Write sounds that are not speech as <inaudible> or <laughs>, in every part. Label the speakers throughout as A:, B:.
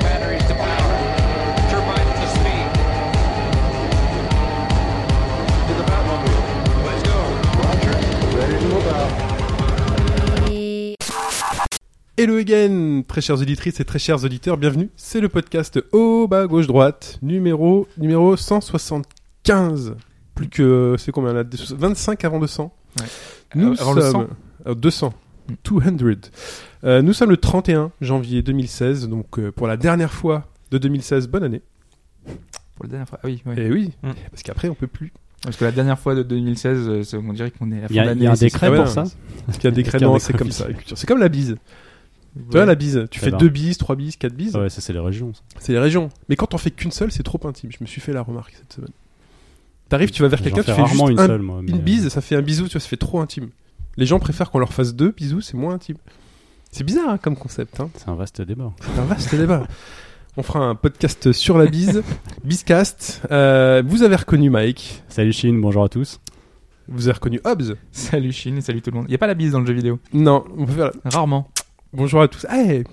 A: batteries to power. Turbines to speed. To the Batmobile. Let's go.
B: Hello again, très chères auditrices et très chers auditeurs, bienvenue. C'est le podcast au bas gauche droite, numéro numéro 175. Plus que euh, c'est combien là 25 avant 200.
C: Ouais.
B: Nous
C: Euh, avant le
B: sommes euh, 200. 200. Euh, nous sommes le 31 janvier 2016, donc euh, pour la dernière fois de 2016, bonne année.
C: Pour la dernière fois. Ah oui, oui.
B: Et oui,
C: Mm.
B: parce qu'après on peut plus.
C: Parce que la dernière fois de 2016, euh, c'est- on dirait qu'on est à la fin
D: Il y a,
C: d'année.
D: il y a un
C: c'est-
D: décret
B: Ah ouais,
D: pour
B: non,
D: ça
B: Parce qu'il y
C: <laughs>
B: a des
D: Parce qu'il y a
B: créneaux,
D: des
B: c'est comme
D: graphismes.
B: ça. la culture. C'est comme la bise. Tu vois
C: Ouais.
B: la bise, tu
D: Ça
B: fais
D: va.
B: deux bises, trois bises, quatre bises.
D: Ah Ouais, ça c'est les régions. ça.
B: C'est les régions. Mais quand on fait qu'une seule, c'est trop intime. Je me suis fait la remarque cette semaine. T'arrives, tu vas vers
D: J'en
B: quelqu'un, tu
D: fais
B: fais juste
D: rarement une
B: un-
D: seule, moi. mais, euh,
B: une bise, ça fait un bisou, tu vois, ça fait trop intime. Les gens préfèrent qu'on leur fasse deux bisous, c'est moins intime. C'est bizarre hein, comme concept. Hein.
D: euh, C'est un vaste débat.
B: C'est un vaste débat. On fera un podcast sur la
D: <laughs>
B: bise, Biscast. Euh, vous avez reconnu Mike,
D: Salut Chine, bonjour à tous.
B: vous avez reconnu Hobbs.
C: <laughs> Salut Chine, salut tout le monde. Il n'y a pas la bise dans le jeu vidéo.
B: Non, on peut faire la-
C: Rarement.
B: bonjour à tous. Eh,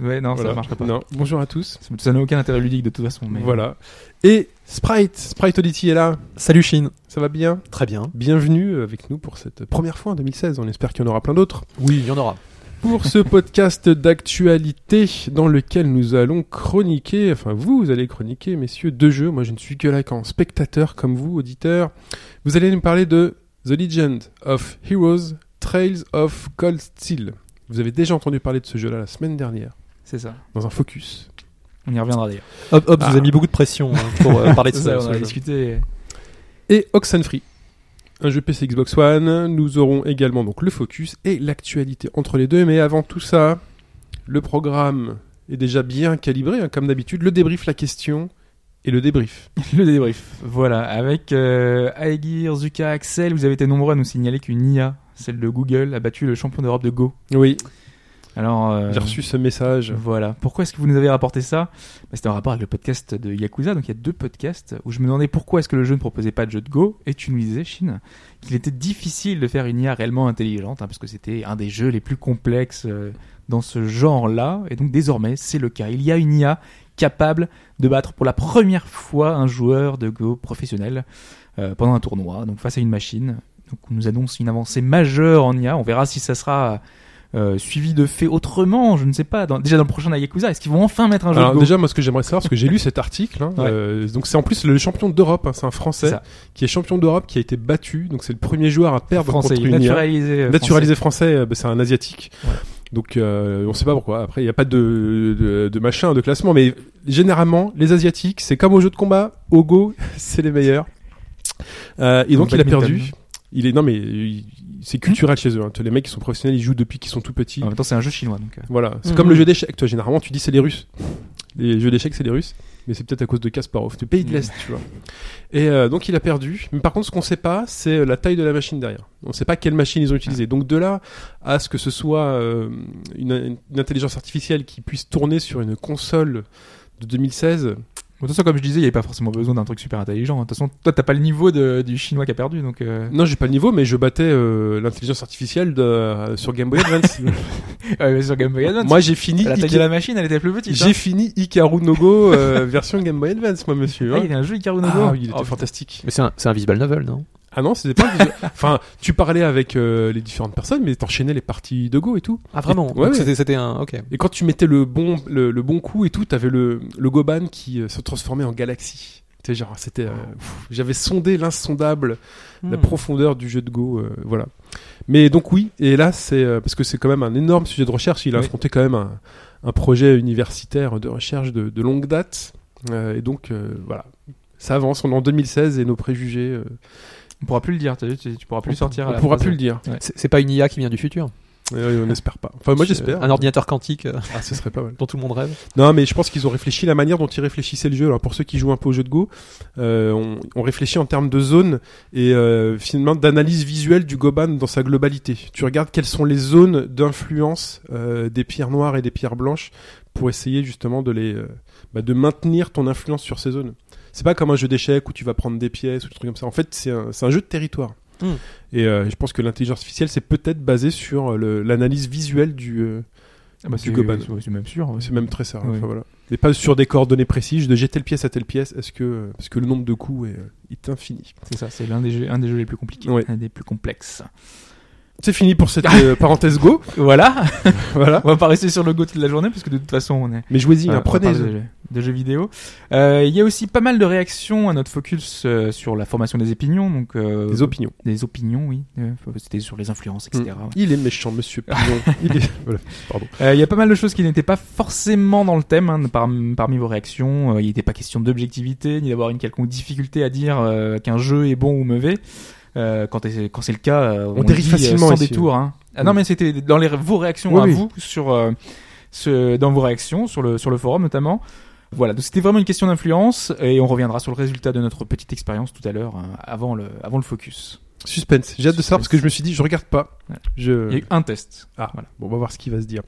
C: Ouais, non,
B: voilà.
C: ça marcherait pas.
B: Non, bonjour à tous.
C: Ça- Ça n'a aucun intérêt ludique de toute façon. Mais...
B: Voilà. Et Sprite, Sprite Oddity est là. Salut Chine. Ça va bien
E: Très bien.
B: Bienvenue euh, avec nous pour cette première fois en 2016. On espère qu'il y en aura plein d'autres.
E: Oui, il y en aura.
B: Pour ce podcast d'actualité dans lequel nous allons chroniquer, enfin vous, vous allez chroniquer, messieurs, deux jeux. Moi, je ne suis que là qu'en spectateur comme vous, auditeur. Vous allez nous parler de The Legend of Heroes Trails of Cold Steel. Vous avez déjà entendu parler de ce jeu-là la semaine dernière,
C: C'est ça.
B: dans un focus.
C: On y reviendra d'ailleurs.
E: Hop, hop,
B: Ah.
E: je vous ai mis beaucoup de pression hein, pour euh, parler de
C: <laughs> C'est
E: ça.
C: ça,
E: ce
C: on a
E: jeu.
C: discuté. <laughs>
B: et Oxenfree. Un jeu PC Xbox One. Nous aurons également donc le focus et l'actualité entre les deux. Mais avant tout ça, le programme est déjà bien calibré, hein, comme d'habitude. Le débrief, la question et le débrief.
C: Le débrief. Voilà, avec euh, Aegir, Zuka, Axel, vous avez été nombreux à nous signaler qu'une IA, celle de Google, a battu le champion d'Europe de Go.
B: Oui,
C: Alors, euh,
B: j'ai reçu ce message.
C: Voilà. Pourquoi est-ce que vous nous avez rapporté ça Bah, C'était en rapport avec le podcast de Yakuza. Donc il y a deux podcasts où je me demandais pourquoi est-ce que le jeu ne proposait pas de jeu de Go. Et tu nous disais, Chine, qu'il était difficile de faire une IA réellement intelligente hein, parce que c'était un des jeux les plus complexes euh, dans ce genre-là. Et donc désormais, c'est le cas. Il y a une IA capable de battre pour la première fois un joueur de Go professionnel euh, pendant un tournoi, donc face à une machine. Donc on nous annonce une avancée majeure en IA. On verra si ça sera euh, suivi de fait autrement. Je ne sais pas. Dans- déjà dans le prochain Yakuza, est-ce qu'ils vont enfin mettre un jeu
B: Alors
C: de Go
B: déjà, moi, ce que j'aimerais savoir, parce que j'ai lu cet article, hein,
C: Ouais.
B: euh, donc c'est en plus le champion d'Europe, hein, c'est un
C: C'est
B: Français
C: ça.
B: qui est champion d'Europe, qui a été battu, donc c'est le premier joueur à perdre
C: Français,
B: contre une IA.
C: naturalisé. euh,
B: Naturalisé français, euh, bah, c'est un asiatique.
C: Ouais.
B: Donc euh, on sait pas pourquoi. Après, il n'y a pas de, de, de machin, de classement, mais généralement, les asiatiques, c'est comme au jeu de combat, au go, <laughs> c'est les meilleurs. Euh, et
C: Dans
B: donc
C: le
B: il a
C: badminton.
B: perdu. Il est non mais il- c'est culturel chez eux. hein. Les mecs qui sont professionnels, ils jouent depuis qu'ils sont tout petits.
C: En même temps, c'est un jeu chinois donc. euh,
B: Voilà, c'est
E: Mhm.
B: comme le jeu d'échecs. Toi, généralement, tu dis c'est les Russes. Les jeux d'échecs, c'est les Russes. Mais c'est peut-être à cause de Kasparov, du pays
C: Mhm.
B: de l'Est, tu vois. Et euh, donc, il a perdu. Mais par contre, ce qu'on sait pas, c'est euh, la taille de la machine derrière. On sait pas quelle machine ils ont utilisée. Donc, de là à ce que ce soit euh, une, une intelligence artificielle qui puisse tourner sur une console de 2016,
C: Bon, De toute façon, comme je disais, il n'y avait pas forcément besoin d'un truc super intelligent. De toute façon, toi, t'as pas le niveau de- du chinois qui a perdu, donc euh, <laughs>
B: non, j'ai pas le niveau, mais je battais euh, l'intelligence artificielle de- euh, sur Game Boy
C: <laughs>
B: Advance.
C: euh, sur Game Boy Advance.
B: Moi, j'ai fini,
C: la taille
B: Ika-
C: de la machine, elle était plus petite. hein.
B: j'ai fini Ikaru no Go euh, <laughs> version Game Boy Advance, moi, monsieur.
C: Ah,
B: hein.
C: il y a un jeu Ikaru no Go.
B: Ah, oui, il était
C: Oh,
B: fantastique.
E: Mais c'est un, c'est un visual novel, non
B: Ah non, c'était pas. un visuel. enfin, tu parlais avec euh, les différentes personnes, mais t'enchaînais les parties de go et tout.
E: Ah, vraiment
B: Ouais,
E: Donc
B: ouais.
E: c'était- C'était un. Ok.
B: Et quand tu mettais le bon, le, le bon coup et tout, t'avais le, le Goban qui euh, se transformait en galaxie. T'es genre, c'était. euh, pff, J'avais sondé l'insondable, la
E: Hmm.
B: profondeur du jeu de go, euh, voilà. Mais donc oui, et là c'est euh, parce que c'est quand même un énorme sujet de recherche. Il a
C: Oui.
B: affronté quand même un, un projet universitaire de recherche de, de longue date, Euh, et donc euh, voilà, ça avance. On est en 2016 et nos préjugés, euh,
C: On pourra plus le dire, t'as vu, tu, tu pourras plus
B: on-
C: sortir. à
B: on
C: Ah, la
B: pourra
C: phrase.
B: plus le dire.
E: C'est c'est pas une IA qui vient du futur.
B: Euh, on n'espère pas. Enfin, moi j'espère.
E: Un ordinateur quantique euh,
B: Ah, ce serait pas mal.
E: dont tout le monde rêve.
B: Non, mais je pense qu'ils ont réfléchi la manière dont ils réfléchissaient le jeu. Alors pour ceux qui jouent un peu au jeu de Go, euh, on, on réfléchit en termes de zones et euh, finalement d'analyse visuelle du Goban dans sa globalité. Tu regardes quelles sont les zones d'influence euh, des pierres noires et des pierres blanches pour essayer justement de les, euh, bah, de maintenir ton influence sur ces zones. C'est pas comme un jeu d'échecs où tu vas prendre des pièces ou des trucs comme ça. En fait, c'est un, c'est un jeu de territoire.
E: Mm.
B: Et euh, je pense que l'intelligence artificielle, c'est peut-être basé sur euh, le- l'analyse visuelle du. euh,
C: Ah bah,
B: Du
C: c'est-
B: Goban.
C: c'est- C'est même sûr. ouais.
B: c'est même très ça.
C: Oui.
B: Enfin, voilà. Et pas sur des coordonnées précises de j'ai telle pièce à telle pièce. Est-ce que euh, parce que le nombre de coups est, euh, est infini.
C: C'est ça, c'est l'un des jeux, un des jeux les plus compliqués,
B: Ouais.
C: un des plus complexes.
B: C'est fini pour cette
C: <laughs>
B: euh, parenthèse Go.
C: Voilà,
B: Voilà.
C: on va pas rester sur le go toute la journée parce que de toute façon on est
B: Mais jouez-y,
C: Euh,
B: hein,
C: on parle
B: prenez.
C: de, jeux- de jeux vidéo. Euh, Il y a aussi pas mal de réactions à notre focus euh, sur la formation des opinions, donc euh,
B: Des opinions.
C: des opinions, oui. Euh, C'était sur les influences, etc. ouais. Euh,
B: Il est
C: <laughs>
B: méchant, monsieur Pignon. Il est- voilà. Pardon.
C: Il y a pas mal de choses qui n'étaient pas forcément dans le thème hein, par- parmi vos réactions. Euh, Il n'était pas question d'objectivité ni d'avoir une quelconque difficulté à dire euh, qu'un jeu est bon ou mauvais. Euh, quand t'es- quand c'est le cas, euh, on,
B: dérive
C: dit, euh,
B: facilement
C: sans
B: ici.
C: détour. hein. Ah, non,
B: Oui.
C: mais c'était dans les, vos réactions
B: Oui,
C: à
B: oui.
C: vous sur euh, ce- dans vos réactions sur le sur le forum notamment. Voilà, donc c'était vraiment une question d'influence et on reviendra sur le résultat de notre petite expérience tout à l'heure hein, avant le avant le focus.
B: Suspense. J'ai hâte de savoir parce que je me suis dit, je regarde pas.
C: Voilà.
B: Je...
C: Il y a eu un test.
B: Ah,
C: Voilà.
B: bon, on va voir ce qu'il va se dire.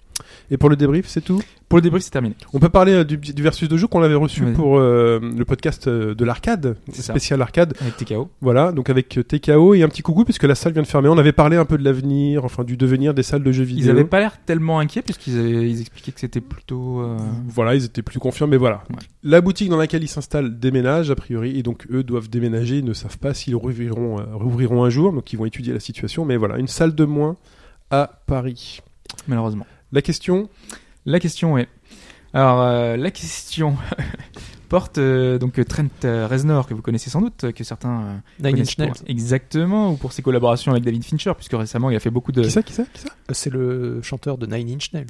B: Et pour le débrief, c'est tout.
C: Pour le débrief, c'est terminé.
B: On peut parler euh, du, du versus de jeu qu'on avait reçu
C: Oui.
B: pour euh, le podcast euh, de l'arcade,
C: C'est ça.
B: spécial arcade.
C: Avec TKO.
B: Voilà, donc avec euh, TKO et un petit coucou puisque la salle vient de fermer. On avait parlé un peu de l'avenir, enfin du devenir des salles de jeux
C: Ils
B: vidéo.
C: avaient pas l'air tellement inquiets puisqu'ils avaient- ils expliquaient que c'était plutôt. euh,
B: Voilà, ils étaient plus confiants, mais voilà.
C: Ouais.
B: La boutique dans laquelle ils s'installent déménage, a priori, et donc eux doivent déménager, ils ne savent pas s'ils rouvriront, euh, rouvriront un jour, donc ils vont étudier la situation, mais voilà, une salle de moins à Paris.
C: malheureusement.
B: La question
C: La question est. Alors, euh, la question <laughs> porte euh, donc euh, Trent euh, Reznor, que vous connaissez sans doute, euh, que certains euh,
E: Nine
C: connaissent
E: Inch Nails.
C: pour- exactement, ou pour ses collaborations avec David Fincher, puisque récemment il a fait beaucoup de.
B: Qui ça, qui ça, qui ça
E: Euh, C'est le chanteur de Nine Inch Nails.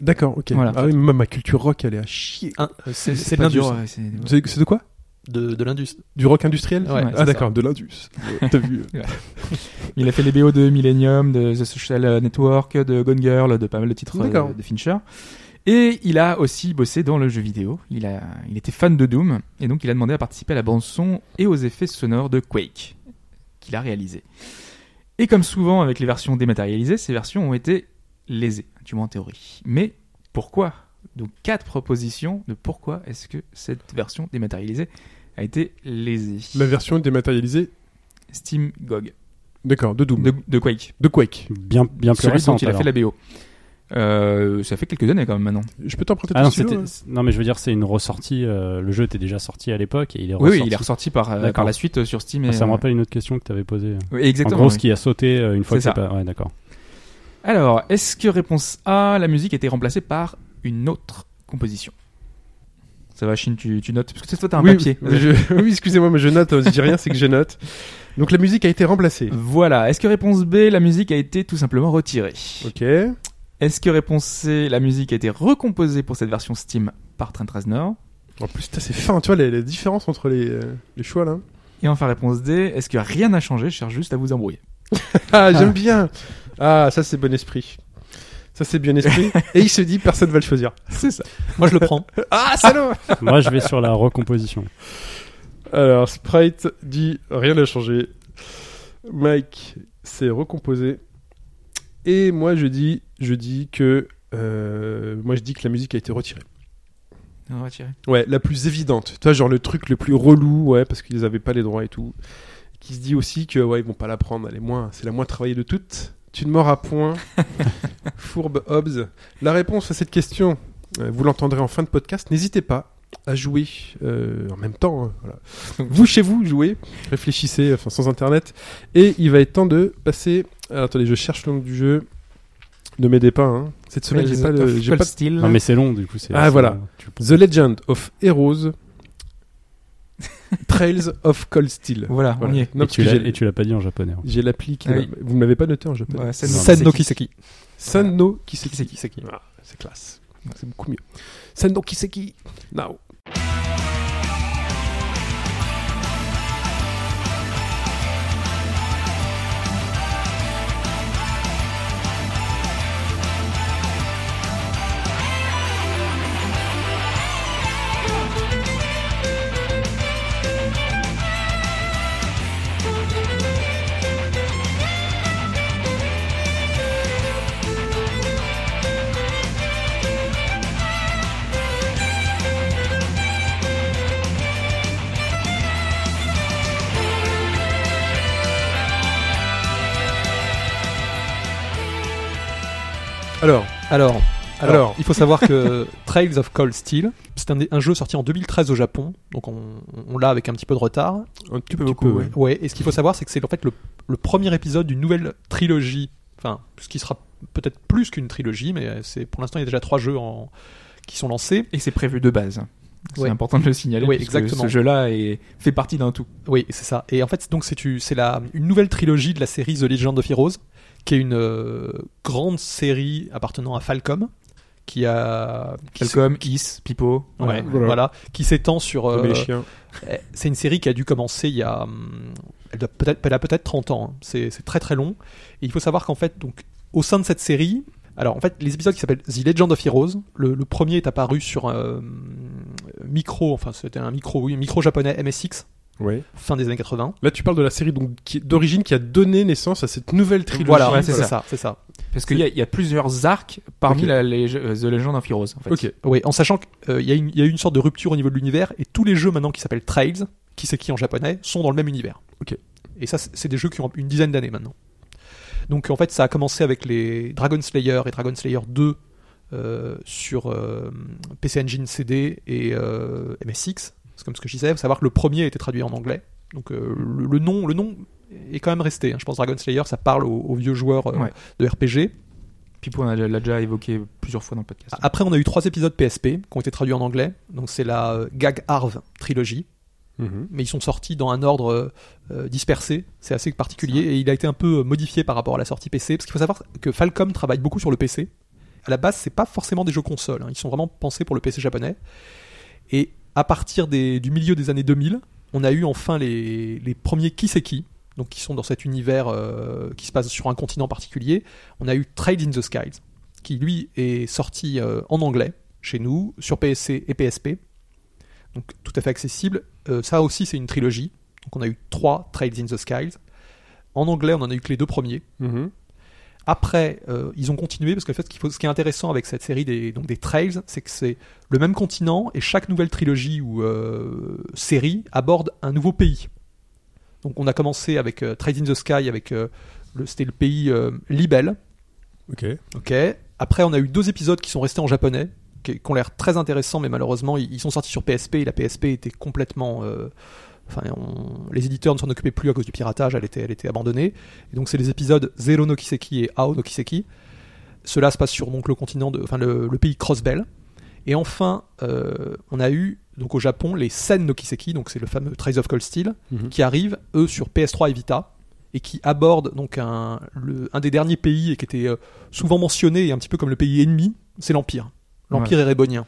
B: D'accord, ok.
C: Voilà. Ah.
B: Ah oui, ma, ma culture rock, elle est à chier.
E: Hein, euh, c'est
C: C'est
E: c'est
C: pas
E: de l'indus.
C: dur, ouais, c'est-
B: C'est c'est de quoi
E: De, de l'indus.
B: Du rock industriel
E: Ouais,
B: Ah
E: c'est
B: d'accord, de
C: <laughs>
B: l'indus. Ouais, T'as vu euh,
C: Il a fait les BO de Millennium, de The Social Network, de Gone Girl, de pas mal de titres euh,
B: D'accord.
C: de, Fincher. Et il a aussi bossé dans le jeu vidéo. Il, a, il était fan de Doom et donc il a demandé à participer à la bande son et aux effets sonores de Quake qu'il a réalisé. Et comme souvent avec les versions dématérialisées, ces versions ont été lésées, du moins en théorie. Mais pourquoi Donc quatre propositions de pourquoi est-ce que cette version dématérialisée a été lésée.
B: La version dématérialisée,
C: Steam GOG
B: d'accord, de Doom,
C: de-
B: de,
C: de Quake.
B: Quake.
D: Bien, bien plus
C: Celui dont
D: récente.
C: il a
D: alors.
C: fait la BO. Euh, ça fait quelques années quand même maintenant.
B: Je peux t'emprunter
D: Ah
B: ton
D: non,
B: stylo
D: c'était-
B: hein
D: non, mais je veux dire, c'est une ressortie. euh, le jeu était déjà sorti à l'époque et il est
C: Oui,
D: ressorti.
C: oui, il est ressorti par, euh,
D: D'accord. Ah,
C: par la suite euh, sur Steam. Et,
D: Ça me rappelle une autre question que tu avais posée.
C: Oui, exactement.
D: en gros,
C: oui.
D: ce qui a sauté euh, une fois que
C: C'est
D: c'est pas. Ouais, d'accord.
C: Alors, est-ce que réponse A, la musique était remplacée par une autre composition Ça va, Chine, tu, tu notes Parce que toi, t'as un
B: oui,
C: papier.
B: oui, je- <laughs> oui, excusez-moi, mais je note, hein, je dis rien, c'est que je note. Donc la musique a
C: <laughs>
B: été remplacée.
C: Voilà. Est-ce que réponse B, la musique a été tout simplement retirée
B: Ok. Est-ce
C: Est-ce que réponse C, la musique a été recomposée pour cette version Steam par Trent Reznor
B: En plus, putain, c'est fin, tu vois, la, la différence entre les, euh, les choix là.
C: Et enfin, réponse D, est-ce que rien n'a changé Je cherche juste à vous embrouiller.
B: Ah, j'aime bien Ah, ça c'est bon esprit. Ça c'est bien esprit. Et il se dit, personne va le choisir.
C: C'est ça.
E: Moi, je le prends.
B: Ah, salaud
D: Moi, je vais sur la recomposition.
B: Alors, Sprite dit, rien n'a changé. Mike s'est recomposé. Et moi je dis, je dis que. euh, moi je dis que la musique a été retirée.
C: On va retirer.
B: Ouais, la plus évidente. Toi, genre le truc le plus relou, ouais, parce qu'ils avaient pas les droits et tout. Qui se dit aussi que, ouais, ils vont pas la prendre, elle est moins, c'est la moins travaillée de toutes. Tu ne mords à point. Fourbe Hobbes. La réponse à cette question, euh, vous l'entendrez en fin de podcast. N'hésitez pas à jouer euh, en même temps. hein, voilà. Vous, chez vous, jouez, réfléchissez, enfin, sans internet. Et il va être temps de passer. alors, attendez, je cherche le nom du jeu. Ne m'aidez pas, hein. Cette semaine, j'ai pas le- j'ai pas de-
C: style.
D: Non, mais c'est long, du coup. c'est-
B: Ah,
D: c'est-
B: voilà.
D: tu-
B: The Legend of Heroes Trails of Cold Steel.
C: Voilà, on
B: Voilà.
C: y est.
B: Non,
D: et,
B: parce
D: tu
B: que
D: l'as,
B: j'ai-
D: et tu l'as pas dit en japonais. hein.
B: j'ai l'appli qui
C: Ah oui.
B: m'a- Vous ne l'avez pas noté en japonais.
C: Ouais, Sen-
D: Non,
C: Sen-
E: Sendo Kiseki.
B: Sando Kiseki.
C: Kiseki. Kiseki.
B: Ah, c'est classe. C'est beaucoup mieux. Sando Kiseki. Now. Alors,
E: Alors, alors,
B: Alors.
E: il faut savoir que <laughs> Trails of Cold Steel, c'est un, des- un jeu sorti en 2013 au Japon, donc on, on l'a avec un petit peu de retard.
B: un petit
C: peu
B: peu
C: beaucoup,
B: beaucoup.
C: ouais.
E: Ouais, et ce qu'il faut savoir, c'est que c'est en fait le, le premier épisode d'une nouvelle trilogie, enfin, ce qui sera peut-être plus qu'une trilogie, mais euh, c'est pour l'instant, il y a déjà trois jeux en- qui sont lancés.
C: Et c'est prévu de base. C'est
E: Ouais.
C: important de le signaler.
E: Oui,
C: parce que
E: exactement.
C: Ce jeu-là est- fait partie d'un tout.
E: Oui, c'est ça. Et en fait, donc c'est tu- c'est la une nouvelle trilogie de la série The Legend of Heroes, qui est une euh, grande série appartenant à Falcom, qui a qui s'est-
C: Falcom, Is, Pipo.
E: ouais,
C: voilà.
E: voilà. qui s'étend sur.
B: Comme
E: euh,
B: les chiens.
E: eh, c'est une série qui a dû commencer il y a. hum, Elle, doit peut-être, elle a peut-être 30 ans. hein. C'est, c'est très très long. Et il faut savoir qu'en fait, donc, au sein de cette série, alors en fait, les épisodes qui s'appellent The Legend of Heroes, le, le premier est apparu sur euh, micro, enfin c'était un micro, oui, un micro japonais MSX,
B: Ouais.
E: fin des années 80.
B: Là, tu parles de la série donc qui- d'origine qui a donné naissance à cette nouvelle trilogie.
E: Voilà,
C: ouais,
E: c'est
C: voilà.
E: ça, c'est ça.
C: Parce qu'il y, a- il y a plusieurs arcs parmi
B: Ok.
C: la, les jeux- euh, The Legend of Heroes. En fait.
B: Ok.
E: Oui, en sachant qu'il y, a une- il y a eu une sorte de rupture au niveau de l'univers et tous les jeux maintenant qui s'appellent Trails, qui c'est qui en japonais, sont dans le même univers.
B: Ok.
E: Et ça, c'est c'est des jeux qui ont une dizaine d'années maintenant. Donc en fait, ça a commencé avec les Dragon Slayer et Dragon Slayer 2 euh, sur euh, PC Engine CD et euh, MSX. C'est comme ce que je disais, il faut savoir que le premier a été traduit en anglais. Donc euh, le, le nom, le nom est quand même resté. hein. Je pense Dragon Slayer, ça parle aux, aux vieux joueurs euh,
C: Ouais.
E: de RPG.
C: Pipo, on a- l'a déjà évoqué plusieurs fois dans le podcast.
E: Après, on a eu trois épisodes PSP qui ont été traduits en anglais. Donc, c'est la euh, Gag Harve trilogie.
B: Mhm.
E: Mais ils sont sortis dans un ordre euh, euh, dispersé. C'est assez particulier. Et il a été un peu euh, modifié par rapport à la sortie PC. Parce qu'il faut savoir que Falcom travaille beaucoup sur le PC. À la base, c'est pas forcément des jeux consoles. hein. Ils sont vraiment pensés pour le PC japonais. Et à partir des- du milieu des années 2000, on a eu enfin les, les premiers Kiseki. Donc, qui sont dans cet univers euh, qui se passe sur un continent particulier. On a eu Trade in the Skies qui lui est sorti euh, en anglais chez nous, sur PSC et PSP. Donc tout à fait accessible. Euh, ça aussi, c'est une trilogie. Donc on a eu trois Trails in the Skies. En anglais, on en a eu que les deux premiers.
B: Mhm.
E: Après, euh, ils ont continué parce que fait, ce, qu'il faut- ce qui est intéressant avec cette série des, donc des Trails, c'est que c'est le même continent et chaque nouvelle trilogie ou euh, série aborde un nouveau pays. Donc on a commencé avec euh, Trails in the Sky, avec euh, le- c'était le pays euh, Libel,
B: Ok.
E: Ok. Après, on a eu deux épisodes qui sont restés en japonais, qui, qui ont l'air très intéressants, mais malheureusement, ils, ils sont sortis sur PSP et la PSP était complètement. euh, Enfin, on- les éditeurs ne s'en occupaient plus à cause du piratage, elle était, elle était abandonnée. Et donc, c'est les épisodes Zero no Kiseki et Ao no Kiseki. Cela se passe sur donc, le continent, de, enfin le, le pays Crossbell. Et enfin, euh, on a eu donc au Japon les Sen no Kiseki, donc c'est le fameux Trails of Cold Steel,
B: Mhm.
E: qui arrivent eux sur PS3 et Vita et qui abordent donc un, le- un des derniers pays et qui était euh, souvent mentionné et un petit peu comme le pays ennemi, c'est l'Empire, l'Empire érébonien,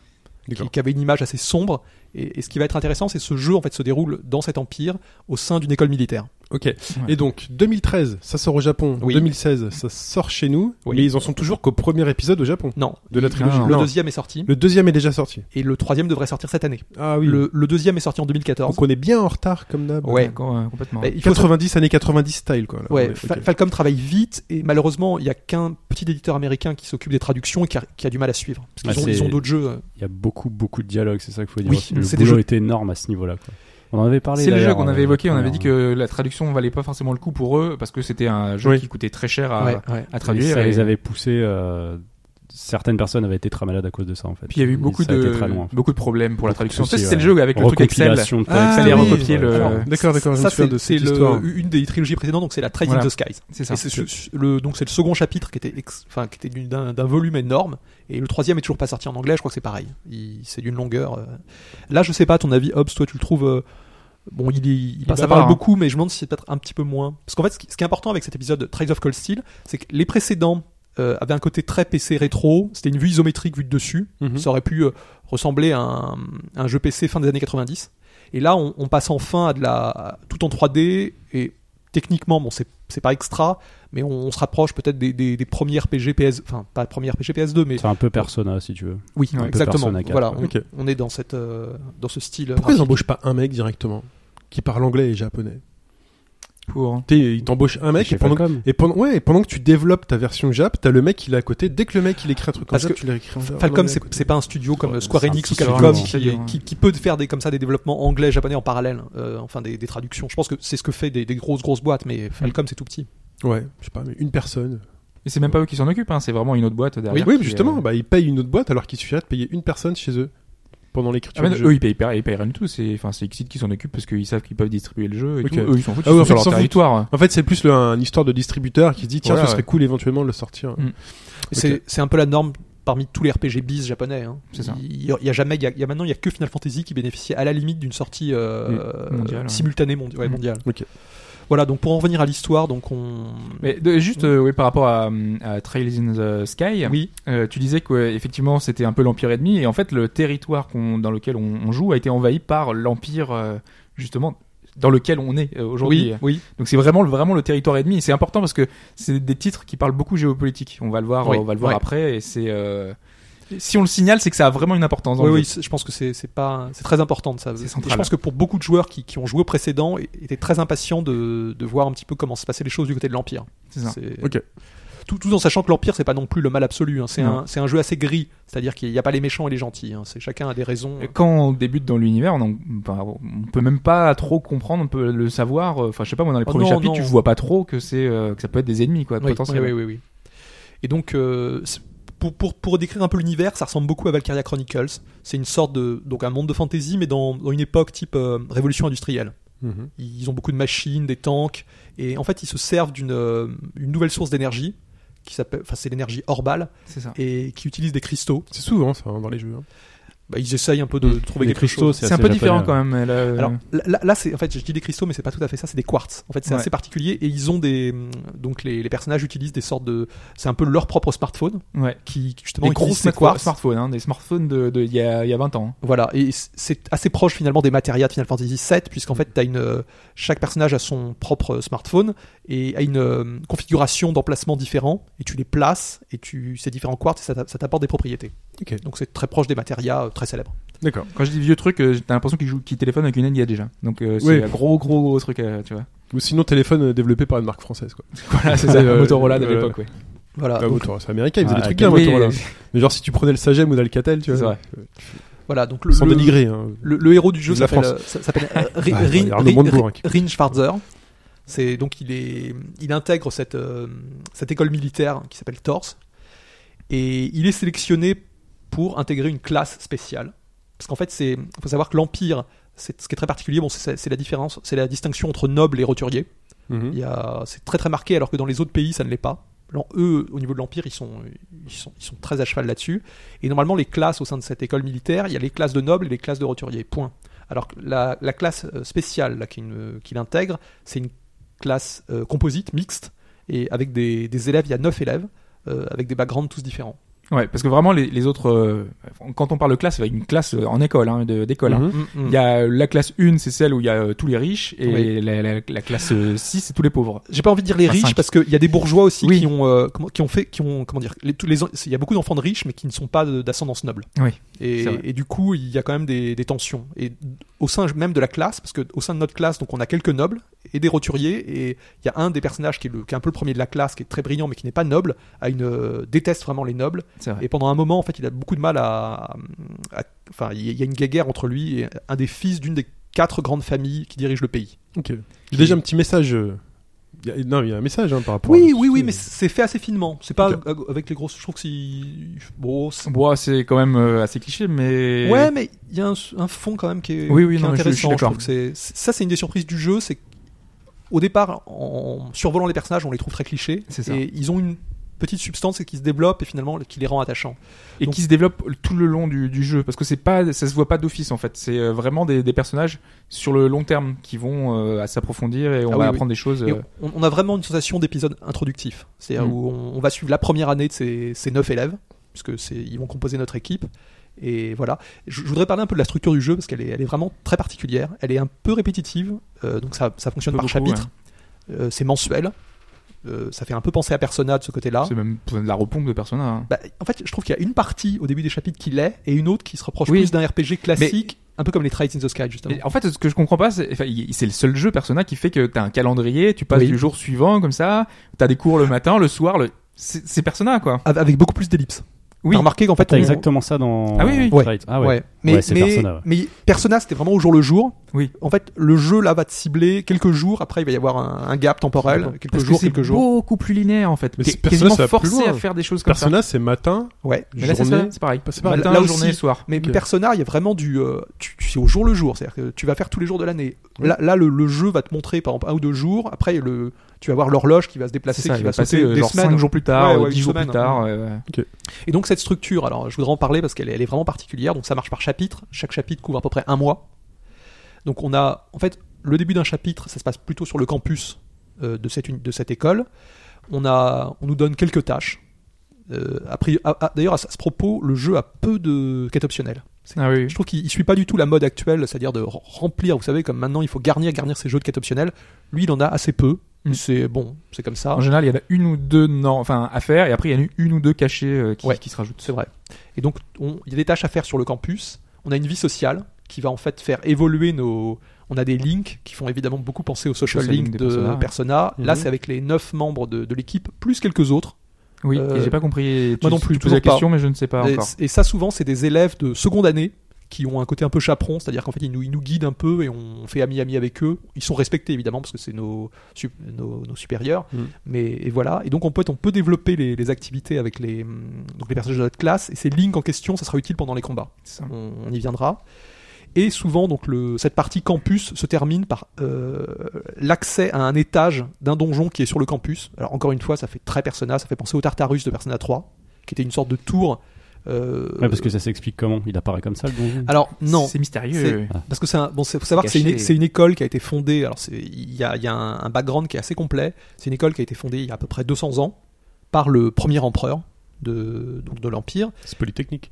E: qui,
B: D'accord.
E: qui avait une image assez sombre. Et, et ce qui va être intéressant, c'est que ce jeu en fait se déroule dans cet empire au sein d'une école militaire.
B: Ok. Et donc 2013, ça sort au Japon.
E: Oui.
B: 2016, ça sort chez nous.
E: Oui.
B: Mais ils en sont toujours qu'au premier épisode au Japon
E: Non,
B: de la trilogie.
C: Ah.
E: le
B: Non.
E: deuxième est sorti
B: Le deuxième est déjà sorti.
E: et le troisième devrait sortir cette année.
B: Ah oui.
E: Le, le deuxième est sorti en 2014.
B: Donc on est bien en retard comme d'hab.
E: Ouais.
C: D'accord, euh, complètement.
E: Mais il faut
B: 90 années 90 style quoi. là.
E: Ouais,
B: On est-
E: Fa-
B: ok.
E: Falcom travaille vite et malheureusement, il n'y a qu'un petit éditeur américain qui s'occupe des traductions et qui a, qui a du mal à suivre. Parce
D: Bah,
B: Ah,
E: qu'ils ont-
D: c'est-
E: ils ont, d'autres jeux. euh.
D: Il y a beaucoup, beaucoup de dialogues, c'est ça qu'il faut dire.
E: Oui,
D: aussi. le
E: c'est
D: boulot
E: des jeux-
D: était énorme à ce niveau-là. quoi. On en avait parlé.
C: C'est le jeu
D: d'ailleurs,
C: qu'on avait
D: euh,
C: évoqué, on avait
D: première-
C: dit que la traduction valait pas forcément le coup pour eux parce que c'était un jeu
B: Oui.
C: qui coûtait très cher
B: Ah.
C: à,
E: Ouais, ouais.
C: à
D: Et
C: traduire.
D: ça
C: et-
D: les avait poussés. euh, certaines personnes avaient été très malades à cause de ça, en fait.
C: Puis il y a eu
D: Et
C: beaucoup
D: ça a été
C: de,
D: très loin.
C: beaucoup de problèmes pour la
D: Beaucoup de
C: traduction. En fait,
D: soucis,
C: c'est le
D: ouais.
C: jeu avec le truc Excel.
D: Recompilation de
B: Ah
D: texte,
B: oui.
D: ouais.
C: recopier le-
D: Alors,
C: euh,
B: D'accord, d'accord. Je me
E: Ça,
B: souviens
E: c'est
B: de cette
E: c'est le-
B: histoire.
E: une des trilogies précédentes, donc c'est la Trails
C: Voilà.
E: in the Skies.
C: C'est ça.
E: Et c'est ce- le, donc c'est le second chapitre qui était, ex- enfin, qui était d'une- d'un d'un volume énorme, et le troisième est toujours pas sorti en anglais. Je crois que c'est pareil. Il- C'est d'une longueur. euh. Là, je sais pas. à Ton avis, Hobbs, toi, tu le trouves euh, bon Il, est- il, passe- ça
C: bavard,
E: parle
C: hein.
E: beaucoup, mais je me demande si c'est peut-être un petit peu moins. Parce qu'en fait, ce qui, ce qui est important avec cet épisode de Trails of Cold Steel, c'est que les précédents euh, avaient un côté très PC rétro. C'était une vue isométrique vue de dessus.
B: Mhm.
E: Ça aurait pu euh, ressembler à un, un jeu PC fin des années 90. Et là, on, on passe enfin à de la à- tout en 3D et techniquement, bon, c'est c'est pas extra, mais on, on se rapproche peut-être des, des, des premiers RPG PS, enfin pas premiers RPG PS2, mais
D: C'est un peu Persona, si tu veux.
E: oui,
C: un peu
E: exactement.
D: Persona 4,
E: Voilà, on,
B: ok.
E: on est dans cette euh, dans ce style.
B: Pourquoi ils
E: graphique.
B: embauchent pas un mec directement qui parle anglais et japonais
C: Pour.
B: T'es- Ils t'embauchent un mec
D: Chez
B: et pendant,
D: Falcom.
B: et pendant ouais et pendant que tu développes ta version Jap, t'as le mec il est à côté. Dès que le mec il écrit un truc comme
E: Parce
B: ça,
E: que
B: tu l'écris en en
E: Falcom,
B: anglais à
E: c'est
B: côté.
E: c'est pas un studio comme
D: Ouais,
E: Square
D: c'est un
E: Enix ou
D: petit
E: Capcom
C: studio,
E: qui,
C: ouais.
E: qui- qui peut faire des, comme ça des développements anglais, japonais en parallèle, euh, enfin des, des traductions. Je pense que c'est ce que fait des, des grosses grosses boîtes, mais Falcom c'est tout petit.
B: Ouais, je sais pas, mais une personne.
C: Et c'est même pas eux qui s'en occupent, hein, c'est vraiment une autre boîte
B: Oui,
C: derrière.
B: oui,
C: qui,
B: justement,
C: euh,
B: bah, ils payent une autre boîte alors qu'il suffirait de payer une personne chez eux pendant
C: ah,
B: l'écriture
C: mais
B: du
C: non,
B: jeu.
C: eux ils payent, pas- ils payent rien du tout, c'est enfin, c'est Exit qui s'en occupe parce qu'ils savent qu'ils peuvent distribuer le jeu et
B: Ok.
C: tout. Eux ils s'en foutent,
B: Ah
C: ils
B: oui,
C: sont
B: en fait,
C: sur
B: ils
C: leur
B: s'en foutent.
C: territoire.
B: En fait, c'est plus le- une histoire de distributeur qui se dit tiens,
C: Voilà,
B: ce serait
C: ouais.
B: cool éventuellement de le sortir.
C: Mm.
E: Et C'est c'est un peu la norme parmi tous les RPG bis japonais. hein.
C: C'est ça.
E: Il il y a jamais, il y a, il y a maintenant, il y a que Final Fantasy qui bénéficie à la limite d'une sortie euh,
C: Mm. Mondiale, ouais.
E: simultanée mondi- ouais,
C: Mm.
E: mondiale.
B: Ok.
E: Voilà, donc pour en revenir à l'histoire, donc on.
C: Mais de- juste
B: Mm.
C: euh, oui, par rapport à, hum, à Trails in the Sky,
E: Oui.
C: euh, tu disais que ouais, effectivement c'était un peu l'empire ennemi et en fait le territoire qu'on- dans lequel on, on joue a été envahi par l'empire euh, justement dans lequel on est euh, aujourd'hui.
E: Oui, oui.
C: Donc c'est vraiment le- vraiment le territoire ennemi. Et c'est important parce que c'est des titres qui parlent beaucoup géopolitique. On va le voir, euh,
E: Oui,
C: on va le voir
E: ouais.
C: après. Et c'est euh, si on le signale, c'est que ça a vraiment une importance. Dans
E: Oui,
C: le
E: oui,
C: jeu.
E: c'est- je pense que c'est c'est pas c'est très important de ça.
C: C'est
E: Et
C: central.
E: Je pense que pour beaucoup de joueurs qui, qui ont joué au précédent é- étaient très impatients de, de voir un petit peu comment se passaient les choses du côté de l'empire.
C: C'est ça.
E: C'est-
B: Ok.
E: Tout, tout en sachant que l'empire c'est pas non plus le mal absolu. hein. C'est
C: Non.
E: un c'est un jeu assez gris, c'est-à-dire qu'il n'y a pas les méchants et les gentils. hein. C'est chacun a des raisons.
C: Quand on débute dans l'univers, on, en- bah, on peut même pas trop comprendre, on peut le savoir. euh, Enfin, je sais pas, moi dans les
E: Oh
C: premiers
E: non,
C: chapitres,
E: non.
C: tu vois pas trop que c'est euh, que ça peut être des ennemis, quoi,
E: Oui,
C: potentiellement.
E: oui, oui, oui, oui. Et donc, euh, c'est- pour, pour, pour décrire un peu l'univers, ça ressemble beaucoup à Valkyria Chronicles. C'est une sorte de. Donc, un monde de fantasy, mais dans, dans une époque type euh, révolution industrielle.
B: Mhm.
E: Ils ont beaucoup de machines, des tanks, et en fait, ils se servent d'une euh, une nouvelle source d'énergie, qui s'appelle. Enfin, c'est l'énergie orbale,
C: C'est ça.
E: et qui utilise des cristaux.
B: C'est souvent ça hein, dans les jeux. hein.
E: Bah, ils essayent un peu de, de trouver
D: Les
E: quelque chose.
D: cristaux,
C: C'est un peu
D: assez
C: différent
D: japonais,
C: quand même. elle, euh,
E: Alors là, là- là, c'est en fait, je dis des cristaux, mais c'est pas tout à fait ça. C'est des quartz. En fait, c'est
C: Ouais.
E: assez particulier et ils ont des donc les, les personnages utilisent des sortes de. C'est un peu leur propre smartphone
C: ouais.
E: qui qui, justement
C: Des gros
E: utilise ces
C: smartphones,
E: quartz.
C: smartphones, hein, des smartphones de de- il y a il y a 20 ans. hein.
E: Voilà, et c- c'est assez proche finalement des matérias de Final Fantasy VII, puisqu'en fait, t'as une, euh, chaque personnage a son propre smartphone et a une euh, configuration d'emplacement différent, et tu les places, et tu ces différents quartz, et ça t'a- ça t'apporte des propriétés.
B: Ok.
E: Donc c'est très proche des matérias euh, très célèbres.
B: D'accord.
C: Quand je dis vieux truc, euh, t'as l'impression qu'ils jouent, qu'ils téléphonent avec une NIA déjà. Donc euh, c'est
B: Oui.
C: un gros, gros, gros truc, euh, tu vois.
B: Ou sinon, téléphone euh, développé par une marque française. Quoi.
C: Voilà, c'est ça,
B: Euh,
C: Motorola de
B: voilà.
C: l'époque, ouais.
E: Voilà,
B: Ah,
E: donc,
B: Motorola, c'est américain, ils faisaient
C: Ah,
B: des trucs bien,
C: oui,
B: <laughs> Motorola.
C: oui,
B: Mais genre, si tu prenais le Sagem ou l'Alcatel, tu
C: C'est
B: vois.
C: vrai.
B: euh,
E: voilà, donc le,
B: Sans
E: le-
B: dénigrer. hein.
E: le, le héros du jeu
B: De la
E: s'appelle
B: France. Ah,
E: euh, ça- s'appelle
B: <laughs>
E: euh, Ri-
B: Ouais,
E: Rin-
B: Arnaud
E: Rin-
B: Montebourg, hein,
E: Rin-
B: qui-
E: Rin Schwarzer. C'est donc il est il intègre cette euh, cette école militaire qui s'appelle Torse et il est sélectionné pour intégrer une classe spéciale parce qu'en fait c'est faut savoir que l'empire c'est ce qui est très particulier bon c'est c'est la différence c'est la distinction entre noble et roturier
B: Mhm.
E: il y a- c'est très très marqué, alors que dans les autres pays, ça ne l'est pas. Alors, eux, au niveau de l'Empire, ils sont, ils, sont, ils sont très à cheval là-dessus. Et normalement, les classes au sein de cette école militaire, il y a les classes de nobles et les classes de roturiers. Point. Alors que la, la classe euh, spéciale là, qu'il euh, qu'il intègre, c'est une classe euh, composite, mixte, et avec des, des élèves, il y a 9 élèves, euh, avec des backgrounds tous différents.
C: Ouais, parce que vraiment, les, les autres. euh, quand on parle de classe, c'est une classe euh, en école, hein, de- d'école. hein.
B: Mhm.
E: Mmh.
C: Il y a euh, la classe 1, c'est celle où il y a euh, tous les riches, et
E: Oui.
C: la, la- la classe euh, 6, c'est tous les pauvres.
E: J'ai pas envie de dire les
C: Enfin,
E: riches
C: cinq.
E: parce qu'il y a des bourgeois aussi
C: Oui.
E: qui ont euh, comment- qui ont fait qui ont comment dire les, tous les il y a beaucoup d'enfants de riches mais qui ne sont pas de- d'ascendance noble.
C: Oui,
E: Et,
C: c'est vrai.
E: et du coup il y a quand même des, des tensions et au sein même de la classe parce que au sein de notre classe donc on a quelques nobles et des roturiers et il y a un des personnages qui est, le- qui est un peu le premier de la classe qui est très brillant mais qui n'est pas noble a une euh, déteste vraiment les nobles
C: C'est vrai.
E: et pendant un moment en fait il a beaucoup de mal à à- enfin il y a- il y a une guerre entre lui et un des fils d'une des quatre grandes familles qui dirigent le pays.
B: Ok. J'ai déjà un petit message. euh, il y a- Non, il y a un message hein, par rapport à-
E: Oui, oui, oui, mais c'est fait assez finement. C'est pas
B: Ok.
E: euh, avec les grosses. Je trouve que c'est. Bon, c'est-
C: Bon, c'est quand même euh, assez cliché, mais.
E: Ouais, mais il y a un, un fond quand même qui est,
C: Oui, oui,
E: qui est
C: non, mais je- je suis
E: intéressant.
C: d'accord.
E: trouve que c'est- c'est- ça, c'est une des surprises du jeu. C'est au départ, en survolant les personnages, on les trouve très clichés.
C: C'est ça.
E: Et ils ont une petite substance qui se développe et finalement qui les rend attachants.
C: et
E: Donc-
C: qui se développe tout le long du, du jeu parce que c'est pas ça se voit pas d'office en fait c'est euh, vraiment des, des personnages sur le long terme qui vont euh, à s'approfondir et on
E: Ah
C: va
E: oui, oui.
C: apprendre des choses
E: Et
C: euh,
E: on, on a vraiment une sensation d'épisode introductif. C'est-à-dire
C: Mm.
E: où on, on va suivre la première année de ces, ces neuf élèves, puisque c'est, ils vont composer notre équipe. Et voilà. Je, je voudrais parler un peu de la structure du jeu, parce qu'elle est, elle est vraiment très particulière. Elle est un peu répétitive, euh, donc ça, ça fonctionne
C: Peu
E: par
C: beaucoup, hein.
E: chapitre. Euh, c'est mensuel. Euh, ça fait un peu penser à Persona de ce côté-là.
C: c'est même de la repompe de Persona hein.
E: Bah, en fait, je trouve qu'il y a une partie au début des chapitres qui l'est, et une autre qui se rapproche
C: Oui.
E: plus d'un RPG classique, un peu comme les Trails in the Sky, justement.
C: Mais en fait, ce que je comprends pas, c'est enfin, il- c'est le seul jeu Persona qui fait que t'as un calendrier, tu passes
E: Oui.
C: du jour suivant comme ça, t'as des cours le matin, le soir, le c'est c'est Persona quoi.
E: Avec avec beaucoup plus d'ellipses.
C: Oui.
E: T'as remarqué qu'en fait,
D: Ah, T'as
E: on-
D: exactement ça dans.
C: Ah oui, oui.
D: Right. Ah ouais.
E: Ouais. Mais,
D: Ouais, c'est
E: mais,
D: Persona, ouais.
E: mais Persona, c'était vraiment au jour le jour.
C: Oui.
E: En fait, le jeu là va te cibler quelques jours. Après, il va y avoir un, un gap temporel, quelques
C: Parce que
E: jours,
C: c'est
E: quelques jours.
C: beaucoup plus linéaire en fait.
B: Mais
C: T'es
B: ce personnage,
C: quasiment
B: ça va plus
C: forcé
B: loin.
C: à faire des choses comme
B: Persona, c'est matin,
E: Ouais.
C: ça. Mais là, c'est ça,
B: journée.
C: c'est pareil.
B: Bah, c'est pareil.
C: Matin,
E: Là aussi.
C: journée, soir.
E: Mais
B: Ok.
E: Persona, il y a vraiment du. euh, tu, tu- c'est au jour le jour, c'est-à-dire que tu vas faire tous les jours de l'année. Là, là le, le jeu va te montrer par exemple un ou deux jours. Après, le, tu vas voir l'horloge qui va se déplacer,
C: C'est ça,
E: qui
C: il
E: va
C: va passer
E: sauter
C: euh,
E: des
C: genre
E: semaines.
C: 5 jours plus tard,
E: Ouais,
C: euh,
E: ouais,
C: 10
E: une
C: jours plus
E: semaine, hein.
C: tard. ouais, ouais.
E: Et donc cette structure, alors je voudrais en parler parce qu'elle est- elle est vraiment particulière. Donc ça marche par chapitre. Chaque chapitre couvre à peu près un mois. Donc on a, en fait, le début d'un chapitre, ça se passe plutôt sur le campus euh, de, cette, uni- de cette école. On, a, on nous donne quelques tâches. Euh, a priori- ah, ah, D'ailleurs, à, ce- à ce propos, le jeu a peu de quêtes optionnelles.
C: Ah oui, oui.
E: Je trouve qu'il ne suit pas du tout la mode actuelle, c'est-à-dire de re- remplir, vous savez, comme maintenant il faut garnir, garnir ses jeux de quêtes optionnelles. Lui, il en a assez peu.
C: Mm.
E: C'est bon, c'est comme ça.
C: En général, il y en a une ou deux non, enfin, à faire, et après, il y en a une ou deux cachées euh, qui,
E: Ouais.
C: qui se rajoutent.
E: C'est vrai. Et donc, on- il y a des tâches à faire sur le campus. On a une vie sociale qui va en fait faire évoluer nos. On a des links qui font évidemment beaucoup penser aux social,
C: Social
E: links
C: link
E: de
C: des Persona,
E: Persona.
C: ouais.
E: Là,
B: Mhm.
E: c'est avec les 9 membres de, de l'équipe, plus quelques autres.
C: Oui,
E: Euh,
C: et j'ai pas compris. tu-
E: moi non plus,
C: Tu poses la
E: toujours pas.
C: question, mais je ne sais pas
E: et,
C: encore.
E: et ça, souvent, c'est des élèves de seconde année qui ont un côté un peu chaperon, c'est-à-dire qu'en fait, ils nous, ils nous guident un peu et on fait ami-ami avec eux. Ils sont respectés, évidemment, parce que c'est nos, sup- nos, nos supérieurs.
B: Mhm.
E: Mais et voilà. Et donc, on peut, on peut développer les, les activités avec les, hum, donc les personnages de notre classe. Et ces links en question, ça sera utile pendant les combats.
C: C'est ça.
E: on, on y viendra. Et souvent, donc, le, cette partie campus se termine par euh, l'accès à un étage d'un donjon qui est sur le campus. Alors, encore une fois, ça fait très Persona, ça fait penser au Tartarus de Persona 3, qui était une sorte de tour. euh,
D: Ouais, parce que ça s'explique comment Il apparaît comme ça, le donjon
E: Alors, non,
C: C'est
E: C'est-
C: mystérieux.
E: parce que c'est un- bon, c'est- faut savoir que c'est une,
C: Caché.
E: c'est une école qui a été fondée. Alors, c'est- il y a, il y a un, un background qui est assez complet. C'est une école qui a été fondée il y a à peu près 200 ans par le premier empereur de, donc de l'Empire.
B: c'est polytechnique.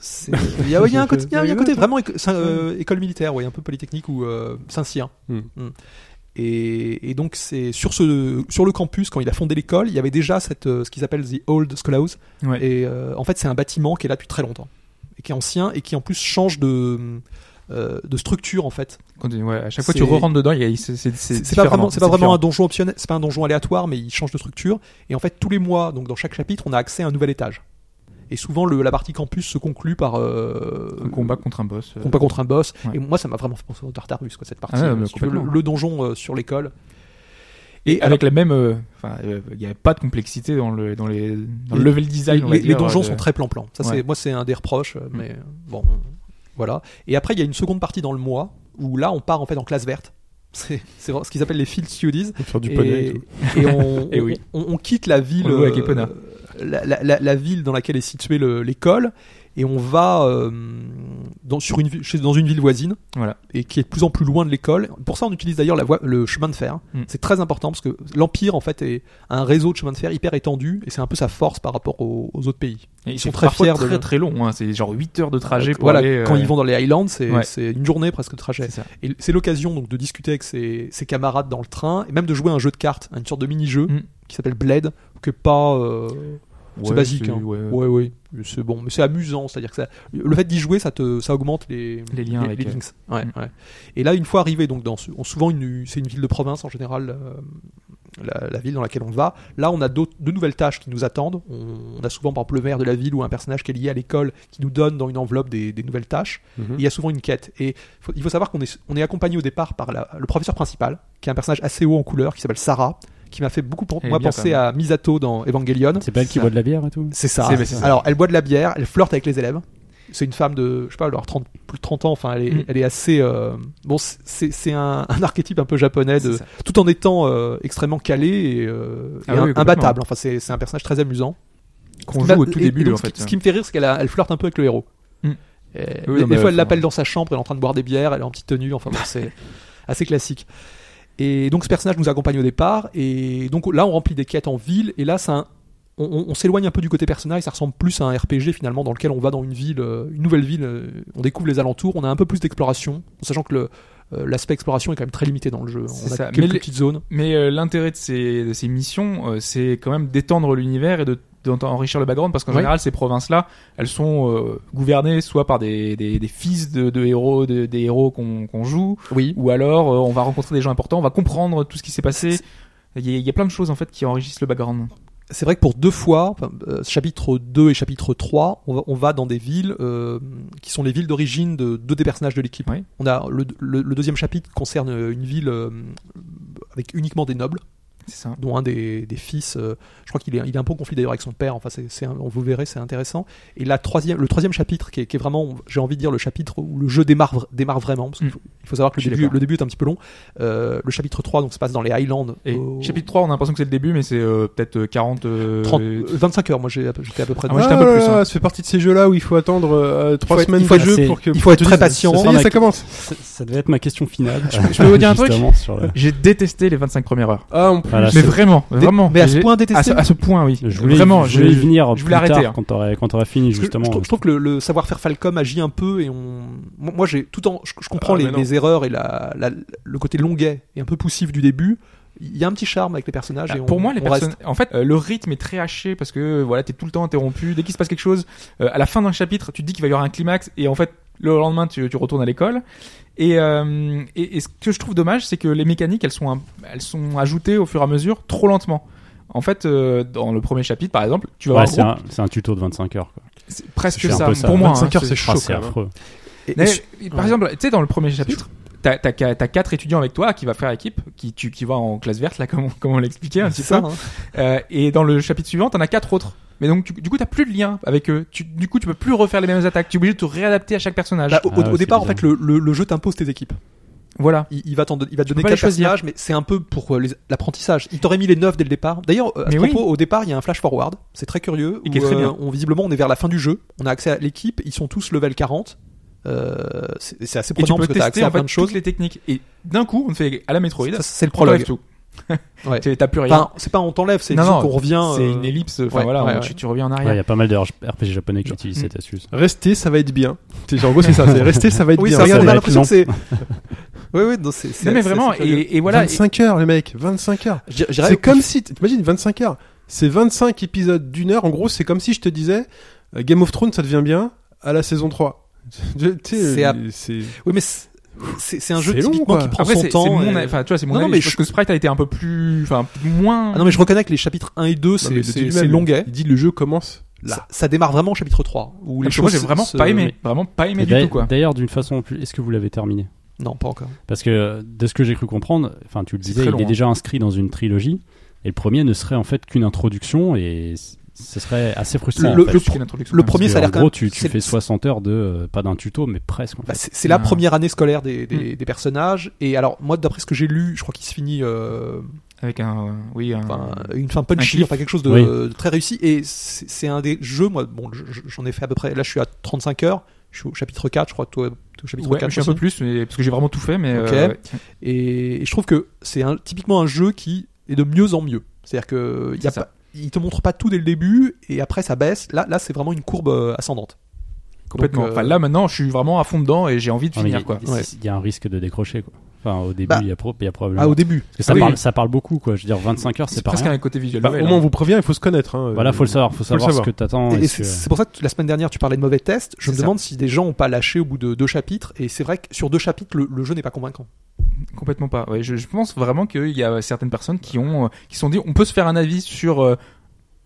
E: C'est- Il y a, il y a un côté, il y a- il y a un côté
B: Ouais.
E: vraiment éco- c'est un, euh, école militaire, ouais, un peu polytechnique ou euh, Saint-Cyr.
B: Hmm.
E: Hmm. Et, et donc, c'est sur, ce, sur le campus, quand il a fondé l'école, il y avait déjà cette, euh, ce qu'ils appellent The Old Schoolhouse.
C: Ouais.
E: Et euh, en fait, c'est un bâtiment qui est là depuis très longtemps. Et qui est ancien et qui en plus change de, euh, de structure en fait.
C: Continue, ouais, à chaque fois,
E: c'est-
C: tu re-rentres dedans, il y a- c'est- c'est
E: C'est c'est pas
C: différemment,
E: vraiment, c'est pas
C: c'est
E: vraiment un
C: différent.
E: donjon optionnel, c'est pas un donjon aléatoire, mais il change de structure. Et en fait, tous les mois, donc dans chaque chapitre, on a accès à un nouvel étage. Et souvent, le- la partie campus se conclut par euh,
C: Un combat contre un boss. euh,
E: combat contre un boss.
C: Ouais.
E: Et moi, ça m'a vraiment fait penser au Tartarus, quoi, cette partie.
C: Ah ouais,
E: Euh,
C: bah,
E: si tu veux, le,
C: complètement.
E: le donjon euh, sur l'école. Et
C: Avec la même. euh, Enfin, euh, il n'y a pas de complexité dans le, dans les, dans le
E: Les-
C: level design. on va
E: les, les
C: dire, euh,
E: donjons
C: de-
E: sont très plan-plan. Ça,
C: Ouais. Mm.
E: c'est moi, c'est un des reproches, euh, mais euh, bon, voilà. Et après, il y a une seconde partie dans le mois où là, on part en fait en classe verte. <laughs> C'est c'est vraiment ce qu'ils appellent les field studies.
B: Faut Faire du poney et
E: Et,
B: tout.
E: <laughs>
C: <laughs>
E: et on,
C: Eh oui.
E: on, on quitte la
C: On
E: ville,
C: le voit
E: euh,
C: avec les poneys.
E: la, la- la- la ville dans laquelle est située le- l'école, et on va euh, dans, sur une, vi- chez- dans une ville voisine,
C: Voilà.
E: et qui est de plus en plus loin de l'école. Pour ça, on utilise d'ailleurs la voie- le chemin de fer.
C: Mm.
E: C'est très important parce que l'empire en fait est un réseau de chemin de fer hyper étendu, et c'est un peu sa force par rapport aux, aux autres pays.
C: Et
E: Ils
C: Ils
E: sont
C: sont
E: très
C: parfois
E: fiers de
C: très
E: le-
C: très longs. hein, C'est genre 8 heures de trajet pour
E: voilà,
C: aller.
E: quand
C: euh,
E: ils vont dans les Highlands, c'est
C: Ouais.
E: c'est une journée presque de trajet.
C: C'est ça.
E: Et c'est l'occasion donc de discuter avec ses, ses camarades dans le train et même de jouer à un jeu de cartes, une sorte de mini-jeu
C: Mm.
E: qui s'appelle Blade, que pas. euh, c'est
C: Ouais,
E: basique.
C: c'est-
E: hein.
C: ouais.
E: Ouais, ouais. Mais C'est bon, mais c'est amusant. C'est-à-dire que ça- le fait d'y jouer, ça te, ça augmente les,
C: Les liens avec, euh,
E: links. Ouais,
C: mm.
E: ouais. Et là, une fois arrivé donc dans ce, on- souvent une, c'est une ville de province en général. euh, la, la ville dans laquelle on va. Là, on a d'autres- de nouvelles tâches qui nous attendent. On, on a souvent, par exemple, le maire de la ville ou un personnage qui est lié à l'école qui nous donne dans une enveloppe des- des nouvelles tâches.
B: Mhm.
E: Il y a souvent une quête. Et faut- il faut savoir qu'on est, on est accompagné au départ par la- le professeur principal, qui est un personnage assez haut en couleur, qui s'appelle Sarah, qui m'a fait beaucoup pen-
C: Elle est
E: moi,
C: bien,
E: penser
C: quand
E: à Misato dans Evangelion.
D: C'est pas elle qui
C: ça.
D: boit de la bière et tout
E: C'est ça.
C: C'est- mais c'est ça.
E: Alors, elle boit de la bière, elle flirte avec les élèves. C'est une femme de, je sais pas, alors 30, plus de 30 ans, enfin, elle est,
C: Mm.
E: elle est assez. euh, bon, c'est- c'est c'est un, <laughs> un archétype un peu japonais, de-
C: c'est ça.
E: tout en étant euh, extrêmement calé
C: Ah oui,
E: et, euh, et un-
C: oui, complètement.
E: imbattable. Enfin, c'est c'est un personnage très amusant.
C: Qu'on
E: Bah,
C: joue au tout
E: et- et
C: début
E: donc,
C: en
E: ce qui-
C: fait.
E: Ce qui me fait rire, c'est qu'elle a- elle flirte un peu avec le héros.
C: Mm.
E: Et
C: Oui, non,
E: des, des
C: mais
E: fois, elle
C: faut-
E: l'appelle dans sa chambre, elle est en train de boire des bières, elle est en petite tenue, enfin bon,
C: <laughs>
E: c'est assez classique. Et donc ce personnage nous accompagne au départ, et donc là on remplit des quêtes en ville, et là ça, on, on- on s'éloigne un peu du côté personnage, ça ressemble plus à un RPG finalement dans lequel on va dans une ville, euh, une nouvelle ville, euh, on découvre les alentours, on a un peu plus d'exploration, en sachant que le- euh, l'aspect exploration est quand même très limité dans le jeu.
C: C'est
E: On a
C: ça.
E: quelques
C: Mais les-
E: petites zones.
C: Mais euh, l'intérêt de ces, de ces missions, euh, c'est quand même d'étendre l'univers et de d'enrichir le background parce qu'en
E: Ouais.
C: général ces provinces là elles sont euh, gouvernées soit par des, des, des fils de, de héros de- des héros qu'on qu'on joue
E: Oui.
C: ou alors euh, on va rencontrer des gens importants on va comprendre tout ce qui s'est passé
E: C'est-
C: il y, a, il y a plein de choses en fait qui enrichissent le background
E: c'est vrai que pour deux fois, enfin, euh, chapitre 2 et chapitre 3, on va, on va dans des villes euh, qui sont les villes d'origine de deux des personnages de l'équipe.
C: Oui.
E: On a le, le- le deuxième chapitre concerne une ville euh, avec uniquement des nobles,
C: C'est ça.
E: dont un des, des fils. euh, je crois qu'il est, il est un peu en conflit d'ailleurs avec son père. Enfin, c'est, c'est un- on vous verrez, c'est intéressant. Et la troisième, le troisième chapitre, qui est, qui est vraiment, j'ai envie de dire, le chapitre où le jeu démarre, vr- démarre vraiment. Parce qu'il
C: Mm.
E: faut, il faut savoir que
C: Je suis
E: le début,
C: d'accord.
E: le début est un petit peu long. Euh, le chapitre 3 donc, se passe dans les Highlands.
C: Et
E: au-
C: chapitre 3, on a l'impression que c'est le début, mais c'est euh, peut-être 40. euh,
E: 30 euh, 25 heures, moi j'ai- j'étais à peu près
C: Ah,
E: dedans.
C: moi, j'étais un peu
B: là
C: plus,
B: là,
C: hein.
B: Ça fait partie de ces jeux-là où il faut attendre euh, trois
E: faut être-
B: semaines
E: il faut
B: de
D: être-
B: jeu pour que.
E: il faut être
B: pour
E: très
B: te dire,
E: patient. hein,
B: Ça y est, ça commence.
D: Ça, ça devait être ma question finale.
C: je peux vous dire un truc
D: Justement, sur le-
C: J'ai détesté les 25 premières heures.
B: Ah, on peut-
D: Voilà,
C: mais
D: c'est-
C: vraiment,
E: Dé-
C: vraiment.
E: Mais à ce
C: J'ai- Ah,
E: point
C: à
E: détesté.
C: ce, à ce point, oui.
D: Je voulais,
C: vraiment,
D: je voulais y venir
C: je
D: plus
C: voulais
D: tard
C: arrêter, hein.
D: quand t'aurais quand t'aurais fini
E: Je, je
D: justement.
E: trouve, je trouve que le, le savoir-faire Falcom agit un peu et on. Moi, moi, j'ai tout en. Je, je comprends
B: Ah,
E: les,
B: mais non.
E: les erreurs et la, la- le côté longuet et un peu poussif du début. Il y a un petit charme avec les personnages. et on-
C: Bah, Pour moi, les
E: Ah, on reste.
C: personnes, en fait, euh, le rythme est très haché parce que euh, voilà, t'es tout le temps interrompu. Dès qu'il se passe quelque chose, euh, à la fin d'un chapitre, tu te dis qu'il va y avoir un climax et en fait, le lendemain, tu, tu retournes à l'école. Et, euh, et, et ce que je trouve dommage, c'est que les mécaniques, elles sont, un- elles sont ajoutées au fur et à mesure trop lentement. En fait, euh, dans le premier chapitre, par exemple, tu vas
D: Ouais,
C: avoir
D: c'est un, c'est un tuto de 25 heures. Quoi.
C: c'est presque
D: c'est un
C: ça.
D: peu ça.
C: Pour moi,
B: 25
C: hein,
B: heures, c'est chaud.
D: Ah, c'est
B: quand même.
D: affreux.
E: Et-
C: Mais,
E: et je-
C: par exemple, tu sais, dans le premier chapitre, t'as t'as qu'à- t'as quatre étudiants avec toi qui va faire équipe, qui tu qui va en classe verte là, <laughs> comme on, comme on l'expliquait un
E: c'est
C: petit
E: ça.
C: peu.
E: hein.
C: Euh, et dans le chapitre suivant, t'en as quatre autres. Mais donc, tu- du coup, t'as plus de lien avec eux. Tu, du coup, tu peux plus refaire les mêmes attaques. Tu es obligé de te réadapter à chaque personnage.
E: Là, Bah, au, au
D: Ah ouais,
E: départ, en
D: c'est
E: fait, le, le- le jeu t'impose tes équipes.
C: Voilà.
E: Il, il va t'en don- il va te
C: peux
E: donner
C: pas
E: quatre
C: les choisir.
E: personnages, mais c'est un peu pour euh, les- l'apprentissage. Il t'aurait mis les 9 dès le départ. D'ailleurs, euh, à ce
C: Mais oui.
E: propos, au départ, il y a un flash forward. C'est très curieux.
C: Et qui est
E: où,
C: très
E: euh,
C: bien.
E: on, visiblement, on est vers la fin du jeu. On a accès à l'équipe. Ils sont tous level 40. Euh, c'est c'est assez
C: Et tu
E: prenant
C: peux
E: parce que t'as accès
C: tester
E: à
C: en fait
E: plein de choses.
C: toutes les techniques. Et d'un coup, on te fait à la Metroid.
E: Ça, C'est le
C: on t'enlève
E: prologue.
C: tout.
E: <laughs> Ouais.
C: T'es- T'as plus rien.
E: Enfin, c'est pas on t'enlève, c'est
C: Non,
E: disons
C: non,
E: qu'on revient.
C: c'est
E: euh,
C: une ellipse. Enfin
E: ouais,
C: voilà,
E: ouais,
C: on-
E: ouais.
C: Tu, tu reviens en
D: Ouais, Il
C: arrière.
D: y a pas mal de RPG japonais qui utilisent
C: Mm.
D: cette astuce.
B: Rester, ça va être bien. C'est genre, en
E: <laughs>
B: gros, c'est ça. c'est Rester, ça va être
E: Oui,
B: bien.
E: ça, on
D: va
E: a
D: être
E: l'impression
D: long.
E: que c'est. <laughs> Oui, oui, non, c'est. c'est-
C: non mais
E: c'est-
C: vraiment.
E: c'est curieux.
C: Et, et voilà. et-
B: 25 heures, les mecs. 25 heures.
E: Je dirais- je dirais-
B: C'est comme si, t'imagines, 25 heures. C'est 25 épisodes d'une heure. En gros, c'est comme si je te disais, euh, Game of Thrones, ça devient bien à la saison 3. <laughs> Tu sais,
E: C'est à-
B: euh, c'est-
E: Oui, mais c'est- c'est c'est un jeu
B: C'est long,
E: typiquement
B: quoi.
E: qui prend
C: Après,
E: son
C: c'est c'est
E: temps. euh,
C: mon.
E: et-
C: avis. Enfin, tu vois, c'est mon.
E: Non, non,
C: avis.
E: mais
C: je pense
E: je-
C: que Sprite a été un peu plus. Enfin, moins.
E: Ah non, mais je reconnais que les chapitres 1 et 2,
B: Non, mais
E: c'est
B: le
E: c'est-
B: dit
E: c'est
B: lui-même.
E: longuet.
B: Il dit le jeu commence là.
E: Ça, ça démarre vraiment au chapitre 3. Où les
C: Ah, Parce que moi,
E: choses
C: j'ai vraiment
E: se-
C: pas aimé. Vraiment pas aimé
D: Et
C: du
D: d'ailleurs-
C: tout quoi.
D: D'ailleurs, d'une façon, plus- est-ce que vous l'avez terminé
E: Non, pas encore.
D: Parce que euh, de ce que j'ai cru comprendre, enfin tu le
C: C'est
D: disais,
C: très
D: il
C: long,
D: est
C: hein.
D: déjà inscrit dans une trilogie, et le premier ne serait en fait qu'une introduction, et c- ce serait assez frustrant.
E: Le-
D: en fait.
E: le
D: Parce
E: pro-
C: l'introduction,
E: le
C: quand même.
E: premier,
D: que,
E: ça a l'air
D: en
E: quand
D: gros,
E: même-
D: tu, tu
E: c'est-
D: fais 60 heures de, euh, pas d'un tuto, mais presque. en fait.
E: Bah, c'est c'est la
C: Ah.
E: première année scolaire des,
C: Hmm.
E: des, des personnages. Et alors, moi, d'après ce que j'ai lu, je crois qu'il se finit euh,
C: Avec un. euh, Oui, un.
E: enfin, une fin
C: Un
E: punchy,
C: cliff.
E: enfin quelque chose de,
D: Oui.
E: de très réussi. Et c'est c'est un des jeux, moi, bon, je- je- j'en ai fait à peu près. Là, je suis à 35 heures. Je suis au chapitre 4, je crois que toi, t'es au chapitre
C: Ouais,
E: 4.
C: je suis un
E: aussi.
C: peu plus, mais parce que j'ai vraiment tout fait, mais
E: Ok.
C: euh,
E: Et, et je trouve que c'est un- typiquement un jeu qui est de mieux en mieux. C'est-à-dire que il y a
C: C'est ça.
E: pas- il te montre pas tout dès le début et après ça baisse. Là, là c'est vraiment une courbe euh, ascendante.
C: complètement.
E: Donc, euh,
C: Enfin, là maintenant, je suis vraiment à fond dedans et j'ai envie de
D: Non, Ah, mais il y,
C: finir
D: a-
C: quoi.
D: il y a-
E: Ouais.
D: il y a un risque de décrocher. Quoi. Enfin, au début,
E: Bah,
D: il y a, pro- il y a probablement.
E: Ah, au début.
D: Parce que ça,
C: oui,
D: parle,
C: oui.
D: ça parle beaucoup, quoi. Je veux dire, 25 heures, c'est pas
C: presque
D: rien.
C: un côté visuel.
B: Bah,
C: novel,
B: au moins, on
C: hein.
B: vous prévient, il faut se connaître. hein.
D: Voilà, faut le savoir, faut savoir,
B: savoir.
D: ce que t'attends.
E: Et
D: est-ce
E: c'est
D: que-
E: c'est pour ça que la semaine dernière tu parlais de mauvais tests. Je me
C: C'est ça.
E: demande si des gens ont pas lâché au bout de deux chapitres. Et c'est vrai que sur deux chapitres, le, le jeu n'est pas convaincant.
C: complètement pas. Ouais, je, je pense vraiment qu'il y a certaines personnes qui ont, euh, qui se sont dit, on peut se faire un avis sur euh,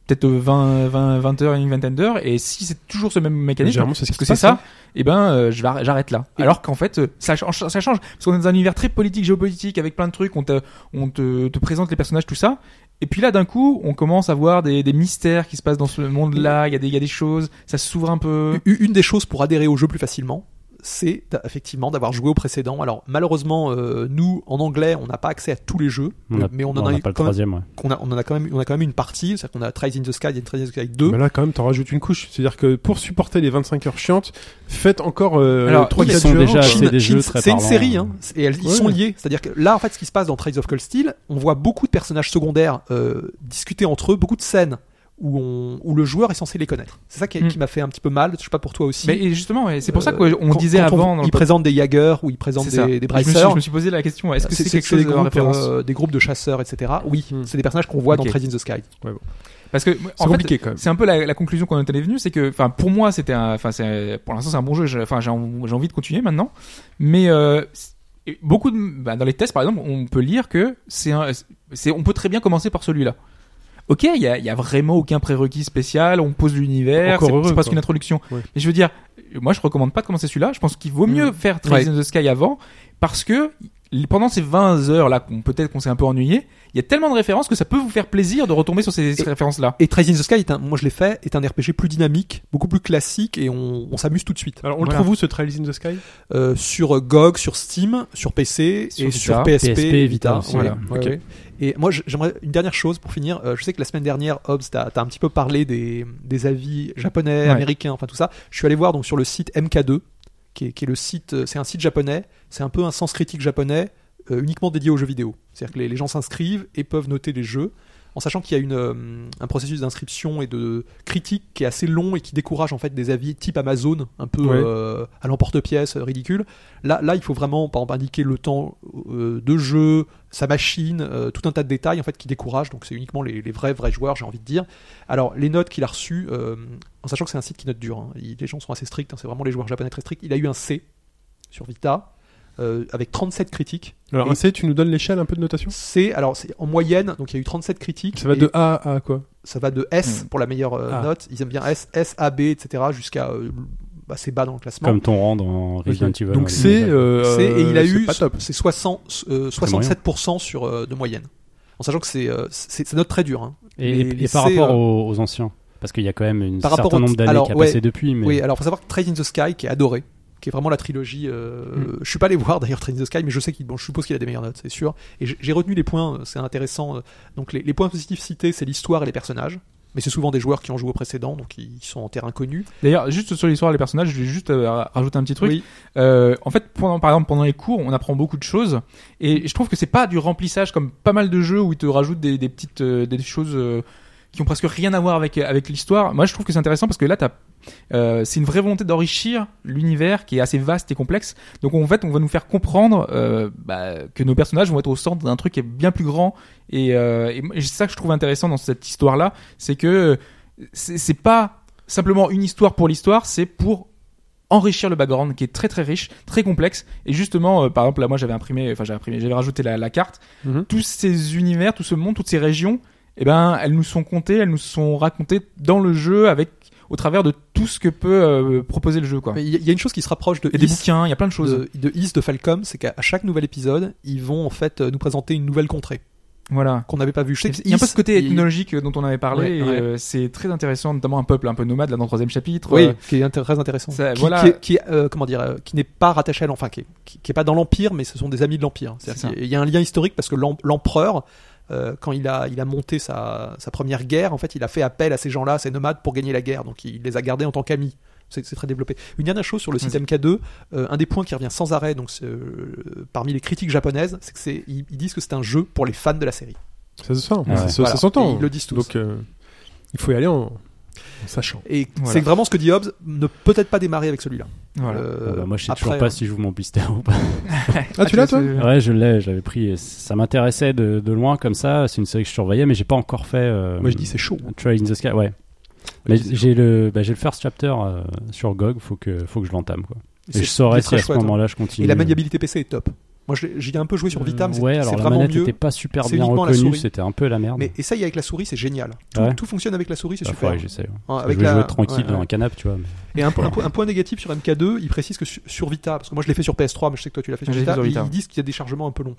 C: peut-être 20, 20, 20 heures, une vingtaine d'heures, et si c'est toujours ce même mécanisme,
B: Généralement, c'est ce
C: parce
B: qui
C: que
B: se
C: c'est
B: passe,
C: ça, et ben euh, je vais arr- j'arrête là. Alors qu'en fait, euh, ça change, ça change, parce qu'on est dans un univers très politique, géopolitique, avec plein de trucs, on te, on te, te présente les personnages, tout ça. Et puis là, d'un coup, on commence à voir des, des mystères qui se passent dans ce monde-là. Il y a des, il y a des choses, ça s'ouvre un peu.
E: U- Une des choses pour adhérer au jeu plus facilement, c'est d'a- effectivement d'avoir joué au précédent. Alors malheureusement, euh, nous en anglais, on n'a pas accès à tous les jeux,
D: a-
E: mais on en
D: on
E: a,
D: a
E: eu
D: pas le
E: quand même,
D: troisième, ouais.
E: qu'on a- on en a quand même, on a quand même une partie. C'est-à-dire qu'on a Trails in the Sky, il y a une Trails in the Sky 2.
B: Mais là, quand même, t'en rajoutes une couche. C'est-à-dire que pour supporter les 25 heures chiantes, faites encore euh,
C: Alors,
B: 3
E: ils
B: 4
D: sont
B: heures.
D: déjà- Ah,
E: Shin-
D: c'est des
E: Shin-
D: jeux très
E: c'est une
D: parlants.
E: série, hein, et elles, ils
B: Ouais.
E: sont liés. C'est-à-dire que là, en fait, ce qui se passe dans Trails of Cold Steel, on voit beaucoup de personnages secondaires euh, discuter entre eux, beaucoup de scènes où, on, où le joueur est censé les connaître. C'est ça qui,
C: Mm.
E: qui m'a fait un petit peu mal, je sais pas pour toi aussi.
C: Mais et justement, ouais, c'est pour ça
E: Euh,
C: qu'on
E: Quand-
C: disait
E: quand
C: avant. dans
E: ils
C: le
E: présentent des Jaggers ou ils présentent
C: podcast, c'est ça.
E: des, des
C: je, me suis,
E: Bracers.
C: je me suis posé la question. Est-ce que c'est
E: C'est-
C: quelque
E: c'est des
C: chose de
E: groupes,
C: référence Mm.
E: euh, des groupes de chasseurs, etc. Oui,
B: Hmm.
E: c'est des personnages qu'on voit
C: Ok.
E: dans Trails in the Sky.
C: Parce que
B: C'est
C: en fait,
B: compliqué quand même.
C: c'est un peu la, la conclusion qu'on était venu, c'est que, enfin, pour moi, c'était, un- enfin, c'est, pour l'instant, c'est un bon jeu. J'ai- Enfin, j'ai en- j'ai envie de continuer maintenant, mais euh, c'est- et beaucoup de, bah, dans les tests, par exemple, on peut lire que c'est, un- c'est, on peut très bien commencer par celui-là. Ok, il y a, il y a vraiment aucun prérequis spécial. On pose l'univers.
B: Encore
C: C'est
B: heureux,
C: c'est presque
B: quoi.
C: une introduction.
B: Ouais. Mm.
C: Mais je veux dire, moi, je recommande pas de commencer celui-là. Je pense qu'il vaut mieux faire Trails in the Sky avant parce que pendant ces 20 heures là, qu'on peut-être qu'on s'est un peu ennuyé, il y a tellement de références que ça peut vous faire plaisir de retomber sur ces, ces
E: Et-
C: références-là.
E: Et Trails in the Sky, est un, moi je l'ai fait, est un RPG plus dynamique, beaucoup plus classique et on, on s'amuse tout de suite.
B: Alors, on
C: Voilà.
B: le trouve où ce Trails in the Sky
E: Euh, sur GOG, sur Steam, sur PC
C: Sur
E: et
C: Vita.
E: sur PSP,
D: PSP,
E: Vita.
D: Vita aussi,
E: voilà.
D: ouais.
E: Ouais, ouais. Et moi j- j'aimerais une dernière chose pour finir. Euh, je sais que la semaine dernière, Hobbs, t'as t'as un petit peu parlé des, des avis japonais,
C: Ouais.
E: américains, enfin tout ça. Je suis allé voir donc sur le site MK2, qui est, qui est le site, euh, c'est un site japonais, c'est un peu un sens critique japonais euh, uniquement dédié aux jeux vidéo. C'est-à-dire que les, les gens s'inscrivent et peuvent noter les jeux. En sachant qu'il y a une, euh, un processus d'inscription et de critique qui est assez long et qui décourage en fait des avis type Amazon, un peu
B: Ouais.
E: euh, à l'emporte-pièce, euh, ridicule. Là, là, il faut vraiment par exemple, indiquer le temps euh, de jeu, sa machine, euh, tout un tas de détails en fait qui découragent. Donc c'est uniquement les, les vrais vrais joueurs, j'ai envie de dire. Alors les notes qu'il a reçues, euh, en sachant que c'est un site qui note dur, hein, il- les gens sont assez stricts, hein, c'est vraiment les joueurs japonais très stricts. Il a eu un C sur Vita euh, avec 37 critiques.
B: Alors,
E: Et-
B: un C, tu nous donnes l'échelle un peu de notation
E: C, alors c'est en moyenne, donc il y a eu 37 critiques.
B: Ça va
E: et
B: de A à quoi
E: ça va de S pour la meilleure euh,
B: Ah.
E: note. Ils aiment bien S, S, A, B, etc. jusqu'à euh, assez bas dans le classement.
D: Comme ton rang dans Resident
B: Ok.
D: Evil.
B: Donc,
D: euh,
B: c'est.
D: Evil.
B: euh,
E: C'est- et il a
B: c'est
E: eu
B: Pas top.
E: c'est 60, euh, 67% sur, euh, de moyenne. En sachant que c'est euh, c'est c'est note très dure. hein.
D: Et, et-
E: les-
D: et
E: les
D: par
E: C,
D: rapport
E: euh,
D: aux, aux anciens. Parce qu'il y a quand même un
E: Par rapport
D: certain
E: aux-
D: nombre d'années
E: alors,
D: qui a
E: ouais.
D: passé depuis. Mais...
E: Oui, alors faut savoir que Trails in the Sky, qui est adoré, qui est vraiment la trilogie. euh,
C: Mm.
E: Je suis pas allé <laughs> voir d'ailleurs Trails in the Sky, mais je sais qu'il, bon, je suppose qu'il a des meilleures notes, c'est sûr. Et j'ai- j'ai retenu les points, euh, c'est intéressant. euh, Donc les, les points positifs cités, c'est l'histoire et les personnages. Mais c'est souvent des joueurs qui ont joué au précédent, donc ils sont en terrain connu.
C: D'ailleurs, juste sur l'histoire des personnages, je vais juste euh, rajouter un petit truc.
E: Oui.
C: Euh, en fait, pendant, par exemple, pendant les cours, on apprend beaucoup de choses. Et je trouve que c'est pas du remplissage comme pas mal de jeux où ils te rajoutent des, des petites euh, des choses euh, qui ont presque rien à voir avec, euh, avec l'histoire. Moi, je trouve que c'est intéressant parce que là, t'as, euh, c'est une vraie volonté d'enrichir l'univers qui est assez vaste et complexe. Donc, en fait, on va nous faire comprendre euh, bah, que nos personnages vont être au centre d'un truc qui est bien plus grand. Et, euh, et moi, c'est ça que je trouve intéressant dans cette histoire-là. C'est que euh, c'est c'est pas simplement une histoire pour l'histoire, c'est pour enrichir le background qui est très très riche, très complexe. Et justement, euh, par exemple, là, moi j'avais imprimé, enfin j'avais imprimé, j'avais rajouté la, la carte.
B: Mhm.
C: Tous ces univers, tout ce monde, toutes ces régions, eh ben, elles nous sont contées, elles nous sont racontées dans le jeu avec, au travers de tout ce que peut euh, proposer le jeu, quoi.
E: Mais Il y, a- il y a une chose qui se rapproche de
C: Il y a des
E: Is,
C: bouquins, il y a plein de choses.
E: de, de Is de Falcom, c'est qu'à à chaque nouvel épisode, ils vont en fait euh, nous présenter une nouvelle contrée
C: Voilà.
E: qu'on n'avait pas vue. Je sais que
C: Il y a un peu
E: Is,
C: ce côté
E: il-
C: ethnologique dont on avait parlé,
E: Ouais,
C: et,
E: ouais.
C: euh, c'est très intéressant, notamment un peuple un peu nomade là dans le troisième chapitre.
E: Oui,
C: Euh,
E: qui est intér- très intéressant.
C: ça,
E: qui,
C: voilà.
E: qui est- qui est, euh, comment dire, euh, qui n'est pas rattaché à l'empire, enfin, qui est, qui- qui est pas dans l'empire, mais ce sont des amis de l'empire. C'est-à-dire
C: C'est ça.
E: qu'il y a- Il y a un lien historique parce que l'em- l'empereur, euh, quand il a, il a monté sa, sa première guerre, en fait, il a fait appel à ces gens-là, ces nomades, pour gagner la guerre. Donc, il les a gardés en tant qu'amis. C'est c'est très développé. Une dernière chose sur le site
C: Vas-y.
E: MK2, euh, un des points qui revient sans arrêt, donc c'est, euh, parmi les critiques japonaises, c'est que c'est, ils, ils disent que c'est un jeu pour les fans de la série.
B: Ça se sent.
D: Ouais.
B: Ça, se- ça
E: Voilà.
B: s'entend.
E: Et ils le disent tous.
B: Donc, euh, il faut y aller en, en sachant.
E: Et
C: Voilà.
E: c'est vraiment ce que dit Hobbes, ne peut-être pas démarrer avec celui-là.
C: voilà.
E: Euh,
D: Ah bah, moi, je sais toujours
E: après,
D: pas si je vous mon blister ou pas.
B: Ah, tu l'as, toi
D: Ouais, je l'ai, j'avais pris. Ça m'intéressait de, de loin comme ça. C'est une série que je surveillais, mais j'ai pas encore fait. euh,
B: Moi, je dis c'est chaud.
D: Trail in the Sky, ouais. Mais j'ai le, bah, j'ai le first chapter euh, sur GOG, faut que, faut que je l'entame quoi. Et
E: C'est-
D: je saurais
E: c'est
D: si
E: très
D: à ce
E: chouette, hein.
D: moment-là je continue.
E: Et la maniabilité PC est top. Moi, je l'ai- j'y ai un peu joué sur Vita, mais c'est-
D: ouais,
E: c'est
D: alors la
E: vraiment
D: manette
E: mieux.
D: était pas super
E: C'est
D: bien
E: uniquement la
D: reconnue,
E: souris.
D: c'était un peu la merde.
E: Mais essaye avec la souris, c'est génial. Tout,
D: Ouais.
E: tout fonctionne avec la souris, c'est
D: Bah,
E: super.
D: faudrait que j'essaie, ouais.
E: Hein,
D: Parce que
E: avec
D: je veux
E: la-
D: jouer tranquille
E: ouais, ouais.
D: dans un canapé, tu vois. mais-
E: Et un, po- un po- un point négatif sur MK2, il précise que su- sur Vita, parce que moi je l'ai fait sur PS3, mais je sais que toi tu l'as fait sur
C: Je l'ai
E: Vita,
C: fait sur Vita.
E: ils disent qu'il y a des chargements un peu longs.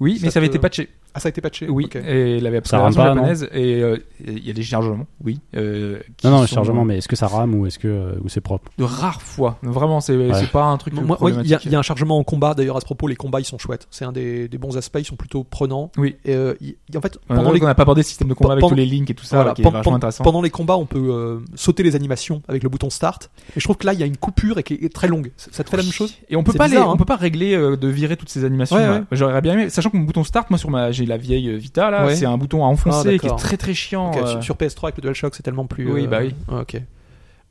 C: Oui, mais
E: Ça
C: ça avait
E: te-
C: été patché.
E: Ah, ça a été patché
C: Oui,
E: Ok.
C: et la version
D: Ça rame pas,
C: japonaise, et euh, et il y a des chargements, oui. euh, qui
D: Non, non, le
C: sont
D: chargement, mais est-ce que ça rame ou est-ce que euh, ou c'est propre
C: De rares fois. Vraiment, c'est
D: Ouais.
C: c'est pas un truc.
E: Moi, moi, oui, il y, a-
C: problématique.
E: il y a un chargement en combat, d'ailleurs à ce propos, les combats ils sont chouettes. C'est un des, des bons aspects, ils sont plutôt prenants.
C: Oui.
E: Et euh, il- en fait,
C: On a
E: pendant les,
C: qu'on n'a pas abordé le système de combat avec
E: pendant-
C: tous les links et tout ça,
E: Voilà,
C: qui est
E: pen-
C: vachement
E: pen-
C: intéressant.
E: Pendant les combats, on peut euh, sauter les animations avec le bouton start. Et je trouve que là, il y a une coupure et qui est très longue. Ça ça te fait la même chose
C: Et on peut
E: C'est
C: pas
E: bizarre,
C: les,
E: hein.
C: on peut pas régler euh, de virer toutes ces animations.
E: Ouais,
C: là.
E: ouais.
C: J'aurais bien aimé, sachant que mon bouton start, moi sur ma, j'ai la vieille euh, Vita là,
E: Ouais.
C: c'est un bouton à enfoncer
E: Ah,
C: qui est
E: d'accord.
C: très très chiant.
E: Ok,
C: euh.
E: sur, sur PS3 avec le DualShock, c'est tellement plus.
C: Oui,
E: euh,
C: bah oui.
E: ah, Ok.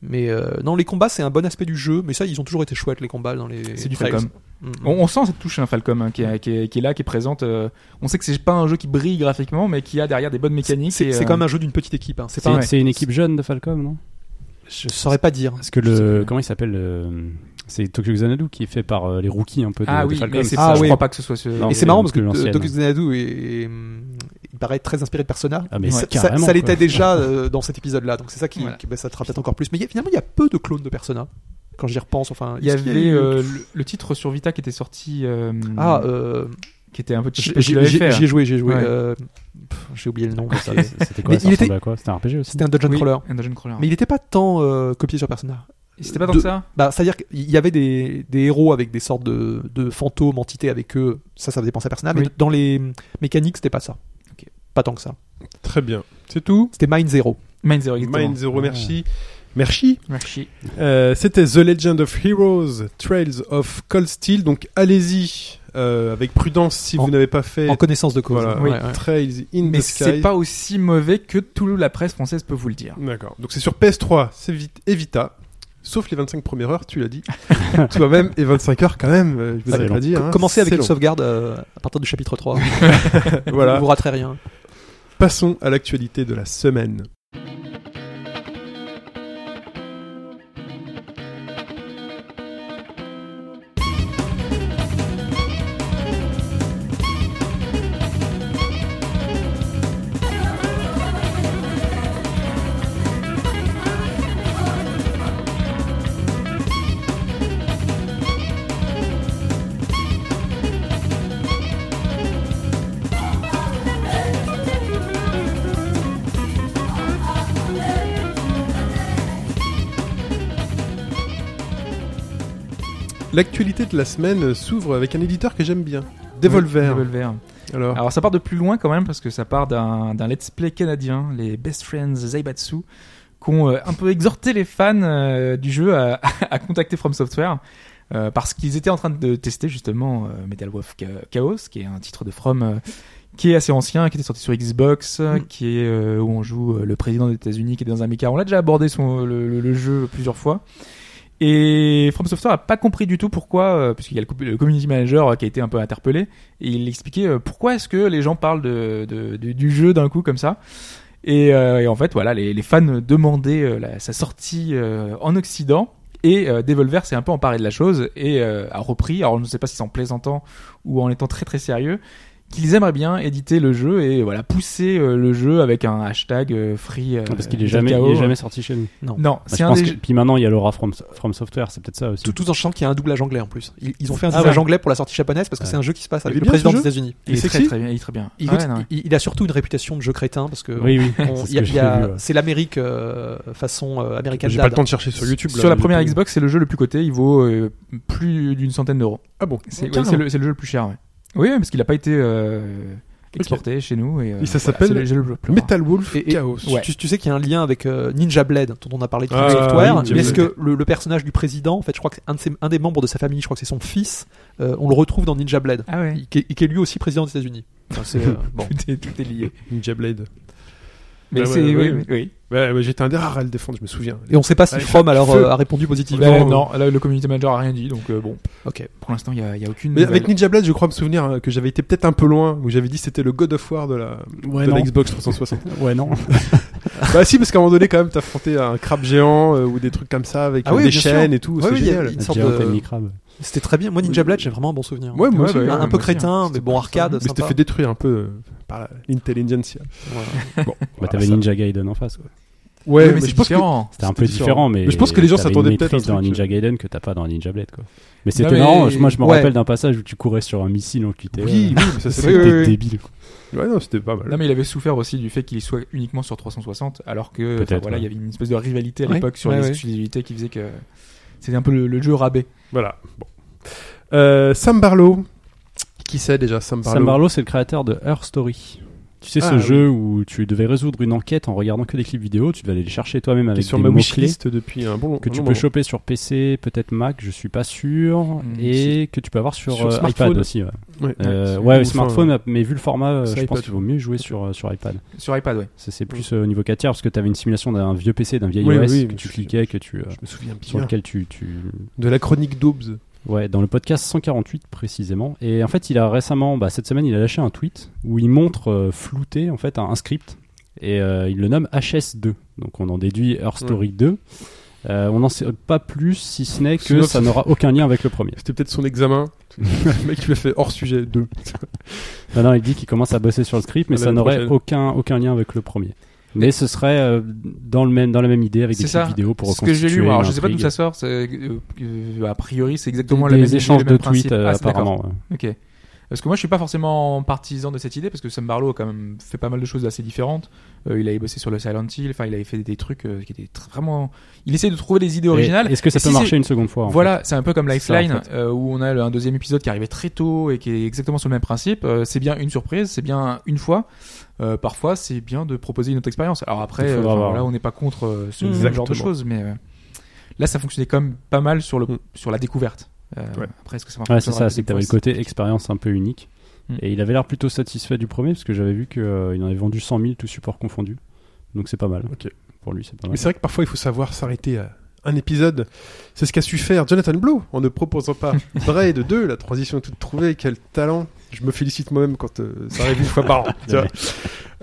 E: Mais euh, non, les combats, c'est un bon aspect du jeu. Mais ça, ils ont toujours été chouettes, les combats dans les.
C: C'est du
E: trails.
C: Falcom.
E: Mm.
C: On, on sent cette touche hein, Falcom hein, qui, est, qui, est, qui est là, qui est présente. euh, on sait que c'est pas un jeu qui brille graphiquement, mais qui a derrière des bonnes mécaniques.
E: C'est
C: et,
E: c'est
C: euh,
E: quand même un jeu d'une petite équipe. hein. C'est
D: C'est
E: pas. un-
D: c'est une équipe jeune de Falcom, non
E: Je saurais pas dire.
D: Parce que
C: Je sais
D: le
C: pas.
D: comment il s'appelle euh, C'est Tokyo Xanadu qui est fait par euh, les rookies un peu de,
C: Ah
D: de
C: oui,
D: Falcom.
C: mais c'est
E: Ah
C: pas- je
E: oui.
C: crois pas que ce soit ce.
D: Non.
E: Et
D: mais
E: c'est marrant
D: parce
E: parce que
D: que l'ancienne.
E: Doc Xanadu et, et il paraît très inspiré de Persona.
D: Ah, mais
E: ça, ça,
D: carrément,
E: ça l'était
D: quoi.
E: déjà euh, dans cet épisode-là, donc c'est ça qui,
C: Voilà.
E: qui- bah, ça te rappelle encore plus. Mais il y a- finalement, il y a peu de clones de Persona. Quand j'y repense, enfin,
C: Il y
E: est-ce qu'il
C: avait
E: eu-
C: euh, le, le titre sur Vita qui était sorti, euh,
E: ah, euh,
C: qui était un peu cheap.
E: j'ai
C: et je l'avais
E: j'ai-
C: fait, hein.
E: j'y ai joué, j'ai joué.
C: Ouais.
E: euh, pff, j'ai oublié le nom.
D: hein. Ok, C'était quoi
E: Mais
D: ça
E: il était-
D: ressemblait à quoi C'était un RPG aussi
E: C'était un dungeon
C: Oui, Ah.
E: crawler.
C: un dungeon crawler.
E: Mais il n'était pas tant euh, copié sur Persona.
C: Et C'était pas dans
E: de-
C: ça
E: Bah, c'est-à-dire qu'il y avait des, des héros avec des sortes de, de fantômes, entités avec eux. Ça, ça faisait penser à Persona, mais
C: Oui.
E: dans les mécaniques, c'était pas ça.
C: Ok.
E: Pas tant que ça.
B: Très bien. C'est tout.
E: C'était Mind Zero.
C: Mind Zero, exactement.
B: Mind Zero, merci. Merci.
C: Merci.
B: Euh, C'était The Legend of Heroes, Trails of Cold Steel. Donc allez-y euh, avec prudence si
E: En-
B: vous n'avez pas fait
E: En connaissance de cause.
B: Voilà.
C: Oui.
E: Ouais, ouais.
B: Trails in
C: Mais
B: the Sky.
C: c'est pas aussi mauvais que toute la presse française peut vous le dire.
B: D'accord. Donc c'est sur PS3, c'est vite Evita. Sauf les 25 premières heures, tu l'as dit. Toi-même, et 25 heures quand même, euh, je
D: Ah,
B: vous avais
D: c'est
B: pas
D: long.
B: dit. hein.
E: Commencez avec
B: C'est
E: une
B: long.
E: sauvegarde euh, à partir du chapitre 3.
B: Voilà.
E: Vous vous raterez rien.
B: Passons à l'actualité de la semaine. L'actualité de la semaine s'ouvre avec un éditeur que j'aime bien, Devolver.
C: Oui, Devolver. Ah,
B: Alors,
C: Alors ça part de plus loin quand même parce que ça part d'un d'un let's play canadien, les Best Friends Zaibatsu, qui ont euh, un peu exhorté les fans euh, du jeu à, <laughs> à contacter From Software. euh, parce qu'ils étaient en train de tester justement euh, Metal Wolf Cha- Chaos, qui est un titre de From euh, qui est assez ancien, qui était sorti sur Xbox, euh, qui est euh, où on joue euh, le président des États-Unis qui est dans un méca. On l'a déjà abordé son, le, le- le jeu plusieurs fois. Et From Software a pas compris du tout pourquoi, euh, puisqu'il y a le, co- le community manager euh, qui a été un peu interpellé, et il expliquait euh, pourquoi est-ce que les gens parlent de, de- de- du jeu d'un coup comme ça. Et, euh, et en fait, voilà, les, les fans demandaient euh, la- sa sortie euh, en Occident. Et euh, Devolver s'est un peu emparé de la chose et euh, a repris, alors je ne sais pas si c'est en plaisantant ou en étant très très sérieux, qu'ils aimeraient bien éditer le jeu et voilà pousser euh, le jeu avec un hashtag euh, free. euh,
D: Ah, Parce qu'il est
C: Metal
D: jamais, il
C: Chaos.
D: est jamais sorti chez nous.
C: Non,
D: Bah,
C: c'est
D: je
C: un
D: pense
C: des
D: que-
C: jeux-
D: Puis maintenant, il y a l'aura From, From Software, c'est peut-être ça aussi.
E: Tout, tout en sachant qu'il y a un doublage anglais en plus. Ils, ils ont fait un
C: Ah
E: doublage
C: ouais.
E: anglais pour la sortie japonaise parce que
D: Ouais.
E: c'est un jeu qui se passe
B: Il est
E: avec le
B: bien, ce
E: président des
B: jeu
E: États-Unis.
C: il est
B: c'est
C: très,
B: sexy
C: très bien, il est très bien. Ah
E: Il,
C: Ouais,
E: lutte-
C: non, ouais.
E: il- il a surtout une réputation de jeu crétin parce que
D: Oui, oui.
E: euh, on-
D: c'est ce
E: il y a-
D: que
E: il
D: j'ai
E: y a-
D: vu, ouais.
E: c'est l'Amérique euh, façon euh, américaine.
B: j'ai pas le temps de chercher sur YouTube.
C: Sur
B: là,
C: la
B: j'ai
C: première
B: pas-
C: Xbox, c'est le jeu le plus coté. Il vaut euh, plus d'une centaine d'euros.
B: Ah bon.
C: C'est ouais,
B: Carrément.
C: c'est le, c'est le jeu le plus cher. Ouais. Oui, parce qu'il n'a pas été euh, exporté chez nous. Et, euh,
B: Et ça
C: voilà,
B: s'appelle
C: c'est le jeu le plus rare.
B: Metal Wolf
E: Et- et-
B: Chaos.
C: ouais.
E: Tu, tu sais qu'il y a un lien avec euh, Ninja Blade dont on a parlé de
B: Ah,
E: Software.
B: Ninja
E: mais est-ce
B: Blade.
E: que le, le personnage du président, en fait, je crois que c'est un, de ses- un des membres de sa famille, je crois que c'est son fils, euh, on le retrouve dans Ninja Blade,
C: Ah
B: <laughs>
C: ouais.
E: qui, est- qui est lui aussi président des États-Unis. Enfin, c'est, euh, bon.
C: Tout est, tout est lié.
B: Ninja Blade.
C: Mais
B: ouais,
C: c'est
B: ouais,
C: oui,
B: ouais.
C: oui.
B: Ouais, ouais, j'étais un des rares à le défendre, je me souviens.
E: Et on ne sait pas si
B: Ouais,
E: From alors
B: feu.
E: euh, a répondu
C: oui. Bah,
E: positivement.
C: non, là, le community manager a rien dit, donc euh, bon,
E: Ok.
C: pour l'instant, il n'y a, il y a aucune.
B: Mais
C: nouvelle.
B: avec Ninja Blade, je crois me souvenir hein, que j'avais été peut-être un peu loin, où j'avais dit que c'était le God of War de la,
D: Ouais,
B: de la
D: non.
B: Xbox 360.
D: Ouais, non.
B: <laughs> bah si, parce qu'à un moment donné, quand même, t'affrontais un crabe géant euh, ou des trucs comme ça avec
E: Ah
B: euh,
E: oui,
B: des
E: bien
B: chaînes
E: sûr.
B: et tout.
E: Ouais,
B: c'est
E: oui, il y a-
B: génial.
E: il- Une sorte
D: J'ai un
E: de-
D: Tiny Crab.
E: C'était très bien. Moi, Ninja Blade, j'ai vraiment un bon souvenir.
B: Ouais, moi
C: Ouais,
B: aussi.
C: bah, ouais,
E: un peu
C: moi aussi, hein.
E: crétin, mais
C: C'était
E: bon,
C: pas mal.
E: arcade.
B: Mais c'était
E: sympa.
B: fait détruire un peu euh, par la- l'intelligentsia.
E: Ouais.
B: Bon,
D: Bah,
B: voilà,
D: t'avais
B: ça-
D: Ninja Gaiden en face. quoi.
B: Ouais,
C: Oui,
B: mais
C: mais
B: je
C: c'est
B: pense que
C: différent.
D: C'était un peu
B: C'était différent.
D: différent, mais.
B: Mais je pense que les gens
D: t'avais une
B: s'attendaient peut-être
D: maîtrise
B: à un
D: dans
B: truc,
D: Ninja Gaiden que t'as pas dans Ninja Blade, quoi. Mais
C: Non,
D: c'était
C: mais-
D: marrant. Moi, je me
E: Ouais.
D: rappelle d'un passage où tu courais sur un missile en QTE.
B: Oui, oui,
E: <laughs>
B: mais ça c'est
D: C'était
E: Oui, oui, oui.
D: euh, débile. quoi.
B: Ouais, non, c'était pas mal.
C: Non, mais il avait souffert aussi du fait qu'il soit uniquement sur 360, alors que
D: Peut-être,
C: enfin, voilà,
D: ouais.
C: il y avait une espèce de rivalité à
E: Ouais,
C: l'époque sur
E: ouais,
C: les
E: ouais.
C: exclusivités qui faisait que c'était un peu le, le jeu rabais.
B: Voilà. Bon. Euh, Sam Barlow. Qui c'est déjà Sam Barlow
D: Sam Barlow, c'est le créateur de Her Story. Tu sais,
B: Ah,
D: ce
B: oui.
D: jeu où tu devais résoudre une enquête en regardant que des clips vidéo, tu devais aller les chercher toi-même
B: qui est
D: avec
B: sur
D: des
B: ma
D: mots-clés.
B: wishlist depuis un bon
D: que
B: un
D: tu
B: bon
D: peux
B: moment.
D: choper sur PC, peut-être Mac, je suis pas sûr, et que tu peux avoir sur,
B: Mm, Sur
D: euh,
B: smartphone.
D: iPad aussi. Ouais,
B: Ouais.
D: Euh,
B: Ouais,
D: ouais,
B: ou
D: smartphone,
B: enfin,
D: mais vu le format, euh, je
B: sur iPad.
D: pense qu'il vaut mieux jouer sur, euh, sur iPad.
C: Sur iPad, ouais.
D: Ça, c'est plus euh, au niveau 4 tiers, parce que tu avais une simulation d'un vieux PC, d'un vieil
B: Oui,
D: OS,
B: oui,
D: que tu
B: je-
D: cliquais, que tu, euh,
B: Je me souviens
D: sur
B: bien.
D: lequel tu, tu.
B: De la chronique d'Aubes.
D: Ouais, dans le podcast 148 précisément. Et en fait, il a récemment, bah, cette semaine, il a lâché un tweet où il montre euh, flouté en fait un, un script et euh, il le nomme HS2. Donc on en déduit Her Story 2. Euh, on n'en sait pas plus si ce n'est que
B: Sauf-
D: ça n'aura aucun lien avec le premier.
B: C'était peut-être son examen. le mec, il a fait hors sujet 2.
D: Non, non, il dit qu'il commence à bosser sur le script, mais
B: À la
D: ça n'aurait
B: prochaine.
D: aucun, aucun lien avec le premier. Mais ce serait euh, dans, le même, dans la même idée avec des
C: C'est
D: petites
C: ça.
D: vidéos pour
C: ce que j'ai lu,
D: reconstituer
C: alors je sais pas d'où
D: l'intrigue.
C: ça sort. c'est- euh, euh, a priori, c'est
D: Des,
C: exactement le même
D: échanges
C: le même
D: de tweets
C: principe.
D: euh,
C: Ah, c'est d'accord.
D: apparemment. ouais.
C: Ok. Parce que moi, je suis pas forcément partisan de cette idée, parce que Sam Barlow a quand même fait pas mal de choses assez différentes. Euh, il avait bossé sur le Silent Hill, enfin, il avait fait des trucs euh, qui étaient tr- vraiment. Il essayait de trouver des idées originales.
D: Et Est-ce que ça
C: Et si
D: peut
C: c'est-
D: marcher une seconde fois en
C: Voilà, c'est un peu comme
D: C'est ça,
C: Lifeline,
D: en fait.
C: euh, où on a le- un deuxième épisode qui arrivait très tôt et qui est exactement sur le même principe. Euh, c'est bien une surprise, c'est bien une fois. Euh, parfois, c'est bien de proposer une autre expérience. Alors après,
D: Il faudra
C: euh, enfin,
D: voir.
C: là, on n'est pas contre euh, ce genre de
B: Exactement.
C: choses, mais euh, là, ça fonctionnait quand même pas mal sur, le,
B: Mm.
C: sur la découverte. Euh,
B: Ouais.
C: Après, est-ce que ça
D: Ouais, c'est
C: fonctionnera la
D: ça, c'est
C: deuxième
D: que t'avais le
C: fois,
D: côté expérience un peu unique.
C: Hmm.
D: Et il avait l'air plutôt satisfait du premier, parce que j'avais vu qu'il en avait vendu 100 000, tout support confondu. Donc c'est pas mal.
B: Ok.
D: Pour lui, c'est pas mal.
B: Mais c'est vrai que parfois il faut savoir s'arrêter à un épisode. C'est ce qu'a su faire Jonathan Blow en ne proposant pas Braid 2, la transition est toute trouvée, quel talent. Je me félicite moi-même quand euh, ça arrive une fois par an. tu vois.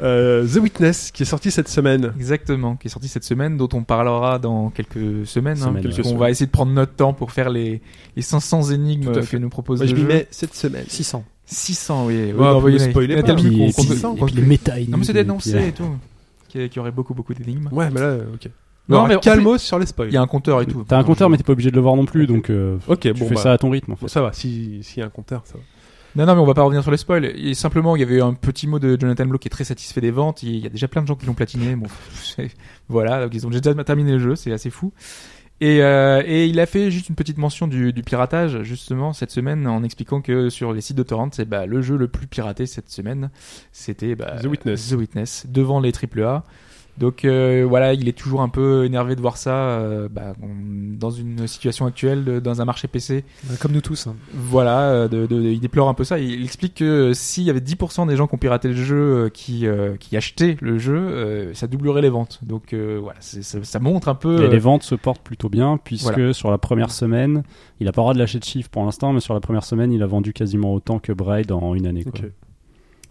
B: Euh, The Witness qui est sorti cette semaine.
C: Exactement, qui est sorti cette semaine, dont on parlera dans quelques semaines.
D: Semaine,
C: hein,
D: ouais.
C: on va essayer de prendre notre temps pour faire les, les 500 énigmes
B: Tout à
C: que
B: fait.
C: nous propose
B: Moi je
C: le
B: m'y
C: jeu.
B: mets cette semaine.
E: 600.
C: 600, oui.
B: Ouais, vous me spoilez pas.
C: T'as
B: Et
C: vu
B: puis-
C: qu'on-
B: et
C: qu'on-
B: puis-
C: qu'on-
D: et puis les métailles.
C: Non, Ah, mais c'est
D: et puis,
C: dénoncé
D: euh,
C: et tout. Qui, qui aurait beaucoup, beaucoup d'énigmes.
B: Ouais, mais là, euh, ok.
C: Non,
B: Non,
C: mais en
B: calmos sur les spoils.
C: Il y a un compteur et tout.
D: T'as un
C: Donc,
D: compteur,
C: je-
D: mais t'es pas obligé de le voir non plus, donc euh,
B: Ok,
D: tu
B: bon,
D: fais
B: bah,
D: ça à ton rythme. En fait.
B: bon, ça va, si- s'il y a un compteur, ça va.
C: Non, non, mais on va pas revenir sur les spoils. Et simplement, il y avait un petit mot de Jonathan Blow qui est très satisfait des ventes. Il y a déjà plein de gens qui l'ont platiné. Bon, <laughs> c'est- voilà, donc ils ont déjà terminé le jeu, c'est assez fou. Et, euh, et il a fait juste une petite mention du, du piratage, justement, cette semaine, en expliquant que sur les sites de torrent, c'est bah, le jeu le plus piraté cette semaine. C'était bah,
B: The Witness.
C: The Witness, devant les AAA. Donc euh, voilà, il est toujours un peu énervé de voir ça euh, bah, on- dans une situation actuelle, de- dans un marché PC
E: Comme nous tous. hein.
C: voilà, euh, de, de- de- il déplore un peu ça. Il, il explique que euh, s'il y avait 10% des gens qui ont piraté le jeu, euh, qui, euh, qui achetaient le jeu, euh, ça doublerait les ventes. Donc euh, voilà, c'est- ça, ça montre un peu.
D: Et les
C: euh,
D: ventes se portent plutôt bien, puisque sur la première semaine, il a pas le droit de lâcher de chiffres pour l'instant, mais sur la première semaine, il a vendu quasiment autant que Braid en une année. Quoi.
B: Ok.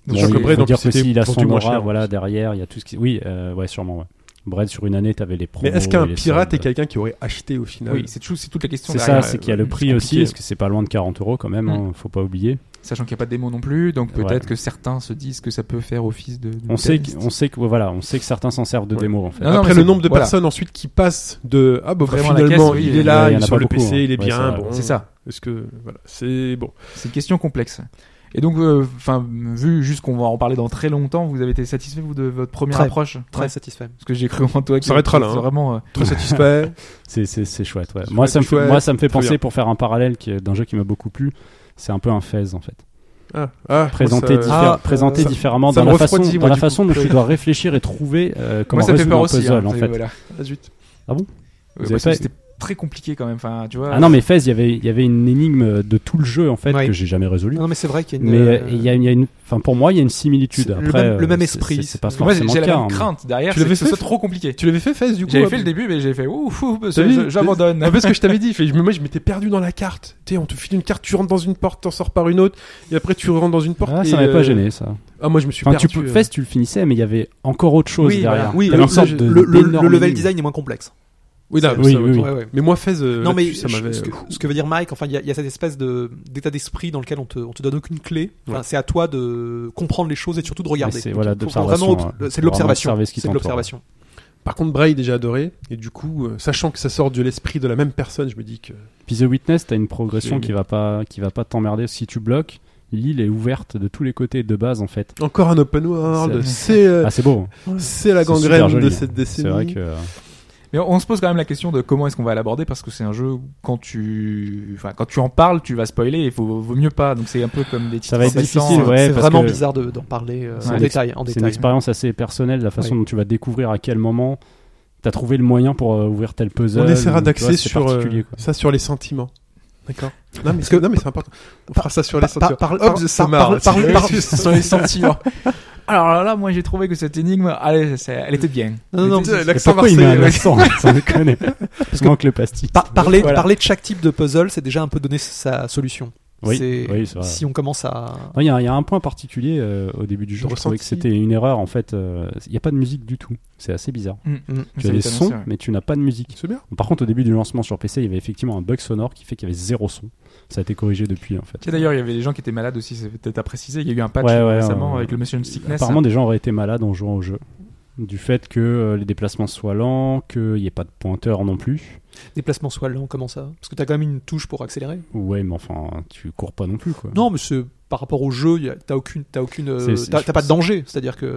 D: Bon,
C: donc,
B: Sachant
D: il
B: que
D: faut
B: Braid, en
D: dire
B: plus,
D: que
B: c'était
D: s'il a
B: vendu
D: son
B: moins
D: aura,
B: cher, en
D: voilà,
B: plus.
D: derrière, il y a tout ce qui. Oui, euh, ouais, sûrement, ouais. Braid, sur une année, t'avais les promos.
B: Mais est-ce qu'un
D: et les
B: pirate
D: soldes.
B: est quelqu'un qui aurait acheté au final
C: oui, c'est tout- c'est toute la question.
D: C'est ça,
C: derrière,
D: c'est
C: euh,
D: qu'il y a le
C: c'est
D: prix aussi,
C: compliqué.
D: parce que c'est pas loin de 40 euros quand même,
B: Mm.
D: hein, faut pas oublier.
C: Sachant qu'il n'y a pas de démo non plus, donc peut-être
D: Ouais.
C: que certains se disent que ça peut faire office de. de
D: On sait,
C: test.
D: que- on sait que voilà, on sait que certains s'en servent de
C: Ouais.
D: démo en fait.
C: Ah Non, non,
B: Après
C: mais
B: le
C: c'est-
B: nombre de
C: voilà.
B: personnes ensuite qui passent de ah bah
C: Vraiment à la
B: finalement
C: caisse, oui,
B: il
C: il y
B: est là,
D: en a
B: il,
D: pas
B: est sur le
D: beaucoup,
B: PC,
D: hein.
B: il est
D: Ouais,
B: bien,
D: c'est vrai.
B: bon.
C: C'est ça.
B: Est-ce que voilà, c'est bon.
C: C'est une question complexe. Et donc, euh, enfin, vu juste qu'on va en parler dans très longtemps, vous avez été satisfait vous de votre première
E: Très,
C: approche
E: Très
C: Ouais.
E: satisfait.
C: Parce que j'ai cru en toi.
B: Ça s'arrêtera là, hein.
C: Vraiment. euh,
B: Très satisfait.
D: C'est, c'est, c'est chouette. Ouais.
B: C'est
D: Moi,
B: chouette,
D: ça me fait,
B: chouette,
D: moi, ça me fait
B: très
D: penser
B: bien.
D: pour faire un parallèle qui est d'un jeu qui m'a beaucoup plu. C'est un peu un fez en fait.
B: ah, ah,
D: Présenté,
B: moi, ça-
D: diffé-
E: Ah,
D: présenté
B: ça-
D: différemment
B: ça
D: dans
B: me
D: la façon,
B: refroidit, moi,
D: dans la
B: du coup.
D: façon dont
B: Oui.
D: tu dois réfléchir et trouver euh, comment
C: Moi, ça me fait
D: résoldre
C: peur
D: un
C: aussi. hein,
D: puzzle en
C: ça-
D: fait.
C: voilà.
B: Ah, zut.
C: Euh,
D: Vous
C: parce
D: avez
C: que
D: fait-
C: c'était très compliqué quand même. Enfin, tu vois.
D: Ah non, mais fez, il y avait, il y avait une énigme de tout le jeu en fait
E: Ouais.
D: que j'ai jamais résolue.
E: Non, mais c'est vrai qu'il y a une.
D: Mais euh,
E: euh,
D: il y a, il y a une, enfin pour moi, il y a une similitude.
E: C'est le
D: Après,
E: même- le
D: euh,
E: même
D: c'est-
E: esprit.
D: C'est, c'est pas
E: Parce
C: Moi, j'ai
D: forcément
C: j'ai
D: le
C: la
D: cas,
C: même
D: hein, mais-
C: Tu derrière,
B: Tu
C: c'est
B: l'avais
C: que ce
B: fait
C: soit trop compliqué.
B: Tu l'avais fait Fez du coup
D: euh,
C: J'avais
B: hein,
C: fait le début, mais j'ai fait ouf, ouf, parce
B: T'as
C: que
B: vu
C: je- j'abandonne.
B: Ah, parce que je t'avais dit, fait, je- moi je m'étais perdu dans la carte. Tu sais, on te file une carte, tu rentres dans une porte, t'en sors par une autre, et après tu rentres dans une porte.
D: Ah,
B: et,
D: ça m'avait
B: euh,
D: pas gêné ça.
B: Ah, moi je me suis
D: Enfin, tu
B: perdu.
D: peux,
B: euh.
D: Fez, tu le finissais, mais il y avait encore autre chose
E: oui, voilà.
D: derrière.
B: Oui,
D: T'avais
B: le-
D: une sorte de-
E: le, le-
D: d'énorme
E: le level
D: énigme.
E: design est moins complexe.
B: Oui, d'accord,
D: Oui,
B: ça,
D: oui,
B: ok.
D: oui.
E: Ouais, ouais.
B: Mais moi Fez, euh,
E: Non, mais
B: là-dessus, ça
E: je-
B: m'avait.
E: ce, que,
B: euh,
E: ce que veut dire Mike, enfin, il y, a- il y a cette espèce de d'état d'esprit dans lequel on te, on te donne aucune clé. Enfin,
B: Ouais.
E: C'est à toi de comprendre les choses et surtout de regarder.
D: Mais c'est,
E: Donc,
D: voilà,
E: il faut
D: d'observation,
E: vraiment-
D: ouais.
E: C'est de l'observation.
D: hein. Observer ce qui
E: C'est de
D: t'entoure.
E: l'observation.
B: Par contre, Braille, déjà adoré, et du coup, euh, sachant que ça sort de l'esprit de la même personne, je me dis que.
D: Puis The Witness, t'as une progression
B: J'ai-
D: qui va pas, qui va pas t'emmerder. Si tu bloques, l'île est ouverte de tous les côtés de base en fait.
B: Encore un open world,
D: C'est-
B: c'est euh,
D: Ah c'est beau.
B: c'est la
D: C'est super
B: gangrène
D: joli,
B: de
D: hein.
B: cette
D: C'est
B: décennie.
D: vrai que euh,
C: Mais on se pose quand même la question de comment est-ce qu'on va l'aborder parce que c'est un jeu où quand tu, enfin, quand tu en parles, tu vas spoiler. Il faut, vaut mieux pas. Donc c'est un peu comme des titres. euh,
D: Ça va être
C: récents.
D: difficile, ouais,
E: c'est
D: parce
E: vraiment
D: que-
E: bizarre de- d'en parler euh,
D: C'est
E: en
D: une
E: détail. En
D: c'est une
E: détail.
D: expérience assez personnelle, la façon
E: Oui.
D: dont tu vas découvrir à quel moment t'as trouvé le moyen pour euh, ouvrir tel puzzle.
B: On
D: ou,
B: essaiera
D: tu
B: d'axer
D: vois, c'est
B: sur euh,
D: particulier, quoi.
B: ça sur les sentiments. D'accord. Non mais c'est- non mais c'est important. On fera ça sur les
E: par- par-
B: sentiments.
E: par-
B: Hop,
E: par-
B: je
E: par-
B: marre.
E: par- par-
B: Tu-
E: par-
B: tu-
C: Sur les
D: <laughs>
C: sentiments. Alors là, là, moi j'ai trouvé que cette énigme, allez, c'est- elle était bien.
E: Non, non,
C: Elle était-
E: non,
D: Et
B: L'accent
D: Pourquoi il met un
B: marseillais,
D: accent <laughs> Ça
B: <laughs>
D: me connaît. Parce manque le pastis.
E: Par- parler,
C: Voilà.
E: parler de chaque type de puzzle, c'est déjà un peu donner sa solution.
D: Oui,
E: C'est-
D: oui, c'est vrai.
E: Si on commence à.
D: Non, Il y, a- il y a un point particulier euh, au début du jeu.
B: Le
D: Je trouvais que
B: ressenti.
D: c'était une erreur en fait. euh, Il n'y a pas de musique du tout. C'est assez bizarre. Tu
C: Ça
D: as
C: va
D: des
C: être annoncé,
D: sons,
C: ouais.
D: mais tu n'as pas de musique.
B: C'est bien.
D: Par contre, au début du lancement sur PC, il y avait effectivement un bug sonore qui fait qu'il y avait zéro son. Ça a été corrigé depuis en fait.
C: Tu sais, D'ailleurs, il y avait des gens qui étaient malades aussi, c'est peut-être à préciser. Il y a eu un patch
D: Ouais, ouais,
C: récemment
D: ouais.
C: avec le motion sickness.
D: Apparemment, des gens auraient été malades en jouant au jeu. Du fait que euh, les déplacements soient lents, qu'il n'y ait pas de pointeur non plus.
E: Déplacement soit lent, comment ça Parce que t'as quand même une touche pour accélérer.
D: Ouais, mais enfin, tu cours pas non plus quoi.
E: Non, mais c'est- par rapport au jeu, y a- t'as aucune, t'as aucune, euh,
D: C'est- c'est-
E: t'as
D: je
E: t'as pas de
D: pense-
E: danger. C'est-à-dire que.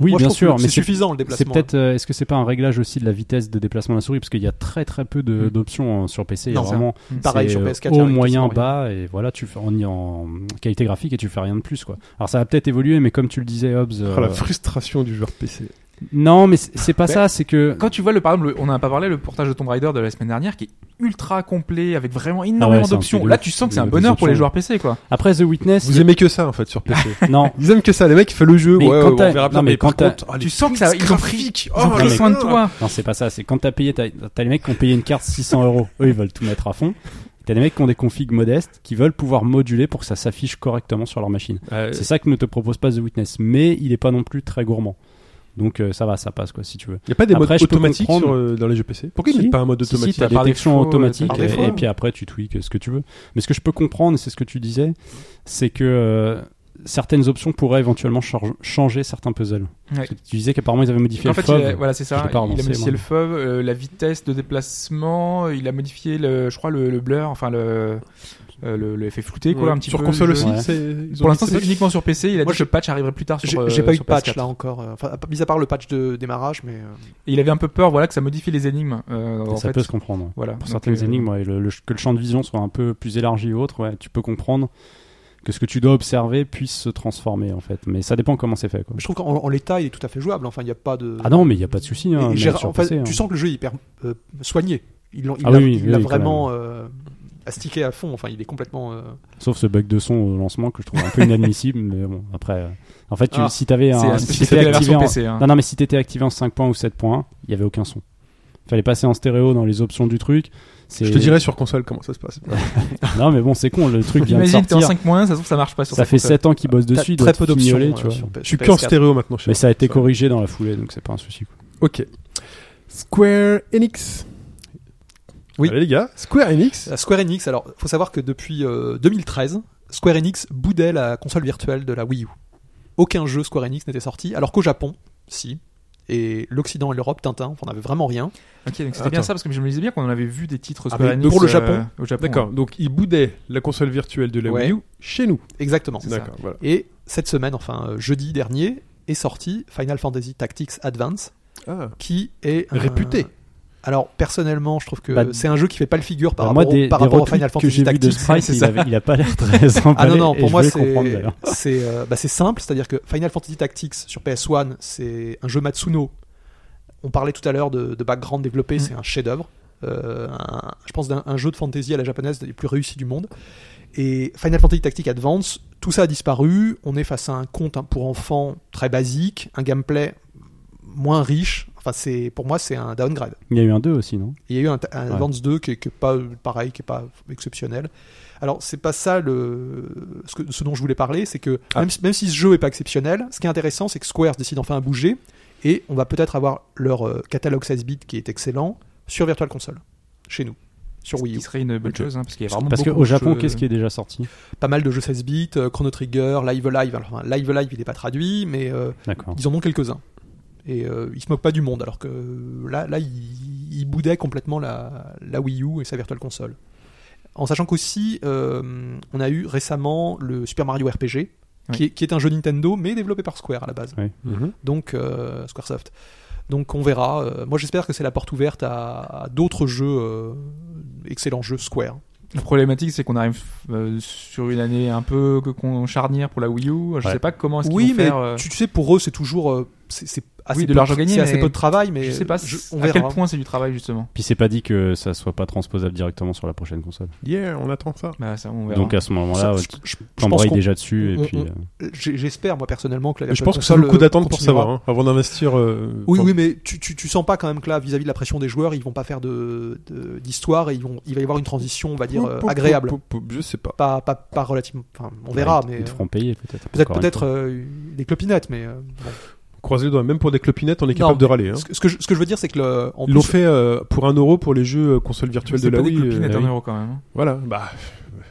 D: Oui,
E: Moi, je
D: bien
E: trouve
D: sûr,
E: que
D: mais
E: c'est
D: c'est-
E: suffisant le
D: C'est
E: déplacement.
D: peut-être. euh, Est-ce que c'est pas un réglage aussi de la vitesse de déplacement de la souris Parce qu'il y a très très peu de-
C: Mm.
D: d'options hein, sur PC. Il y a
E: Non,
D: vraiment
E: Pareil
D: C'est,
E: sur
D: euh,
E: PS4. hein,
D: haut,
E: j'arrive
D: moyen,
E: quasiment à
D: bas, et voilà, tu fais en, en qualité graphique et tu fais rien de plus, quoi. Alors ça va peut-être évoluer, mais comme tu le disais, Hobbs. euh,
B: Ah, la frustration du joueur PC.
D: Non, mais c'est c'est pas
C: Ben,
D: ça, c'est que.
C: Quand tu vois, le, par exemple, le- on n'en a pas parlé, le portage de Tomb Raider de la semaine dernière qui est ultra complet avec vraiment énormément
D: Ah c'est un
C: d'options.
D: truc de
C: Là,
D: ouf.
C: tu sens que c'est un
D: Des
C: bonheur pour les
D: options.
C: joueurs PC, quoi.
D: Après The Witness.
B: Vous aimez que ça en fait sur PC.
D: Non.
B: Ils aiment que ça, les mecs, font le jeu.
D: Mais
B: ouais,
D: quand
B: ouais,
D: t'as-
B: on verra
D: non,
B: bien.
D: mais
B: par
D: quand t'as-
B: contre, oh, les
C: Tu sens que ça, ils ont pris,
B: graphiques,
C: ils ont
B: oh
C: pris
B: là
C: soin de
B: là.
C: toi.
D: Non, c'est pas ça. C'est quand t'as payé, t'as t'as les mecs qui ont payé une carte 600 euros. Eux, ils veulent tout mettre à fond. T'as les mecs qui ont des configs modestes, qui veulent pouvoir moduler pour que ça s'affiche correctement sur leur machine.
B: Euh,
D: C'est ça que ne te propose pas The Witness, mais il est pas non plus très gourmand. Donc euh, ça va, ça passe quoi, si tu veux.
B: Il n'y a pas des
D: Après,
B: modes
D: je peux
B: automatiques
D: comprendre.
B: sur, euh, dans les jeux PC Pourquoi il n'y
D: Si.
B: a pas un mode
D: Si, si,
B: automatique
D: t'as
C: par
D: détection
C: défaut,
D: automatique
E: par
D: et-
E: défaut.
D: et, puis après tu tweaks ce que tu veux. Mais ce que je peux comprendre, c'est ce que tu disais, c'est que euh, certaines options pourraient éventuellement char- changer certains puzzles.
C: Ouais.
D: Tu disais qu'apparemment ils avaient modifié
C: En
D: le
C: fait,
D: FOB.
C: il a- voilà, c'est
D: Je
C: ça.
D: l'ai pas
C: Il a
D: relancé,
C: modifié
D: moi.
C: le feu, la vitesse de déplacement, il a modifié, le, je crois, le, le blur, enfin le, euh, le, le effet flouté, quoi, un petit
B: Sur
C: peu,
B: console
C: le-
B: aussi
D: Ouais.
B: c'est- ils ont
C: Pour l'instant,
B: mis ça
C: c'est uniquement sur PC. Il a dit
E: Moi,
C: que
E: je-
C: le patch arriverait plus tard sur.
E: J'ai
C: euh,
E: j'ai pas eu de
C: sur
E: patch
C: PS4.
E: là encore. euh, Enfin, mis à part le patch de démarrage, mais. euh,
C: Et il avait un peu peur, voilà, que ça modifie les énigmes. euh, en
D: ça
C: fait.
D: peut se comprendre. ouais.
C: Voilà.
D: Pour
C: Donc,
D: certaines
C: euh,
D: énigmes, ouais, le- le- que le champ de vision soit un peu plus élargi ou autre, ouais, tu peux comprendre que ce que tu dois observer puisse se transformer en fait. Mais ça dépend comment c'est fait. Quoi.
E: Je trouve qu'en en l'état, il est tout à fait jouable. Enfin, il n'y a pas de.
D: Ah non, mais il n'y a pas de souci.
E: Et
D: Hein, même
E: j'ai-
D: sur
E: en fait,
D: PC, hein.
E: tu sens que le jeu est hyper euh, soigné. Il l'ont- il
D: Ah
E: l'a
D: oui, oui,
E: il l'a
D: oui, quand
E: vraiment euh, astiqué à fond. Enfin, il est complètement. euh,
D: Sauf ce bug de son au lancement que je trouve un peu inadmissible, <laughs> mais bon, après. euh, En fait, tu,
E: Ah,
D: si t'avais
C: C'est
D: un.
C: la
D: Si
C: spécificité
D: t'étais
C: de la
D: activé
C: version
D: en.
C: PC. hein.
D: Non, non, mais si t'étais activé en 5 points ou 7 points, il y avait aucun son. Fallait passer en stéréo dans les options du truc. c'est-
B: Je te dirai sur console comment ça se passe.
D: Non, mais bon, c'est con, le
C: <laughs>
D: truc vient de
C: Imagine, t'es en
D: sortir.
C: 5 moins, ça se trouve, ça marche pas sur
D: Ça
C: cette
D: fait
C: console.
D: 7 ans qu'ils bossent
E: t'as
D: dessus, ils
E: très
D: doivent
E: peu
D: te
E: d'options.
D: fignoler,
E: euh,
D: tu vois.
E: sur P-
B: Je suis
E: sur
B: qu'en
E: PS4.
B: stéréo maintenant, chez
D: Mais
B: moi.
D: ça a été
E: Ouais.
D: corrigé dans la foulée, donc c'est pas un souci. quoi.
B: Ok. Square Enix.
E: Oui.
B: Allez les gars, Square Enix.
E: Euh, Square Enix, alors, faut savoir que depuis euh, 2013, Square Enix boudait la console virtuelle de la Wii U. Aucun jeu Square Enix n'était sorti, alors qu'au Japon, si. Et l'Occident et l'Europe, Tintin, on n'avait vraiment rien.
C: Ok, donc c'était bien
B: Attends.
C: ça parce que je me disais bien qu'on en avait vu des titres
E: Ah,
C: Square
E: mais
C: Enix,
E: pour le
C: euh,
E: Japon.
C: au Japon.
B: D'accord, donc ils boudaient la console virtuelle de la
E: Ouais.
B: Wii U chez nous.
E: Exactement.
C: C'est ça.
B: D'accord, voilà.
E: Et cette semaine, enfin euh, jeudi dernier, est sorti Final Fantasy Tactics Advance,
B: Ah.
E: qui est un-
B: Réputé.
E: Alors personnellement, je trouve que
D: Euh, Bah,
E: c'est un jeu qui fait pas le figure par
D: Alors
E: rapport,
D: moi, des,
E: au, par
D: des
E: rapport au
D: retweets
E: Final
D: que j'ai
E: Fantasy
D: vu de
E: Tactics.
D: Sprite,
C: c'est
D: il,
C: ça.
D: avait- il a pas l'air
E: <laughs>
D: très
E: Ah
D: emballé.
E: non non, pour
D: et
E: moi
D: je vais
E: c'est
D: comprendre, d'ailleurs.
E: c'est euh, bah, c'est simple, c'est-à-dire que Final Fantasy Tactics sur PS1, c'est un jeu Matsuno. On parlait tout à l'heure de, de background développé,
C: Mm.
E: c'est un chef-d'œuvre. Euh, un- je pense d'un un jeu de fantasy à la japonaise des plus réussis du monde. Et Final Fantasy Tactics Advance, tout ça a disparu. On est face à un conte hein, pour enfants très basique, un gameplay moins riche. Enfin, c'est pour moi c'est un downgrade.
D: Il y a eu un 2 aussi, non
E: Il y a eu un, ta- un
D: Ouais.
E: Advance 2 qui est, qui est pas euh, pareil, qui est pas exceptionnel. Alors c'est pas ça le ce, que- ce dont je voulais parler, c'est que
B: Ah.
E: même, si- même si ce jeu est pas exceptionnel, ce qui est intéressant, c'est que Square décide enfin à bouger et on va peut-être avoir leur euh, catalogue 16 bits qui est excellent sur Virtual Console chez nous, sur Wii U.
C: Qui serait une bonne
B: Ok.
C: chose, hein, parce qu'il y a vraiment
D: Parce
C: beaucoup
D: qu'au
C: de
D: Japon,
C: choses.
D: qu'est-ce qui est déjà sorti
E: Pas mal de jeux 16 bits, euh, Chrono Trigger, Live Live. Alors, enfin, Live Live, il n'est pas traduit, mais euh,
D: D'accord.
E: ils en ont quelques-uns. Et euh, ils se moquent pas du monde, alors que euh, là, là ils, ils boudaient complètement la, la Wii U et sa Virtual Console. En sachant qu'aussi, euh, on a eu récemment le Super Mario RPG,
C: Oui.
E: qui, est, qui est un jeu Nintendo, mais développé par Square à la base.
B: Mhm.
E: Donc, euh, Squaresoft. Donc, on verra. Euh, moi, j'espère que c'est la porte ouverte à, à d'autres jeux, euh, excellents jeux Square.
C: La problématique, c'est qu'on arrive euh, sur une année un peu que- qu'on charnière pour la Wii U. Je
D: Ouais.
C: sais pas comment est-ce qu'ils
E: Oui,
C: vont
E: mais
C: faire. euh,
E: tu, tu sais, pour eux, c'est toujours. euh, c'est- c'est assez
C: de
E: peu
C: l'argent gagné,
E: C'est assez
C: mais
E: peu de travail, mais
C: Je sais pas
E: je-
C: si-
E: on
C: à
E: verra.
C: quel point c'est du travail justement.
D: Puis c'est pas dit que ça soit pas transposable directement sur la prochaine console.
B: Yeah, on attend ça.
C: Bah, ça, on verra.
D: Donc euh, à ce moment-là,
E: Ça,
D: ouais,
E: je-
D: tu
E: je- je pense
D: t'embrayes
E: qu'on-
D: déjà dessus et
E: on-
D: puis.
E: on-
D: euh,
E: j'ai- J'espère moi personnellement que la
B: Je
E: Virtual
B: pense que c'est le
E: Console,
B: coup
E: euh,
B: d'attendre pour
E: continuera.
B: savoir, hein, avant d'investir. euh,
E: Oui,
B: pour-
E: oui, mais tu, tu, tu sens pas quand même que là, vis-à-vis de la pression des joueurs, ils vont pas faire de de- d'histoire et ils vont, il va y avoir une transition, on va dire, euh,
B: Pou, pou,
E: agréable.
B: pou, pou, Je sais pas.
E: Pas, pas, pas relativement. Enfin, on verra,
D: ils-
E: mais.
D: Ils te feront payer peut-être.
E: Peut-être
D: encore une
E: peut-être
D: fois.
E: euh, des clopinettes, mais euh, bon.
B: Croiser les doigts, même pour des clopinettes, on est
E: Non,
B: capable de râler. hein.
E: ce, que- ce que je, ce que je veux dire, c'est que le, en
B: Ils l'ont
E: plus-
B: fait euh, pour un euro pour les jeux euh, consoles virtuelles de
C: C'est
B: la
C: pas des
B: Wii.
C: copines
B: euh,
C: à
B: oui.
C: 1 euro quand même. hein.
B: Voilà, bah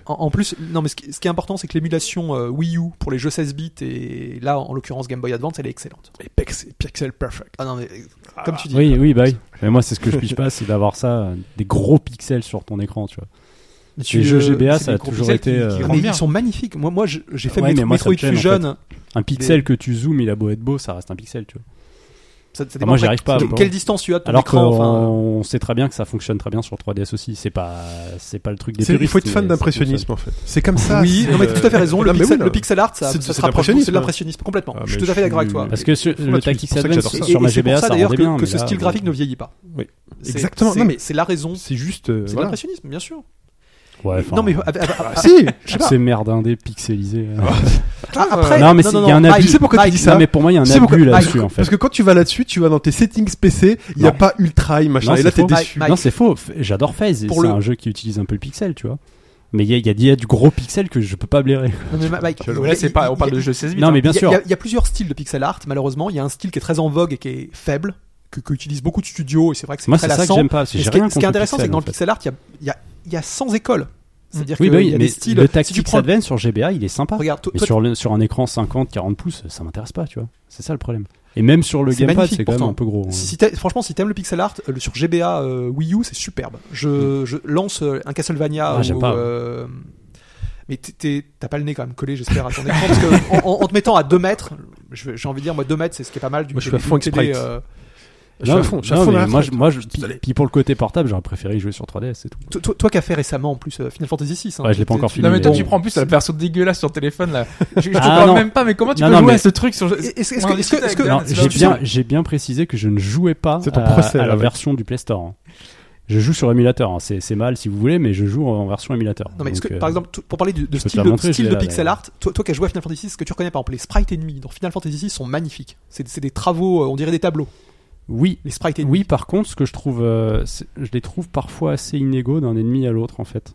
E: En, en plus, non, mais ce qui, ce qui est important, c'est que l'émulation euh, Wii U pour les jeux 16 bits et là, en l'occurrence Game Boy Advance, elle est excellente.
B: les pixel, pixel perfect.
E: Ah non, mais euh, comme tu dis.
D: Oui, oui, bah oui. Mais moi, c'est ce que je
E: <laughs>
D: pige pas, c'est d'avoir ça, euh, des gros pixels sur ton écran, tu vois.
E: Mais tu-
D: les jeux
E: euh,
D: GBA,
E: c'est
D: ça a
E: des gros
D: toujours
E: pixels
D: été,
E: qui- qui
D: euh,
E: rendent
C: Mais
E: bien.
C: ils
E: ils sont magnifiques. Moi, moi, je- j'ai fait
D: Ouais,
E: Met-
D: mais moi, ça
E: Metroid
D: me gêne, en
E: Fusion.
D: Un pixel que tu zoomes, il a beau être beau, ça reste un pixel, tu vois.
E: Ça, ça
D: Ah,
E: dépend
D: moi, j'y
E: après
D: arrive pas,
E: que-
D: moi.
E: Quelle distance tu as de ton
D: Alors qu'on
E: écran enfin,
D: on sait très bien que ça fonctionne très bien sur 3DS aussi. C'est pas, c'est pas le truc des
B: C'est- Il
D: puristes.
B: faut être
D: c'est-
B: fan
D: c'est-
B: d'impressionnisme en fait. C'est comme ça.
E: Oui,
B: c'est,
E: non, mais t'as tout à fait
B: euh,
E: raison. Le,
B: non, mais
E: pixel,
B: oui,
E: le pixel art, ça,
B: c'est-
E: ça
B: c'est
E: se rapproche beaucoup, c'est
B: l'impressionnisme.
E: de l'impressionnisme complètement.
B: Ah,
E: je suis
B: mais
E: tout à fait
B: je
E: d'accord avec
B: suis-
E: toi.
D: Parce que sur,
B: Là-dessus,
D: le
B: c'est
D: Tactics
B: pour ça que
D: Advance
B: j'adore
E: Et-
B: ça.
D: sur
E: et
D: ma
E: c'est pour
D: GBA,
E: ça
D: ça
E: d'ailleurs
D: rendait
E: que,
D: bien.
E: que
D: mais
E: ce
D: là, euh,
E: style
D: bon.
E: graphique ne vieillit pas.
B: Oui,
E: C'est-
B: Exactement.
E: c'est-
B: Non mais
E: c'est la raison.
B: c'est juste. euh,
E: C'est de
B: voilà.
E: l'impressionnisme, bien sûr.
D: Ouais, enfin,
E: Non mais ah, ah, ah,
B: Ah, si.
E: je sais pas.
D: Ces merdes indées pixelisées.
E: ah, après,
D: non, mais c'est- il y a un abus.
E: Mike,
B: Tu sais pourquoi tu
E: Mike,
B: dis ça
D: Non, mais pour moi, il y a un
B: C'est pourquoi-
D: abus
B: Ah,
D: là-dessus, en fait.
B: Parce que quand tu vas là-dessus, tu vas dans tes settings PC, il n'y a
D: Non.
B: pas ultra, machin,
D: Non,
B: et là
D: c'est
B: t'es
D: faux. Bah,
B: déçu.
E: Mike,
D: Non, c'est faux. F- J'adore FaZe. et C'est
E: Pour le-
D: un jeu qui utilise un peu le pixel, tu vois. Mais il y a, il y a- il y a du gros pixel que je peux pas blairer.
E: Non, mais Mike,
C: Là, c'est pas, on parle
E: il-
C: de hein. jeux 16 bits.
D: Non, mais bien
E: il y a-
D: sûr.
E: Il y, a- il y a plusieurs styles de pixel art, malheureusement. Il y a un style qui est très en vogue et qui est faible, que, que utilisent beaucoup de studios, et c'est vrai que c'est
D: Moi,
E: très
D: c'est ça que
E: lassant.
D: j'aime pas.
E: Mais
D: c'est que
E: ce,
D: J'ai
E: qui est,
D: rien
E: ce qui est
D: contre
E: intéressant, c'est que dans le
D: en fait.
E: pixel art, il y a, il y a- il y a sans école. C'est-à-dire
D: Oui,
E: que
D: bah
E: il y
D: oui,
E: a
D: mais
E: des styles.
D: le
E: si tu
D: Tactics
E: prends,
D: Advance sur GBA, il est sympa.
E: regarde, toi,
D: Mais
E: toi,
D: sur, le- sur un écran 50, 40 pouces, ça m'intéresse pas, tu vois. C'est ça le problème. Et même sur le
E: C'est
D: gamepad,
E: magnifique
D: c'est quand même
E: pourtant.
D: un peu gros. hein.
E: Si, si t'aimes- franchement, si t'aimes le pixel art, euh, le- sur GBA euh, Wii U, c'est superbe. Je, je lance euh, un Castlevania.
D: Mm. Ah, j'aime
E: ou,
D: pas.
E: euh, mais t'es- t'es- t'as pas le nez quand même collé, j'espère, à ton écran. parce que en, en- en te mettant à 2 mètres, je vais- j'ai envie de dire, moi 2 mètres, c'est ce qui est pas mal. Du,
B: Moi, je suis
E: du-
B: à fond
E: du
B: avec
E: TD,
B: Sprite.
E: euh,
B: Je suis à
D: Non,
B: fond, je suis à
D: non,
B: fond dans
D: mais
B: la
D: moi, je,
B: retraite.
D: moi, je-
B: Putain, allez.
D: puis, puis pour le côté portable, j'aurais préféré jouer sur 3DS, c'est tout.
E: toi- toi toi qui as fait récemment en plus euh, Final Fantasy VI. hein.
D: Ouais, je l'ai pas
E: T'es-
D: encore
E: tu-
D: fini.
C: Non, mais toi,
D: Bon.
C: tu prends en plus la version dégueulasse sur téléphone là. Je, je
D: Ah,
C: comprends
D: non.
C: même pas, mais comment tu
D: Non,
C: peux
D: non,
C: jouer
D: mais-
C: à ce truc sur.
E: Est-ce- Est-ce
C: On en
E: que- est-ce que-
C: discute
E: est-ce que
C: avec
D: Non,
C: Dan, c'est
D: j'ai
C: pas
D: bien,
C: possible.
D: j'ai bien précisé que je ne jouais pas
B: C'est ton
D: à,
B: procès,
D: à
B: là,
D: la
B: mec.
D: version du Play Store. hein. Je joue sur émulateur, hein. c'est c'est mal si vous voulez, mais je joue en version émulateur.
E: Non mais est-ce
D: Donc,
E: que,
D: euh,
E: par exemple, t- pour parler du- de
D: je peux te
E: style,
D: la montrer, je
E: style
D: l'ai
E: de
D: là,
E: pixel
D: d'ailleurs.
E: art, toi, toi qui as joué à Final Fantasy, ce que tu reconnais par exemple les sprites ennemis dans Final Fantasy VI sont magnifiques. C'est c'est des travaux, euh, on dirait des tableaux.
D: Oui,
E: Les sprites ennemis.
D: oui. Par contre, ce que je trouve, euh, c'est- je les trouve parfois assez inégaux d'un ennemi à l'autre, en fait.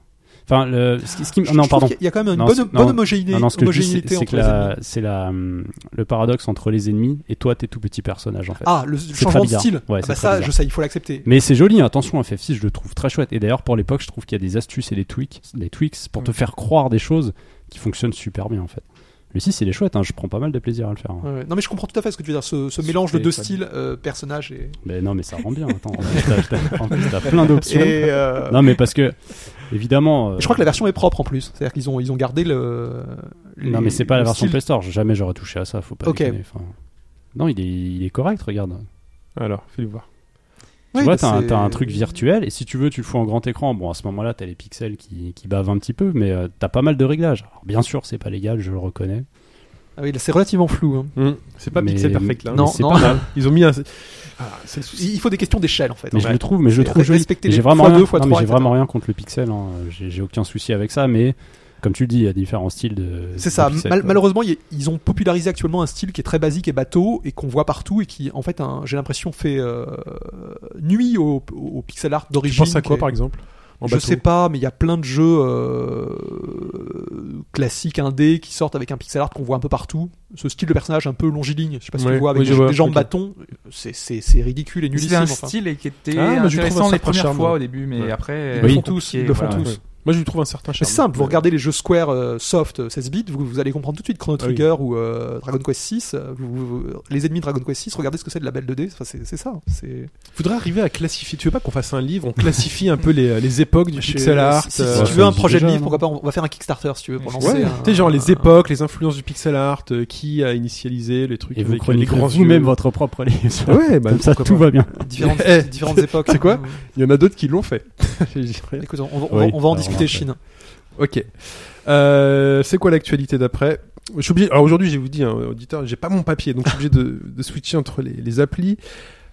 D: Enfin, le, ce qui, ce qui-
E: Je- je
D: non,
E: trouve
D: pardon.
E: qu'il y a quand même une
D: Non,
E: bonne,
D: c'est-
E: bonne
D: non.
E: homogénéité,
D: Non, non, ce que je dis, c'est-
E: homogénéité
D: c'est
E: entre
D: que
E: les
D: la-
E: ennemis.
D: c'est la, hum, le paradoxe entre les ennemis et toi, t'es tout petit personnage en fait.
E: Ah, le
D: très
E: changement de
D: bizarre.
E: style.
D: Ouais,
E: Ah
D: c'est
E: bah
D: très
E: ça,
D: bizarre.
E: je sais, il faut l'accepter.
D: Mais c'est joli, hein, attention, FF6, je le trouve très chouette. Et d'ailleurs, pour l'époque, je trouve qu'il y a des astuces et des tweaks, des tweaks
E: Mm.
D: pour te faire croire des choses qui fonctionnent super bien en fait. Le 6, il est chouette, hein, je prends pas mal de plaisir à le faire. hein.
E: Ouais, ouais. Non mais je comprends tout à fait ce que tu veux dire, ce, ce
C: Sur
E: mélange de deux
C: téléphone.
E: styles, euh, personnages et.
D: Mais non, mais ça rend bien.
E: <laughs>
D: Attends, en plus, t'as- t'as- en plus, t'as plein d'options.
E: Et, euh,
D: Non, mais parce que, évidemment. euh,
E: Je crois que la version est propre en plus, c'est-à-dire qu'ils ont ils ont gardé le.
D: Non,
E: les-
D: mais c'est pas la
E: le
D: version
E: style.
D: Play Store, jamais j'aurais touché à ça, faut pas
E: Ok.
D: déconner, enfin. Non, il est, il est correct, regarde.
B: Alors, fais le voir.
D: Tu
E: Oui,
D: vois,
E: bah,
D: t'as un,
E: c'est-
D: t'as un truc virtuel, et si tu veux, tu le fous en grand écran. Bon, à ce moment-là, t'as les pixels qui, qui bavent un petit peu, mais euh, t'as pas mal de réglages. Alors, bien sûr, c'est pas légal, je le reconnais.
E: Ah oui, là, c'est relativement flou. hein.
B: Hum. C'est pas
D: Mais-
B: pixel perfect là.
D: mais
E: Non,
D: c'est
E: non.
D: pas mal.
B: Ils ont mis un. Ah, c'est le souci.
E: Il faut des questions d'échelle en fait.
D: Mais je le trouve, mais je le
E: Et
D: trouve joli.
E: respecter
D: Et
E: les
D: J'ai vraiment,
E: fois
D: rien,
E: deux, fois
D: non, mais
E: trois,
D: j'ai
E: etc.
D: vraiment rien contre le pixel, hein. j'ai j'ai aucun souci avec ça, mais comme tu le dis, il y a différents styles de.
E: C'est
D: de
E: ça.
D: pixels,
E: Mal-
D: quoi.
E: malheureusement, y- ils ont popularisé actuellement un style qui est très basique et bateau et qu'on voit partout et qui, en fait, un- j'ai l'impression fait euh, nuit au, au pixel art
B: Tu
E: d'origine.
B: penses à quoi
E: qui est-
B: par exemple En
E: Je
B: bateau.
E: sais pas, mais il y a plein de jeux euh, classiques indés qui sortent avec un pixel art qu'on voit un peu partout. Ce style de personnage un peu longiligne, je sais pas si
B: Ouais,
E: tu vois, avec
B: oui, je
E: des,
B: vois,
E: des jambes
B: ok.
E: bâton, c'est- c'est c'est ridicule et
C: C'était
E: nullissime.
C: un
E: enfin.
C: style et qui était
B: Ah, mais je trouve
C: intéressant
B: ça
C: les
B: très
C: premières
B: charmant.
C: fois au début, mais
B: Ouais.
C: après. euh,
E: Ils
D: Oui.
E: le font tous, ils le font
C: voilà.
E: tous.
B: Ouais. Moi, je lui trouve un certain
E: C'est
B: charme.
E: simple, vous
B: Ouais.
E: regardez les jeux Square euh, Soft euh, 16 bits, vous, vous allez comprendre tout de suite Chrono
B: Ah oui.
E: Trigger ou euh, Dragon Quest 6, les ennemis de Dragon Quest 6, regardez ce que c'est de la belle 2D, enfin, c'est c'est ça. hein, c'est-
B: Faudrait arriver à classifier. Tu veux pas qu'on fasse un livre On classifie un peu les, les époques du
E: Je-
B: pixel art.
E: Si, si
B: euh,
D: ouais,
E: tu
D: ça
E: veux un
D: existe
E: projet de
D: déjà,
E: livre,
D: non
E: pourquoi pas, on va faire un Kickstarter si tu veux pour
C: Ouais,
E: lancer.
B: hein. Ouais,
E: un-
B: tu sais, genre les
E: un-
B: époques, les influences du pixel art, euh, qui a initialisé les trucs
D: Et vous
B: avec euh, les
D: chroniquez
B: grands
D: vous-même
B: yeux.
D: votre propre
E: <laughs>
D: livre. sur-
B: Ouais, bah,
D: Comme ça,
B: pourquoi
D: tout
B: pas.
D: va bien.
E: différentes,
B: Eh,
E: différentes époques.
B: c'est quoi Il y en a d'autres qui l'ont fait.
E: <laughs> Écoute, on, on va-
D: Oui,
E: on va en
D: alors,
E: discuter,
D: on
E: Chine.
B: ok. Euh, c'est quoi l'actualité d'après Je suis obligé. Alors aujourd'hui, je vous dis, hein, auditeur, j'ai pas mon papier, donc je suis obligé de, de switcher entre les, les applis.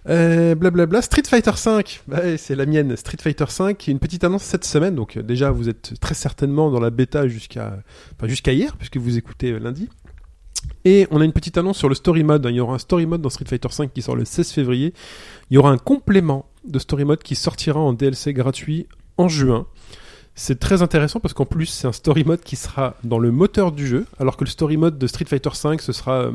B: Euh, Blablabla. Street Fighter 5, c'est la mienne. Street Fighter 5, une petite annonce cette semaine. Donc euh, déjà, vous êtes très certainement dans la bêta jusqu'à, enfin, jusqu'à hier, puisque vous écoutez euh, lundi. Et on a une petite annonce sur le story mode. hein. Il y aura un story mode dans Street Fighter 5 qui sort le 16 février. Il y aura un complément de story mode qui sortira en DLC gratuit en juin. C'est très intéressant parce qu'en plus c'est un story mode qui sera dans le moteur du jeu, alors que le story mode de Street Fighter 5 ce sera euh,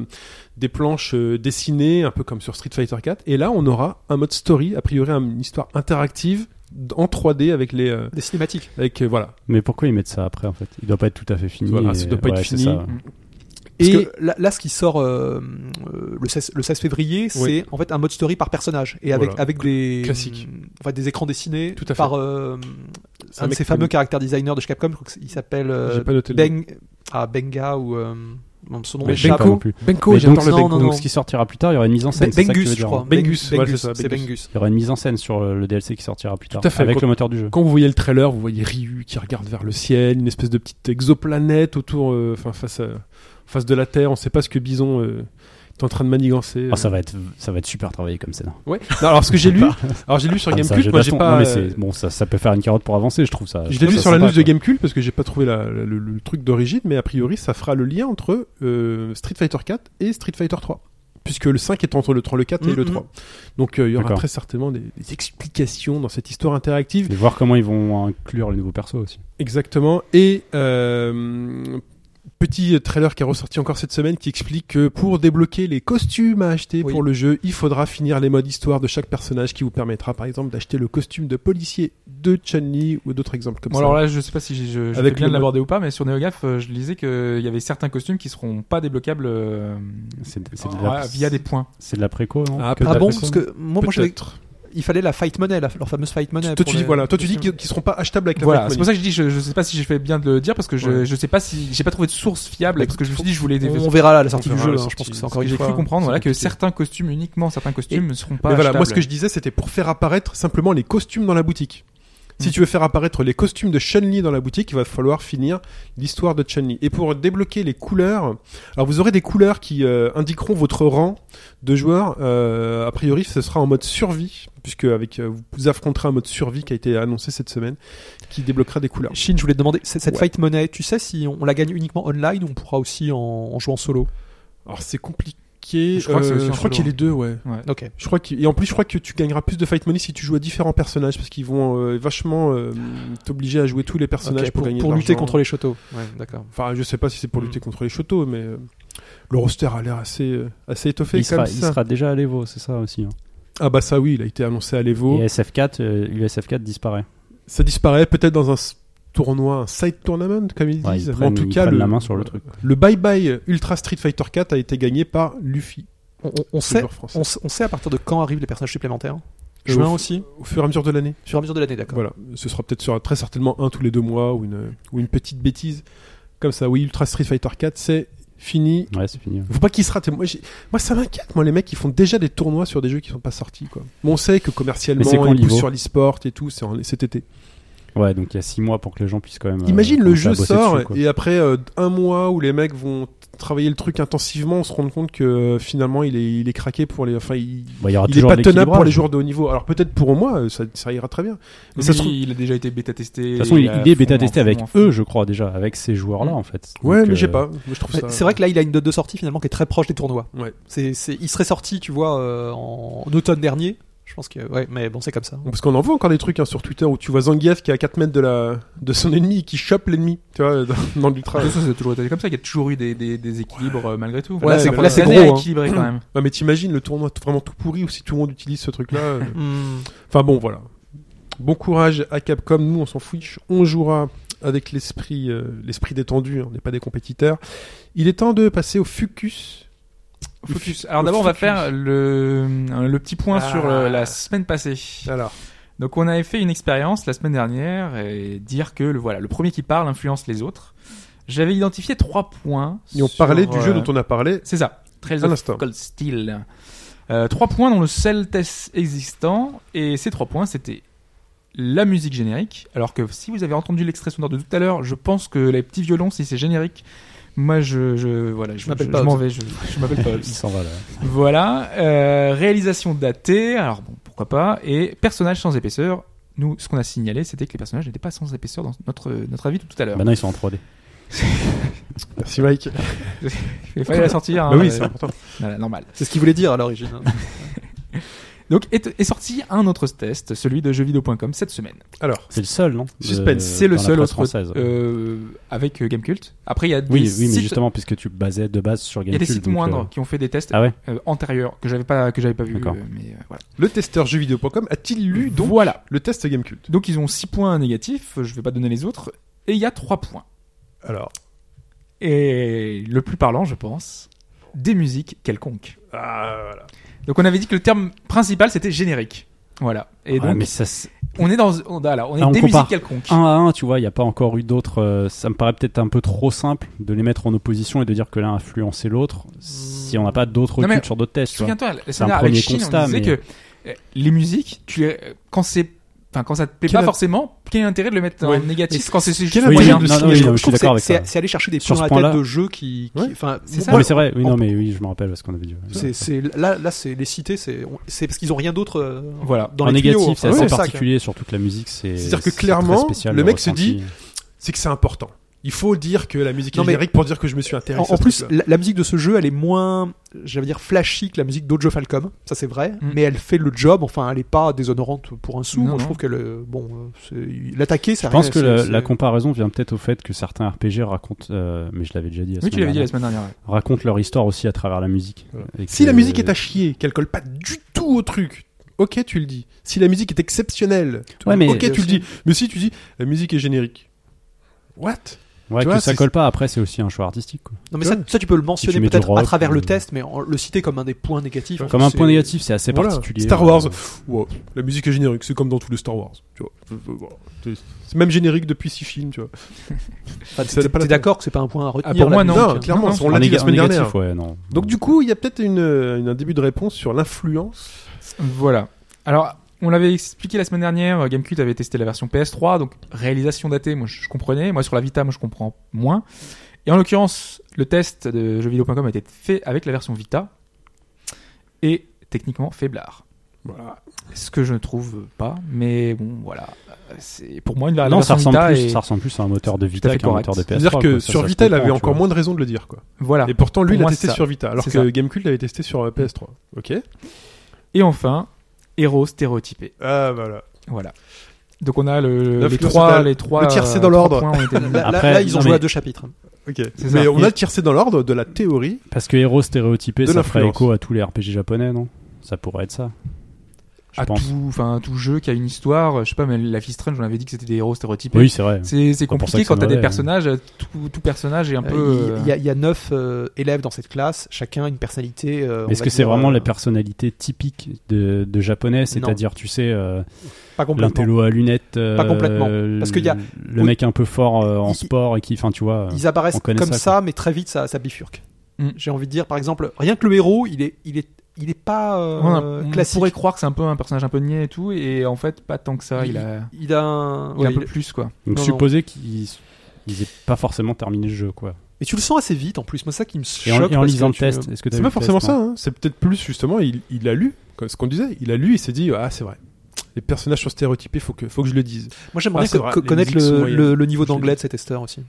B: des planches euh, dessinées un peu comme sur Street Fighter 4. Et là on aura un mode story, a priori un- une histoire interactive d- en 3D avec les euh,
E: Des cinématiques.
B: avec euh, voilà.
D: Mais pourquoi ils mettent ça après en fait Il doit pas être tout à fait fini.
B: Voilà, ça
D: et-
B: doit pas être
D: ouais, c'est
B: fini.
D: ça.
E: Parce
B: Et-
E: que là, là, ce qui sort euh, euh, le, 16, le 16 février,
B: Oui.
E: c'est en fait un mode story par personnage et avec,
B: Voilà.
E: avec des mm,
B: Classique.
E: en fait, des écrans dessinés
B: Tout à fait.
E: par euh,
B: C'est un
E: un de
B: mec
E: ces
B: qui-
E: fameux caractères designers de chez Capcom. je crois que c'est- Il s'appelle euh,
B: J'ai pas noté le nom.
E: Beng- ah, Benga ou euh, non, son nom
D: Mais
B: Mais
D: je sais pas
E: m'échappe.
D: non plus.
B: Benko,
D: Mais
B: j'adore
D: donc,
B: le
E: non,
B: Benko.
E: non,
D: donc ce qui sortira plus tard, il y aura une mise en scène.
E: Ben-
D: c'est ça que tu
E: Bengus,
D: veux
E: je
D: dire,
E: crois.
D: hein.
B: Bengus, voilà, c'est ça,
E: c'est
B: Bengus.
E: Bengus.
D: Il y aura une mise en scène sur euh, le DLC qui sortira plus tard.
B: Tout à fait,
D: Avec
B: quoi.
D: le moteur du jeu.
B: Quand vous voyez le trailer, vous voyez Ryu qui regarde vers le ciel, une espèce de petite exoplanète autour, euh, enfin face, à, face de la Terre. On sait pas ce que Bison euh, est en train de manigancer.
D: Ah, ça va être, ça va être super travaillé comme scène.
B: Ouais. Non, alors ce que
D: <laughs>
B: j'ai lu, alors j'ai lu sur
D: Ah, mais c'est un
B: Gamecult,
D: jeu
B: moi j'ai
D: d'action.
B: pas.
D: Non, mais
B: euh,
D: c'est- bon, ça, ça peut faire une carotte pour avancer, je trouve
B: Je
D: ça. Euh, je
B: l'ai
D: trouve
B: lu
D: ça
B: sur la
D: sympa,
B: news de
D: quoi.
B: Gamecult parce que j'ai pas trouvé la- la- le, le truc d'origine, mais a priori ça fera le lien entre euh, Street Fighter 4 et Street Fighter 3. Puisque le 5 est entre le 3, le 4 et le
E: Mhm.
C: Mm,
B: 3. Donc euh, il y aura
D: D'accord.
B: très certainement des, des explications dans cette histoire interactive.
D: Et voir comment ils vont inclure les nouveaux persos aussi.
B: Exactement. Et euh, petit trailer qui est ressorti encore cette semaine qui explique que pour débloquer les costumes à acheter
E: Oui.
B: pour le jeu, il faudra finir les modes histoire de chaque personnage qui vous permettra par exemple d'acheter le costume de policier de Chun-Li ou d'autres exemples comme
C: Bon,
B: ça.
C: alors là, je sais pas si j'ai- je, je
B: Avec
C: fais bien de
B: le mo-
C: l'aborder ou pas, mais sur NeoGaf, euh, je lisais qu'il y avait certains costumes qui seront pas débloquables euh,
D: C'est c'est de,
C: en-
D: la-
C: via des points.
D: c'est de la préco, non
B: Ah,
D: Que
E: Ah
D: de la
E: bon
D: préco
E: Parce que moi, moi, je savais-
B: peut-être.
E: il fallait la fight money, la- leur fameuse fight money.
B: Toi
E: pour
B: tu dis
E: les-
B: voilà, toi tu dis qu'ils qu'ils seront pas achetables avec la
C: Voilà,
B: Black
C: c'est pour
B: Money.
C: ça que je dis, je, je sais pas si j'ai fait bien de le dire parce que je,
B: Ouais.
C: je sais pas si j'ai pas trouvé de source fiable
B: Bah,
C: parce que je me suis dit je voulais des.
E: On verra là, la sortie
B: On
E: du
B: verra
E: jeu.
B: la
E: hein, Je pense
B: sortie.
E: que c'est
B: Parce
E: encore
C: Parce que
E: une
C: j'ai
E: fois.
C: cru comprendre voilà, que
B: compliqué.
C: certains costumes, uniquement certains costumes, ne seront pas.
B: Mais voilà, moi ce
C: achetables.
B: que je disais c'était pour faire apparaître simplement les costumes dans la boutique. Si
C: Mm.
B: tu veux faire apparaître les costumes de Chun-Li dans la boutique, il va falloir finir l'histoire de Chun-Li. Et pour débloquer les couleurs, alors vous aurez des couleurs qui euh, indiqueront votre rang de joueur. Euh, a priori, ce sera en mode survie, puisque avec euh, vous affronterez un mode survie qui a été annoncé cette semaine, qui débloquera des couleurs.
E: hein. Shin, je voulais te demander, c- cette
B: Ouais.
E: fight money, tu sais si on, on la gagne uniquement online ou on pourra aussi en, en jouant solo
B: Alors c'est compliqué. Euh,
C: Je crois que c'est aussi un
B: je crois
C: solo,
B: qu'il y a les
C: hein.
B: deux, ouais.
E: Ok.
B: Je crois qu'il- et en plus je crois que tu gagneras plus de fight money si tu joues à différents personnages parce qu'ils vont euh, vachement euh, t'obliger à jouer tous les personnages
E: Ok,
B: pour,
E: pour,
B: gagner
E: pour
B: de
E: lutter
B: l'argent.
E: contre les châteaux. Ouais, d'accord.
B: Enfin, je sais pas si c'est
D: Hmm.
B: pour
E: Mm.
B: lutter contre les châteaux, mais euh, le roster a l'air assez euh, assez étoffé
D: il,
B: comme
D: sera, il
B: ça.
D: sera déjà à l'Evo, c'est ça aussi. hein.
B: Ah bah ça oui, il a été annoncé à l'Evo.
D: Et SF4, euh, USF4 disparaît.
B: Ça disparaît peut-être dans un s- tournoi, un side tournament comme ils
D: Ouais,
B: disent.
D: ils
B: Mais
D: prennent,
B: en tout
D: ils
B: cas,
D: prennent
B: le,
D: la main sur le truc.
B: le bye bye Ultra Street Fighter 4 a été gagné par Luffy.
E: On, on- on sait,
B: Silver France.
E: on, s- on sait à partir de quand arrivent les personnages supplémentaires
B: Euh,
E: Juin
B: au-
E: aussi
B: Au fur et à mesure de l'année.
E: Au fur et à mesure de l'année, d'accord.
B: Voilà, ce sera peut-être sur- très certainement un tous les deux mois ou une, ou une petite bêtise comme ça. Oui, Ultra Street Fighter 4, c'est fini.
D: Ouais, c'est fini. ouais.
B: Faut pas qu'il se rate. Et Moi, j'ai- moi, ça m'inquiète. Moi, les mecs, ils font déjà des tournois sur des jeux qui sont pas sortis. Quoi. Bon, on sait que commercialement,
D: Mais c'est quand
B: ils poussent
D: l'Ivo
B: sur l'e-sport et tout. C'est en- cet été.
D: Ouais, donc il y a 6 mois pour que les gens puissent quand même. euh,
B: Imagine le
D: commencer à
B: jeu
D: bosser
B: sort
D: dessus, quoi.
B: et après euh, un mois où les mecs vont travailler le truc intensivement, on se rend compte que euh, finalement, il est, il est craqué pour les. Enfin, il,
D: Bah, il y aura
B: il est
D: toujours
B: pas
D: de
B: tenable pour les
D: l'équilibrage.
B: joueurs de haut niveau. Alors peut-être pour moi, euh, ça, ça ira très bien. Mais ça se trouve-
C: il a déjà été bêta testé.
D: De toute façon, il, il est bêta testé avec eux, je crois déjà, avec ces joueurs-là en fait.
B: Ouais,
D: Donc,
B: mais je sais
D: euh,
B: pas. Moi, je trouve
E: Mais
B: ça-
E: C'est vrai que là, il a une date de sortie finalement qui est très proche des tournois.
B: Ouais.
E: C'est, c'est- il serait sorti, tu vois, euh, en, en automne dernier. Je pense que, ouais, mais bon, c'est comme ça.
B: Bon, Parce qu'on en voit encore des trucs hein, sur Twitter où tu vois Zangief qui est à 4 mètres de, la... de son ennemi et qui chope l'ennemi, tu vois, <laughs> dans, dans l'ultra.
C: De toute façon, ça a toujours été comme ça. Il y a toujours eu des, des, des équilibres euh, malgré tout.
B: Ouais, c'est-
C: mais
B: là,
C: la
B: c'est
C: scène est
E: gros, hein.
C: équilibrée quand <laughs> même.
B: Ouais, Ah, mais t'imagines le tournoi t- vraiment tout pourri où si tout le monde utilise ce truc-là. euh.
E: Hmm.
B: Enfin bon, voilà. Bon courage à Capcom, nous on s'en fiche, on jouera avec l'esprit euh, l'esprit détendu, hein, on n'est pas des compétiteurs. Il est temps de passer au Fucus.
C: Focus. Alors d'abord, on va faire le, le petit point
B: Ah.
C: sur euh, la semaine passée.
B: Alors,
C: Donc on avait fait une expérience la semaine dernière et dire que le voilà, le premier qui parle influence les autres. J'avais identifié trois points.
B: et on
C: sur,
B: parlait du jeu
C: euh,
B: dont on a parlé
C: C'est ça. Trails
D: Ah,
B: à
C: of
B: l'instant.
C: Cold Steel. Euh, trois points dans le seul test existant. Et ces trois points, c'était la musique générique. Alors que si vous avez entendu l'extrait sonore de tout à l'heure, je pense que les petits violons, si c'est générique, Moi, je, je voilà, je,
E: m'appelle
C: je-
E: pas
C: je m'en
E: Hobbs.
C: vais. Je, <laughs> je m'appelle pas Hobbs.
D: Il s'en va là.
C: Voilà, euh, réalisation datée, alors bon, pourquoi pas, et personnages sans épaisseur. Nous, ce qu'on a signalé, c'était que les personnages n'étaient pas sans épaisseur dans notre, notre avis tout à
B: Bah
C: l'heure.
D: Maintenant, ils sont en 3D.
B: Merci Mike.
C: Il fallait la sortir. hein,
B: Bah oui,
C: euh,
B: c'est important.
C: voilà, normal.
E: C'est ce qu'il voulait dire à l'origine. hein.
C: Donc, est, est sorti un autre test, celui de jeuxvideo.com cette semaine.
B: Alors,
D: C'est le seul, non De-
B: Suspense,
C: C'est
D: Euh, dans
C: le
D: la
C: seul
D: presse
C: autre
D: française.
C: euh, avec euh, Gamecult. Après, il y a des
D: oui, oui, mais
C: sites-
D: justement, puisque tu basais de base sur
C: il y a
D: Gamecube.
C: des sites
D: donc, euh,
C: moindres qui ont fait des tests
D: Ah ouais
C: euh, antérieurs que j'avais pas que j'avais pas vu.
D: D'accord.
C: euh, mais euh, voilà.
B: le testeur jeuxvideo.com a-t-il lu donc
C: Voilà.
B: le test Gamecult
C: Donc ils ont 6 points négatifs. Je vais pas donner les autres. Et il y a 3 points.
B: Alors,
C: Et le plus parlant, je pense, des musiques quelconques.
B: ah, voilà.
C: Donc on avait dit que le terme principal c'était générique. Voilà. Et
D: ah,
C: donc
D: mais ça, c'est-
C: on est dans on, voilà, on est
D: Ah, on
C: des
D: compare.
C: musiques quelconques.
D: un à un, tu vois, il n'y a pas encore eu d'autres. euh, ça me paraît peut-être un peu trop simple de les mettre en opposition et de dire que l'un a influencé l'autre si on n'a pas d'autres
C: Non, mais
D: recul sur d'autres tests. tu vois.
C: Souviens-toi, la
D: un
C: semaine avec
D: premier
C: Chine,
D: constat,
C: on disait
D: mais-
C: que euh, les musiques, tu les- euh, quand c'est enfin quand ça te plaît
B: Quel
C: pas
B: a-
C: forcément, quel est l'intérêt de le mettre en
E: Ouais.
C: négatif
E: Et
C: quand c'est c'est
E: quel
C: juste
D: Oui,
C: moyen
D: non,
C: de
D: non,
C: signer,
D: oui,
C: je
D: non,
C: trouve.
D: je suis
E: trouve que
D: d'accord avec
E: c'est-
D: ça.
E: C'est aller chercher des
D: Sur ce
E: points à la
D: point-là-
E: tête de jeu qui. qui-
B: Ouais.
E: enfin,
C: C'est ça.
D: Oui,
E: moi,
D: mais c'est vrai, oui,
E: on-
D: non, mais oui, je me rappelle ce qu'on avait dit. ouais.
E: c'est- c'est- là, là, c'est les cités, c'est on- c'est parce qu'ils ont rien d'autre. euh,
C: Voilà.
E: Dans
D: en
E: les
D: négatif,
E: tuyaux,
D: c'est
E: enfin,
D: assez
E: dans le sac,
D: particulier, surtout que la musique, c'est.
B: C'est-à-dire que
D: c'est très
B: clairement,
D: spécial,
B: le mec se dit,
D: ressenti.
B: C'est que c'est important. Il faut dire que la musique est
E: Non, mais-
B: générique pour dire que je me suis
E: En,
B: intéressé.
E: en
B: à ce
E: plus,
B: truc-là.
E: la, la musique de ce jeu, elle est moins, j'allais dire, flashy que la musique d'autres jeux Falcom. Ça, c'est vrai.
C: Mm.
E: Mais elle fait le job. Enfin, elle est pas déshonorante pour un sou.
C: Non,
E: Moi, je
C: non.
E: trouve qu'elle, euh, bon, euh, c'est- l'attaquer, ça.
D: Je pense que la, la comparaison vient peut-être au fait que certains RPG racontent, euh, mais je l'avais déjà dit, la
C: Oui, tu
D: semaine
C: l'avais dit la
D: dernière,
C: semaine dernière. ouais.
D: racontent leur histoire aussi à travers la musique.
B: Voilà.
D: Et
B: Si
D: que-
B: la musique est à chier, qu'elle colle pas du tout au truc, ok, tu le dis. Si la musique est exceptionnelle,
D: Ouais, mais-
B: ok, tu le
E: aussi.
B: dis. Mais si tu dis la musique est générique, what
D: Ouais,
B: tu
D: que
B: vois,
D: ça
B: c'est-
D: colle pas, après, c'est aussi un choix artistique. quoi.
E: Non, mais ça, ça, tu peux le mentionner
D: mets du
E: peut-être à
D: rock,
E: travers le
D: euh,
E: test, mais en- le citer comme un des points négatifs.
D: Comme un
E: c'est-
D: point négatif, c'est assez
B: Voilà.
D: particulier.
B: Star
D: euh,
B: Wars. Wow, La musique est générique, c'est comme dans tous les Star Wars. Tu vois, euh, Voilà. C'est- c'est même générique depuis six films,
D: <laughs>
B: tu vois.
E: Enfin,
B: Ça n'a pas la
E: t'es t'es
B: peine.
E: d'accord que c'est pas un point à retenir.
C: Ah, pour moi,
E: la musique,
B: non,
E: hein.
B: clairement,
C: non,
B: on
D: en
B: l'a dit
D: néga-
B: la semaine
D: en négatif,
B: dernière.
D: ouais, non.
B: Donc du coup, il y a peut-être une, euh, une- un début de réponse sur l'influence.
C: Voilà. Alors, on l'avait expliqué la semaine dernière, euh, GameCube avait testé la version PS3, donc réalisation datée, moi je je comprenais, moi sur la Vita, moi je comprends moins. Et en l'occurrence, le test de jeuxvideo.com a été fait avec la version Vita, et techniquement faiblard.
B: Voilà.
C: Ce que je ne trouve pas, mais bon, voilà. Euh, C'est pour moi une la
D: non, ça
C: version
D: ressemble,
C: Vita
D: plus,
C: et
D: ça ressemble plus à un moteur de
C: fait
D: Vita qu'un
C: correct.
D: moteur de PS3.
B: C'est-à-dire que
D: quoi, ça,
B: sur
D: ça se
B: Vita, il
D: comprend,
B: avait
D: tu
B: encore
D: vois.
B: moins de raisons de le dire, quoi.
C: voilà.
B: Et pourtant,
C: Ah, Pour
B: lui, il a
C: moi,
B: testé
C: c'est ça.
B: sur Vita, alors
C: C'est
B: que
C: ça.
B: Gamecube l'avait testé sur euh, PS3. Ok.
C: Et enfin, héros stéréotypé.
B: Ah voilà.
C: Voilà. Donc on a le,
B: Neuf
C: les
B: kilos,
C: trois,
B: c'est
C: les trois.
E: le tir, c'est
C: euh,
E: dans
C: trois
E: l'ordre.
C: points ont été mis.
E: <laughs> Là, là-
D: Après,
E: là, ils ont
D: non,
E: joué
D: mais-
E: à deux chapitres.
B: Ok.
C: C'est
B: Mais
C: ça.
B: on a tiré dans l'ordre de la théorie.
D: Parce que héros stéréotypé,
B: De
D: ça ferait
B: l'influence.
D: écho à tous les RPG japonais, non Ça pourrait être ça. Je
B: Ah,
C: à
D: pense.
C: tout, enfin tout jeu qui a une histoire. Je sais pas, mais Life is Strange, on avait dit que c'était des héros stéréotypés.
D: Oui, c'est vrai.
C: C'est c'est
D: pas pour ça
C: compliqué
D: euh, que c'est
C: quand t'as des
D: mauvais,
C: personnages. Tout, tout personnage est un
E: Euh,
C: peu.
E: Il il y, a- il y a neuf euh, élèves dans cette classe, chacun une personnalité. euh, on
D: Est-ce
E: va
D: que c'est
E: dire,
D: vraiment
E: euh,
D: la personnalité typique de, de japonais C'est-à-dire, tu sais, euh,
E: Pas complètement.
D: l'intello à lunettes. euh,
E: Pas complètement. Parce qu'il y a-
D: Le mec un peu fort euh, en
E: Il-
D: sport et qui. Enfin, tu vois. euh,
E: Ils apparaissent
D: on connaît
E: comme ça,
D: ça,
E: mais très vite ça, ça bifurque.
C: Mm.
E: J'ai envie de dire, par exemple, rien que le héros, il est, il est, il est pas euh,
C: Ouais, on- on
E: classique.
C: pourrait croire que c'est un peu un personnage un peu niais et tout, et en fait pas tant que ça. Il, a,
E: il a un.
C: il a
E: ouais,
C: un peu
E: il-
C: plus quoi.
D: Donc,
E: Non, non.
D: supposer qu'ils ils aient pas forcément terminé le jeu, quoi.
E: Mais tu le sens assez vite en plus. Moi, c'est ça qui me
D: Et
E: choque.
D: en, et en
E: parce
D: lisant le
E: que tu-
D: test, est-ce que t'as
B: C'est
D: vu
B: pas
D: le test,
B: forcément
D: non
B: ça. hein. C'est peut-être plus justement, il, il a lu comme ce qu'on disait. Il a lu, il s'est dit ah c'est vrai. Les personnages sont stéréotypés, faut que faut que je le dise.
E: Moi, j'aimerais
B: Ah, c'est
E: co-
B: vrai,
E: co-
B: les
E: connaître
B: musiques sont
E: le,
B: moyennes.
E: le- le niveau
B: Je l'ai
E: d'anglais
B: dit.
E: de ces testeurs aussi,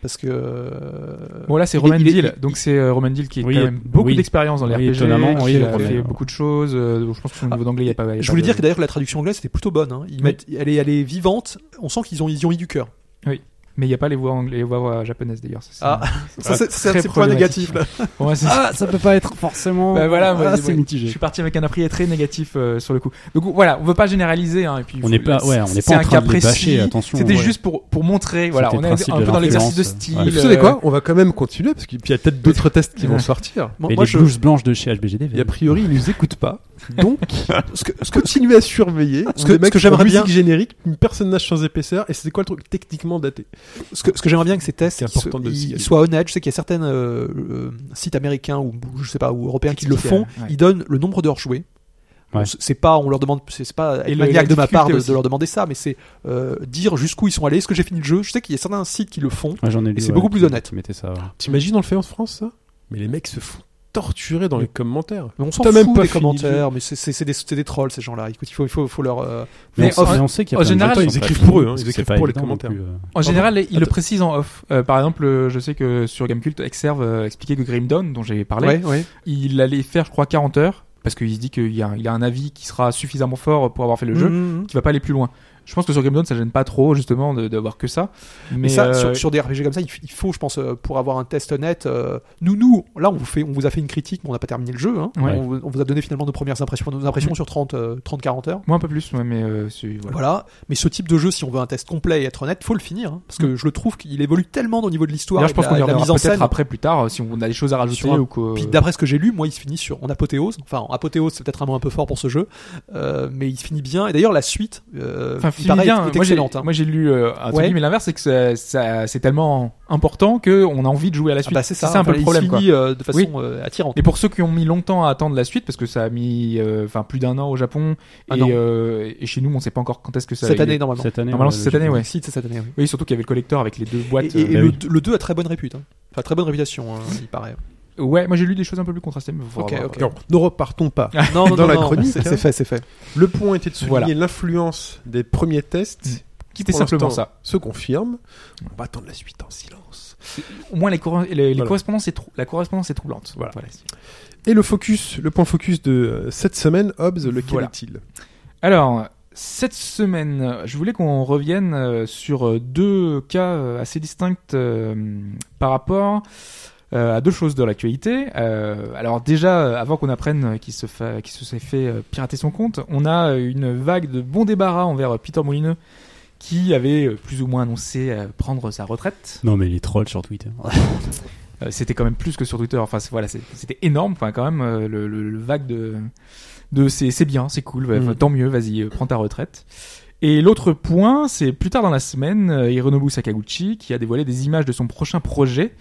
E: parce que. euh,
C: Bon là c'est
E: il est-
C: Roman
E: il est-
C: Deal,
E: il-
C: donc c'est euh, Roman Deal qui a
D: Oui,
C: quand même beaucoup
D: oui.
C: d'expérience dans les
D: Oui,
C: RPG,
D: étonnamment, Ah.
C: qui
D: oui,
C: a
D: Roman,
C: fait
D: ouais.
C: beaucoup de choses. euh, donc je pense que son niveau d'anglais il y a pas. il y a
E: Je
C: pas
E: voulais
C: de-
E: dire que d'ailleurs la traduction anglaise c'était plutôt bonne. hein. Ils
C: Oui.
E: mettent- elle, est, elle est vivante. On sent qu'ils ont, ils y ont eu du cœur.
C: mais il y a pas les voix anglaises, les voix, voix japonaises d'ailleurs. ça, c'est- <laughs>
E: Ah, ça, c'est- c'est un de
C: très
E: ces points
C: problématique.
E: négatifs là.
C: Pour moi, c'est-
D: Ah, ça peut pas être forcément.
C: Bah voilà, moi,
D: c'est
C: ouais, Je
D: mitigé.
C: suis parti avec un a priori très négatif euh, sur le coup. Donc voilà, on veut pas généraliser. Hein, et puis,
D: On
C: faut-
D: n'est pas, ouais, on n'est
C: c'est
D: pas en
C: un
D: train
C: cas
D: de les
C: précis.
D: bâcher, attention.
C: C'était
D: ouais.
C: juste pour pour montrer. Voilà,
D: C'était
C: on
D: le
C: est
D: principe
C: un
D: de
C: peu dans l'exercice de
D: l'influence.
C: style.
D: Ouais.
B: Et vous
C: euh,
B: savez quoi On va quand même continuer parce qu'il puis il y a peut-être d'autres tests qui
C: Ouais.
B: vont sortir.
E: Moi,
D: Mais
E: moi,
D: les
E: <laughs> je-
D: blouses blanches de chez HBGD.
B: Et a priori, ils nous
C: <laughs>
B: écoutent pas. Donc,
E: ce que- ce que-
B: continuez à surveiller.
E: Ce que- ce que j'aimerais bien-
B: Musique générique, personnage sans épaisseur. Et c'est quoi le truc techniquement daté
E: Ce que, ce que j'aimerais bien que ces tests
B: C'est
E: qu'ils
B: important
E: se-
B: de le
E: ils-
B: signaler.
E: ils soient honnêtes, je sais qu'il y a certains sites américains ou ou je sais pas ou européens qui le
C: Qui- qui-
E: font,
C: ouais.
E: ils donnent le nombre d'heures jouées,
D: Ouais.
E: C'est- C'est pas, on leur demande, c'est c'est pas
C: Et
E: être
C: le-
E: maniaque
C: la
E: de ma part de,
C: difficulté aussi.
E: de leur demander ça, mais c'est euh, dire jusqu'où ils sont allés. Est-ce que j'ai fini le jeu Je sais qu'il y a certains sites qui le font.
D: Ouais, j'en ai lu,
E: c'est
D: ouais,
E: beaucoup
D: qui-
E: plus honnête.
D: qui mettaient ça. ouais.
B: T'imagines, on le fait en France, ça Mais les mecs se font torturer
C: Mm.
B: dans les commentaires.
E: Mais on s'en
B: T'as
E: fout
B: même pas
E: des
B: fini le
E: commentaires, mais c'est- c'est c'est des, c'est des trolls ces gens-là. Écoute, il faut, il faut, faut leur. euh,
D: Mais,
C: Mais
D: on,
C: en-
D: mais on sait qu'il y a
C: en
D: plein de
C: général,
D: gens qui
B: ils
D: sont pas
B: écrivent
D: finis,
B: pour eux, hein,
D: parce
B: ils
D: que c'est
B: écrivent
D: pas
B: pour les
D: évident non plus, euh.
C: En général, ils le
E: Attends.
C: précisent en off. Euh, par exemple, euh, je sais que sur Gamecult, Exerve euh, expliquait que Grim Dawn, dont j'avais parlé,
E: Ouais, ouais.
C: il allait faire, je crois, 40 heures, parce qu'il se dit qu'il y a, un- il a un avis qui sera suffisamment fort pour avoir fait le jeu,
E: Mhm.
C: qui va pas aller plus loin. Je pense que sur Grim Dawn, ça gêne pas trop, justement, de- d'avoir que ça. Mais,
E: Mais ça,
C: euh,
E: sur, sur des RPG comme ça, il, f- il faut, je pense, euh, pour avoir un test honnête. euh, nous, nous, là, on vous, fait, on vous a fait une critique, mais on n'a pas terminé le jeu. hein.
C: Ouais.
E: On, vous- on vous a donné finalement nos premières impressions, nos impressions sur 30, euh, 30-40 heures.
C: moi un peu plus, ouais, mais euh, c'est- Mm. voilà.
E: Voilà. Mais ce type de jeu, si on veut un test complet et être honnête, faut le finir. hein, parce que je le trouve qu'il évolue tellement au niveau de l'histoire,
C: Mm. D'ailleurs,
E: et
C: je pense
E: de
C: qu'on
E: la,
C: y
E: de la
C: reviendra
E: mise en
C: peut-être
E: scène.
C: après, euh, plus tard, euh, si on a des choses à rajouter
E: un-
C: ou quoi.
E: Puis d'après ce que j'ai lu, moi, il se finit sur en apothéose. Enfin, en apothéose, c'est peut-être un mot un peu fort pour ce jeu, euh, mais il se finit bien. Et d'ailleurs, la suite, euh,
C: Enfin,
E: il
C: finit
E: paraît,
C: bien.
E: est
C: Moi, j'ai-
E: excellente. hein.
C: Moi, j'ai lu euh, un truc,
E: Ouais.
C: mais l'inverse, c'est que ça- ça- c'est tellement important qu'on a envie de jouer à la
E: Ah
C: suite.
E: bah, c'est ça,
C: un peu
E: Enfin,
C: le problème.
E: Il se
C: quoi.
E: finit euh, de façon
C: Oui.
E: euh, attirante.
C: Et pour ceux qui ont mis longtemps à attendre la suite, parce que ça a mis euh, enfin plus d'un an au Japon
E: Un
C: et,
E: an.
C: euh, et chez nous, on ne sait pas encore quand est-ce que ça.
E: Cette
C: il-
E: année, normalement.
D: Cette année.
C: Normalement,
D: ouais,
C: c'est cette année,
D: logiquement.
C: ouais.
E: Si, c'est cette année, oui.
C: Oui, surtout qu'il y avait le collector avec les deux boîtes. euh,
E: Et, et- et
D: bah
E: le,
D: oui.
E: le 2 a très bonne répute. hein. Enfin, très bonne réputation, hein, il paraît.
C: euh, Ouais, moi j'ai lu des choses un peu plus contrastées, mais faudra
E: Ok,
C: voir.
E: ok.
B: Alors, ne repartons pas.
E: <laughs> Non,
B: Dans la chronique,
E: c'est
B: hein.
E: c'est fait, c'est fait.
B: Le point était de souligner
C: Voilà. Mm.
B: l'influence des premiers tests. qui,
C: C'était
B: pour
C: simplement
B: l'instant,
C: ça.
B: Se confirme. On va attendre la suite en silence.
E: euh,
C: Au moins, les, corre- les- les
B: Voilà.
C: correspondances est trou- la correspondance est troublante.
B: Voilà. Et le focus, le point focus de euh, cette semaine, Hobbes, lequel
C: Voilà.
B: est-il
C: Alors, cette semaine, euh, je voulais qu'on revienne euh, sur euh, deux cas euh, assez distincts euh, par rapport euh, à deux choses de l'actualité. Euh, alors déjà, euh, avant qu'on apprenne euh, qu'il se, fa- qu'il se s'est fait euh, pirater son compte, on a euh, une vague de bons débarras envers euh, Peter Molineux qui avait euh, plus ou moins annoncé euh, prendre sa retraite.
D: Non, mais les trolls sur Twitter.
C: Euh, c'était quand même plus que sur Twitter. Enfin, c'est- voilà, c'est- c'était énorme. Enfin, quand même, euh, le, le- le vague de, de c'est c'est bien, c'est cool, ouais,
E: Mm.
C: enfin, tant mieux, vas-y, euh, prends ta retraite. Et l'autre point, c'est plus tard dans la semaine, euh, Hironobu Sakaguchi qui a dévoilé des images de son prochain projet.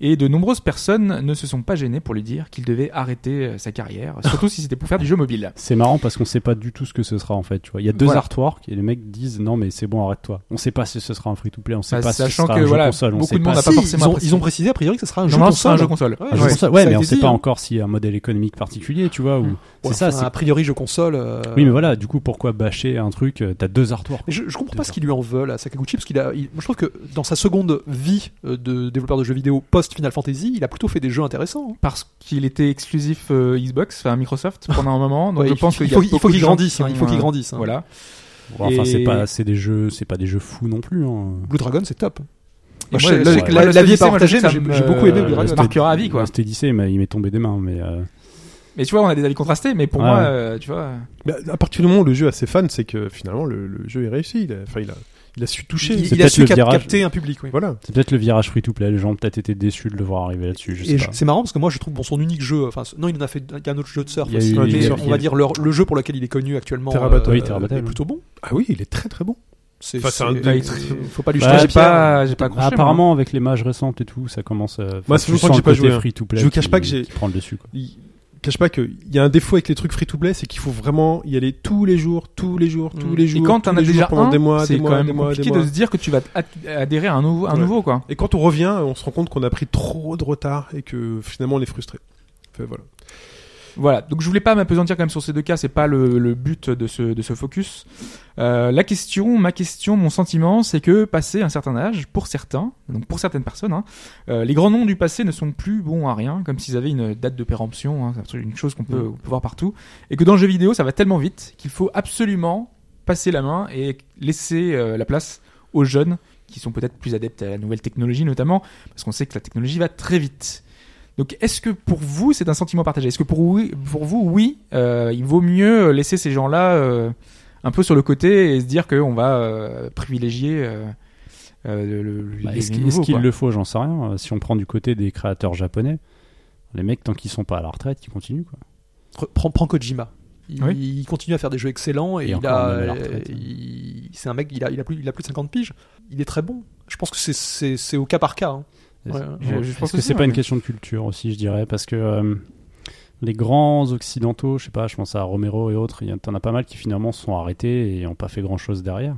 C: Et de nombreuses personnes ne se sont pas gênées pour lui dire qu'il devait arrêter euh, sa
E: <laughs>
C: carrière, surtout si c'était pour faire du jeu mobile.
D: C'est marrant parce qu'on sait pas du tout ce que ce sera en fait. Tu vois, il y a deux
C: Voilà.
D: artworks et les mecs disent non mais c'est bon arrête-toi. On sait pas si ce sera un free to play, on sait
C: Bah,
D: pas si ce
C: sachant
D: sera
C: que,
D: un jeu
C: voilà,
D: console, on
C: beaucoup
D: sait
C: de monde
D: pas.
C: n'a
D: si-
C: pas forcément
E: Ah ils, ont,
C: apprécié.
E: ils ont précisé, a priori, que ce sera un jeu
C: Normalement, c'est
E: console.
C: un jeu console.
E: Ouais,
D: Un jeu
E: ouais.
D: console.
E: Ça
D: Ouais,
E: a
D: mais on
E: été
D: sait
E: dit,
D: pas
E: hein.
D: encore s'il y a un modèle économique particulier, tu vois. Ou...
C: Mm.
D: C'est
E: Ouais,
D: ça.
E: enfin,
D: c'est-
E: A priori, jeu console. euh,
D: Oui, mais voilà. Du coup, pourquoi bâcher un truc euh, T'as deux artworks.
E: Mais je, je comprends pas
D: D'accord.
E: ce qu'ils lui en veulent à Sakaguchi parce qu'il a. il- moi, je trouve que dans sa seconde vie euh, de développeur de jeux vidéo post Final Fantasy, il a plutôt fait des jeux intéressants. hein.
C: Parce qu'il était exclusif euh, Xbox, enfin Microsoft, pendant un moment. Donc
E: Ouais,
C: je
E: il-
C: pense
E: il
C: qu'il y a
E: faut, il faut
C: beaucoup de
E: qu'il
C: gens
E: grandisse.
C: qui
E: hein,
C: ont,
E: il faut qu'il
C: euh,
E: grandisse. hein.
C: Voilà.
D: Bon, Enfin, c'est
C: Et-
D: pas, c'est des jeux, c'est pas des jeux fous non plus. hein.
E: Blue Dragon, c'est top.
C: Et moi,
E: Moi, je-
C: le-
D: la-
C: moi,
E: la-
C: le
E: la vie est
C: Odyssey, moi,
E: partagée,
C: ça
E: mais j'ai-
C: me-
E: j'ai beaucoup aimé
C: euh,
E: Blue Dragon.
D: Rust-
C: marquera à vie, quoi.
D: Rust Odyssey, mais il m'est tombé des mains, mais euh,
C: Mais tu vois, on a des avis contrastés, mais pour
D: Ouais,
C: moi,
D: ouais.
C: euh, tu vois.
B: Bah, À partir du moment où le jeu a ses fans, c'est que finalement le, le jeu est réussi. Il a, enfin, il a, il a su toucher.
E: Il,
D: C'est
E: il a
D: peut-être
E: su
D: le
E: cap-
D: virage.
E: capter un public. oui.
B: Voilà.
D: c'est peut-être le virage free to play. Les gens ont peut-être été déçus de le voir arriver là-dessus. Je sais
E: Et
D: pas.
E: je- c'est marrant parce que moi je trouve bon son unique jeu, enfin ce- non il en a fait il y a un autre jeu de surf
D: Il y a
E: aussi,
D: eu-
E: mais
B: il y a-
E: on va dire leur- le jeu pour lequel il est connu actuellement euh,
B: Terra Battle.
D: Oui, Terra
E: est
D: Battle.
E: plutôt bon.
B: Ah oui, il est très très bon.
E: C'est
B: Enfin, c'est un-
E: c'est-
C: il-
E: faut pas lui
D: Bah,
E: jeter
D: j'ai
E: des
C: j'ai
E: pierres.
C: pas, j'ai pas hein.
D: Ah,
C: accroché,
D: apparemment, avec les mages récentes et tout, ça commence. euh,
B: Moi,
D: enfin,
B: c'est
D: tu
B: pour ça que
D: sens
B: j'ai
D: le
B: pas
D: côté
B: joué, hein.
D: free to play
B: Je vous
D: qui-
B: cache pas que j'ai-
D: qui prend le dessus. quoi.
B: il cache pas que il y a un défaut avec les trucs free to play, c'est qu'il faut vraiment y aller tous les jours, tous les jours, tous
E: Mm.
B: les
C: moi.
B: jours.
C: Et quand t'en
B: tous
C: as
B: les jours
C: déjà
B: pendant
C: un,
B: des mois,
C: c'est
B: des
C: quand
B: mois,
C: même
B: des mois,
C: compliqué
B: des mois.
C: de se dire que tu vas at- adhérer à un nouveau, un
B: Ouais.
C: nouveau quoi.
B: Et quand on revient, on se rend compte qu'on a pris trop de retard et que finalement on est frustré. Enfin, voilà.
C: Voilà. Donc je voulais pas m'apesantir quand même sur ces deux cas. C'est pas le, le but de ce, de ce focus. Euh, la question, ma question, mon sentiment, c'est que passé un certain âge, pour certains, donc pour certaines personnes, hein, euh, les grands noms du passé ne sont plus bons à rien, comme s'ils avaient une date de péremption, hein, c'est un truc- une chose qu'on peut,
D: Mm.
C: on peut voir partout, et que dans le jeu vidéo, ça va tellement vite qu'il faut absolument passer la main et laisser euh, la place aux jeunes qui sont peut-être plus adeptes à la nouvelle technologie, notamment parce qu'on sait que la technologie va très vite. Donc, est-ce que pour vous, c'est un sentiment partagé Est-ce que pour, oui- pour vous, oui, euh, il vaut mieux laisser ces gens-là euh, un peu sur le côté et se dire qu'on va euh, privilégier euh, euh, le- le,
D: Bah,
C: les-
D: est-ce
C: les
D: qu'il-
C: nouveaux,
D: est-ce qu'il
C: quoi.
D: le faut J'en sais rien. Euh, Si on prend du côté des créateurs japonais, les mecs, tant qu'ils sont pas à la retraite, ils continuent. Quoi.
E: Pre- Prends, prends Kojima. Il,
C: Oui.
E: il continue à faire des jeux excellents et,
D: Et
E: il
D: encore,
E: a,
D: même à la retraite.
E: il- c'est un mec, il a, il a plus, il a plus de 50 piges. Il est très bon. Je pense que c'est- c'est c'est au cas par cas. hein. Ouais,
D: Est-ce-
C: je- je pense
D: Est-ce que
C: aussi,
D: c'est pas
C: ouais.
D: une question de culture aussi, je dirais Parce que euh, les grands occidentaux, je sais pas, je pense à Romero et autres, il y en t'en as pas mal qui finalement se sont arrêtés et n'ont pas fait grand chose derrière.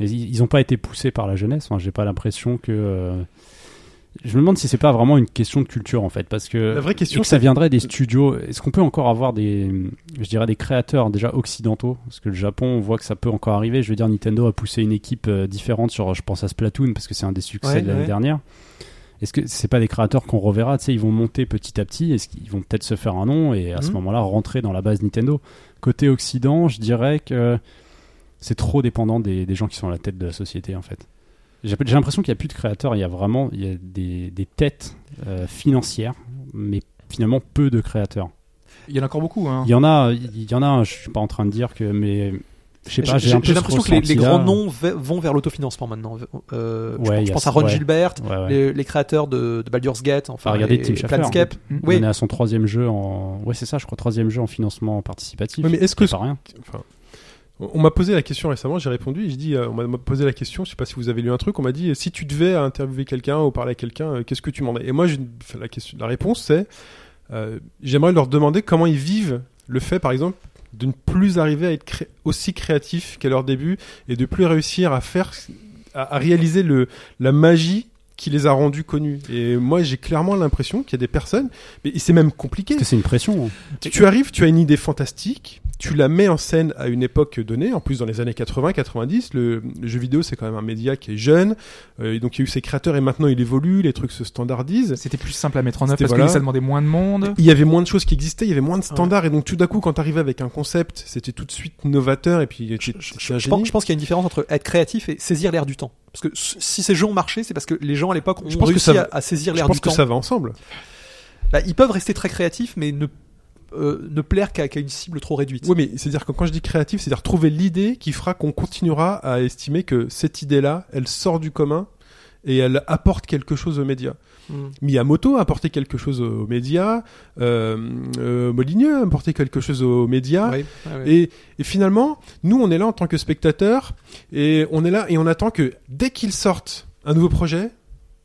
D: Et ils n'ont pas été poussés par la jeunesse. Hein, J'ai pas l'impression que. euh, Je me demande si c'est pas vraiment une question de culture en fait, parce que
B: La vraie question,
D: et que ça viendrait des studios. Est-ce qu'on peut encore avoir des, je dirais, des créateurs déjà occidentaux Parce que le Japon, on voit que ça peut encore arriver. Je veux dire, Nintendo a poussé une équipe euh, différente sur, je pense à Splatoon, parce que c'est un des succès
E: Ouais,
D: de l'année
E: ouais.
D: dernière. Est-ce que c'est pas des créateurs qu'on reverra Tu sais, ils vont monter petit à petit. Est-ce qu'ils vont peut-être se faire un nom et à ce
E: Mhm.
D: moment-là rentrer dans la base Nintendo Côté Occident, je dirais que c'est trop dépendant des, des gens qui sont à la tête de la société en fait. J'ai j'ai l'impression qu'il n'y a plus de créateurs, il y a vraiment il y a des, des têtes euh, financières, mais finalement peu de créateurs.
C: Il y en a encore beaucoup.
E: Ah.
C: Hein.
D: Il y en a, il y en a, je suis pas en train de dire que, mais je sais pas, j'ai un peu
E: J'ai
D: ce
E: l'impression que les, les
D: ressenti-là.
E: grands noms ve- vont vers l'autofinancement maintenant. Euh,
D: Ouais,
E: je pense-
D: il y
E: je
D: a
E: pense
D: ça,
E: à Ron
D: ouais.
E: Gilbert,
D: Ouais, ouais.
E: les, les créateurs de, de Baldur's Gate,
D: Enfin,
E: enfin,
D: regardez
E: et
D: Tim Schafer. hein.
E: Planescape.
C: Mm.
D: On
E: Oui,
D: est à son troisième jeu en, ouais c'est ça, je crois troisième jeu en financement participatif.
B: Ouais, mais est-ce que
D: C'est pas rien
B: Enfin, on on m'a posé la question récemment, j'ai répondu et je dis, euh, on m'a- m'a posé la question, je sais pas si vous avez lu un truc, on m'a dit, euh, si tu devais interviewer quelqu'un ou parler à quelqu'un, euh, qu'est-ce que tu demanderais Et moi, j'ai- enfin, la, question, la réponse, c'est, euh, j'aimerais leur demander comment ils vivent le fait, par exemple, de ne plus arriver à être cré- aussi créatif qu'à leur début et de plus réussir à faire, à, à réaliser le, la magie qui les a rendus connus. Et moi, j'ai clairement l'impression qu'il y a des personnes, mais c'est même compliqué.
D: Parce que c'est une pression. hein.
B: Tu- Tu arrives, tu as une idée fantastique, tu la mets en scène à une époque donnée, en plus dans les années 80-90, le, le jeu vidéo c'est quand même un média qui est jeune, euh, et donc il y a eu ses créateurs et maintenant il évolue, les trucs se standardisent.
C: C'était plus simple à mettre en œuvre
B: C'était
C: parce
B: voilà.
C: que ça demandait moins de monde.
B: Il y avait moins de choses qui existaient, il y avait moins de standards, et donc tout d'un coup quand tu arrivais avec un concept, c'était tout de suite novateur, et puis tu tu- un
E: je pense,
B: génie.
E: je pense qu'il y a une différence entre être créatif et saisir l'air du temps. Parce que s- si ces jeux ont marché, c'est parce que les gens à l'époque ont
B: Je pense que
E: réussi
B: ça va-
E: à, à saisir
B: Je
E: l'air
B: pense
E: du
B: que
E: temps.
B: ça va ensemble.
E: Bah, ils peuvent rester très créatifs, mais ne, euh, ne plaire qu'à qu'à une cible trop réduite.
B: Oui, mais c'est-à-dire que quand je dis créatif, c'est-à-dire trouver l'idée qui fera qu'on continuera à estimer que cette idée-là, elle sort du commun et elle apporte quelque chose aux médias.
E: Mm.
B: Miyamoto a apporté quelque chose aux médias, euh, euh, Molyneux a apporté quelque chose aux médias.
E: Ouais, ouais, ouais.
B: Et, et finalement, nous, on est là en tant que spectateurs et on est là et on attend que dès qu'ils sortent un nouveau projet,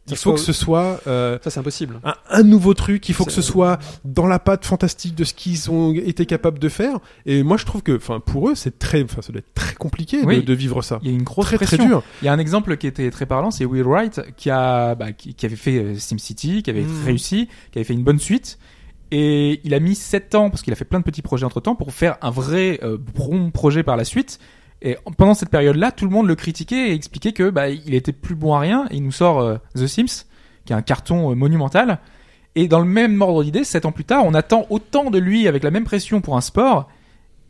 E: Ça
B: il faut
E: soit-
B: que ce soit euh,
E: Ça, c'est impossible.
B: un, un nouveau truc, il faut que ce
E: C'est-
B: soit dans la patte fantastique de ce qu'ils ont été capables de faire. Et moi, je trouve que, enfin, pour eux, c'est très, enfin, ça doit être très compliqué de-
C: Oui.
B: de, vivre ça.
C: Il y a une grosse
B: Très
C: pression.
B: très dur.
C: Il y a un exemple qui était très parlant, c'est Will Wright qui a bah, qui, qui avait fait euh, SimCity, qui avait
E: Mm.
C: réussi, qui avait fait une bonne suite. Et il a mis 7 ans, parce qu'il a fait plein de petits projets entre-temps, pour faire un vrai euh, bon projet par la suite. Et en- pendant cette période-là, tout le monde le critiquait et expliquait que bah, il était plus bon à rien. Et il nous sort euh, The Sims, qui est un carton euh, monumental. Et dans le même ordre d'idée, 7 ans plus tard, on attend autant de lui avec la même pression pour un sport.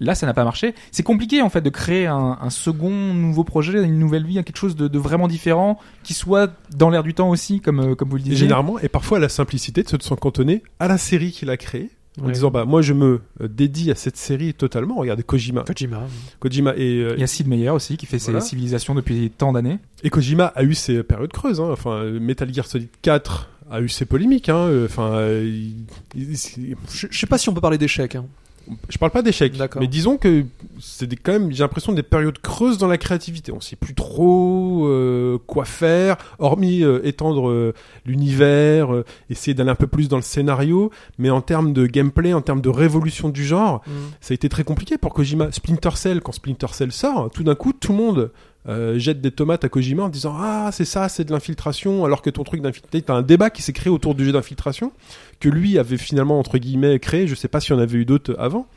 C: Là, ça n'a pas marché. C'est compliqué en fait de créer un, un second nouveau projet, une nouvelle vie, hein, quelque chose de, de vraiment différent qui soit dans l'air du temps aussi, comme euh, comme vous le
B: Et
C: disiez.
B: généralement, et parfois la simplicité de se- de s'en cantonner à la série qu'il a créée. En
E: Ouais.
B: disant, bah, moi, je me euh, dédie à cette série totalement. Regardez Kojima.
E: Kojima.
B: Kojima et, euh,
C: Il y a Sid Meier aussi qui fait
B: Voilà.
C: ses civilisations depuis tant d'années.
B: et Kojima a eu ses périodes creuses. hein. Enfin, euh, Metal Gear Solid 4 a eu ses polémiques. hein. Euh, Enfin, euh, il- il- il-
E: Je, je sais pas si on peut parler d'échec. hein.
B: je parle pas d'échecs,
E: D'accord.
B: mais disons que c'est des- quand même, j'ai l'impression des périodes creuses dans la créativité. On sait plus trop euh, quoi faire, hormis euh, étendre euh, l'univers, euh, essayer d'aller un peu plus dans le scénario, mais en termes de gameplay, en termes de révolution du genre,
E: Hmm.
B: ça a été très compliqué pour Kojima. Splinter Cell, quand Splinter Cell sort, tout d'un coup, tout le monde euh, jette des tomates à Kojima en disant Ah, c'est ça, c'est de l'infiltration, alors que ton truc d'infiltration, t'as un débat qui s'est créé autour du jeu d'infiltration, que lui avait finalement, entre guillemets, créé. Je sais pas si on avait eu d'autres avant,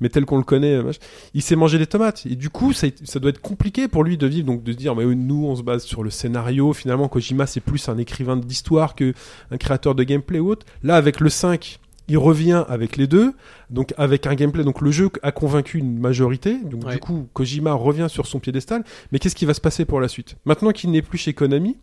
B: mais tel qu'on le connaît, euh, mach- il s'est mangé des tomates. Et du coup, ça, ça doit être compliqué pour lui de vivre, donc de se dire Mais euh, nous, on se base sur le scénario. Finalement, Kojima, c'est plus un écrivain d'histoire que un créateur de gameplay ou autre. Là, avec le 5, il revient avec les deux, donc avec un gameplay. Donc le jeu a convaincu une majorité. Donc
E: Ouais.
B: du coup, Kojima revient sur son piédestal. Mais qu'est-ce qui va se passer pour la suite Maintenant qu'il n'est plus chez Konami,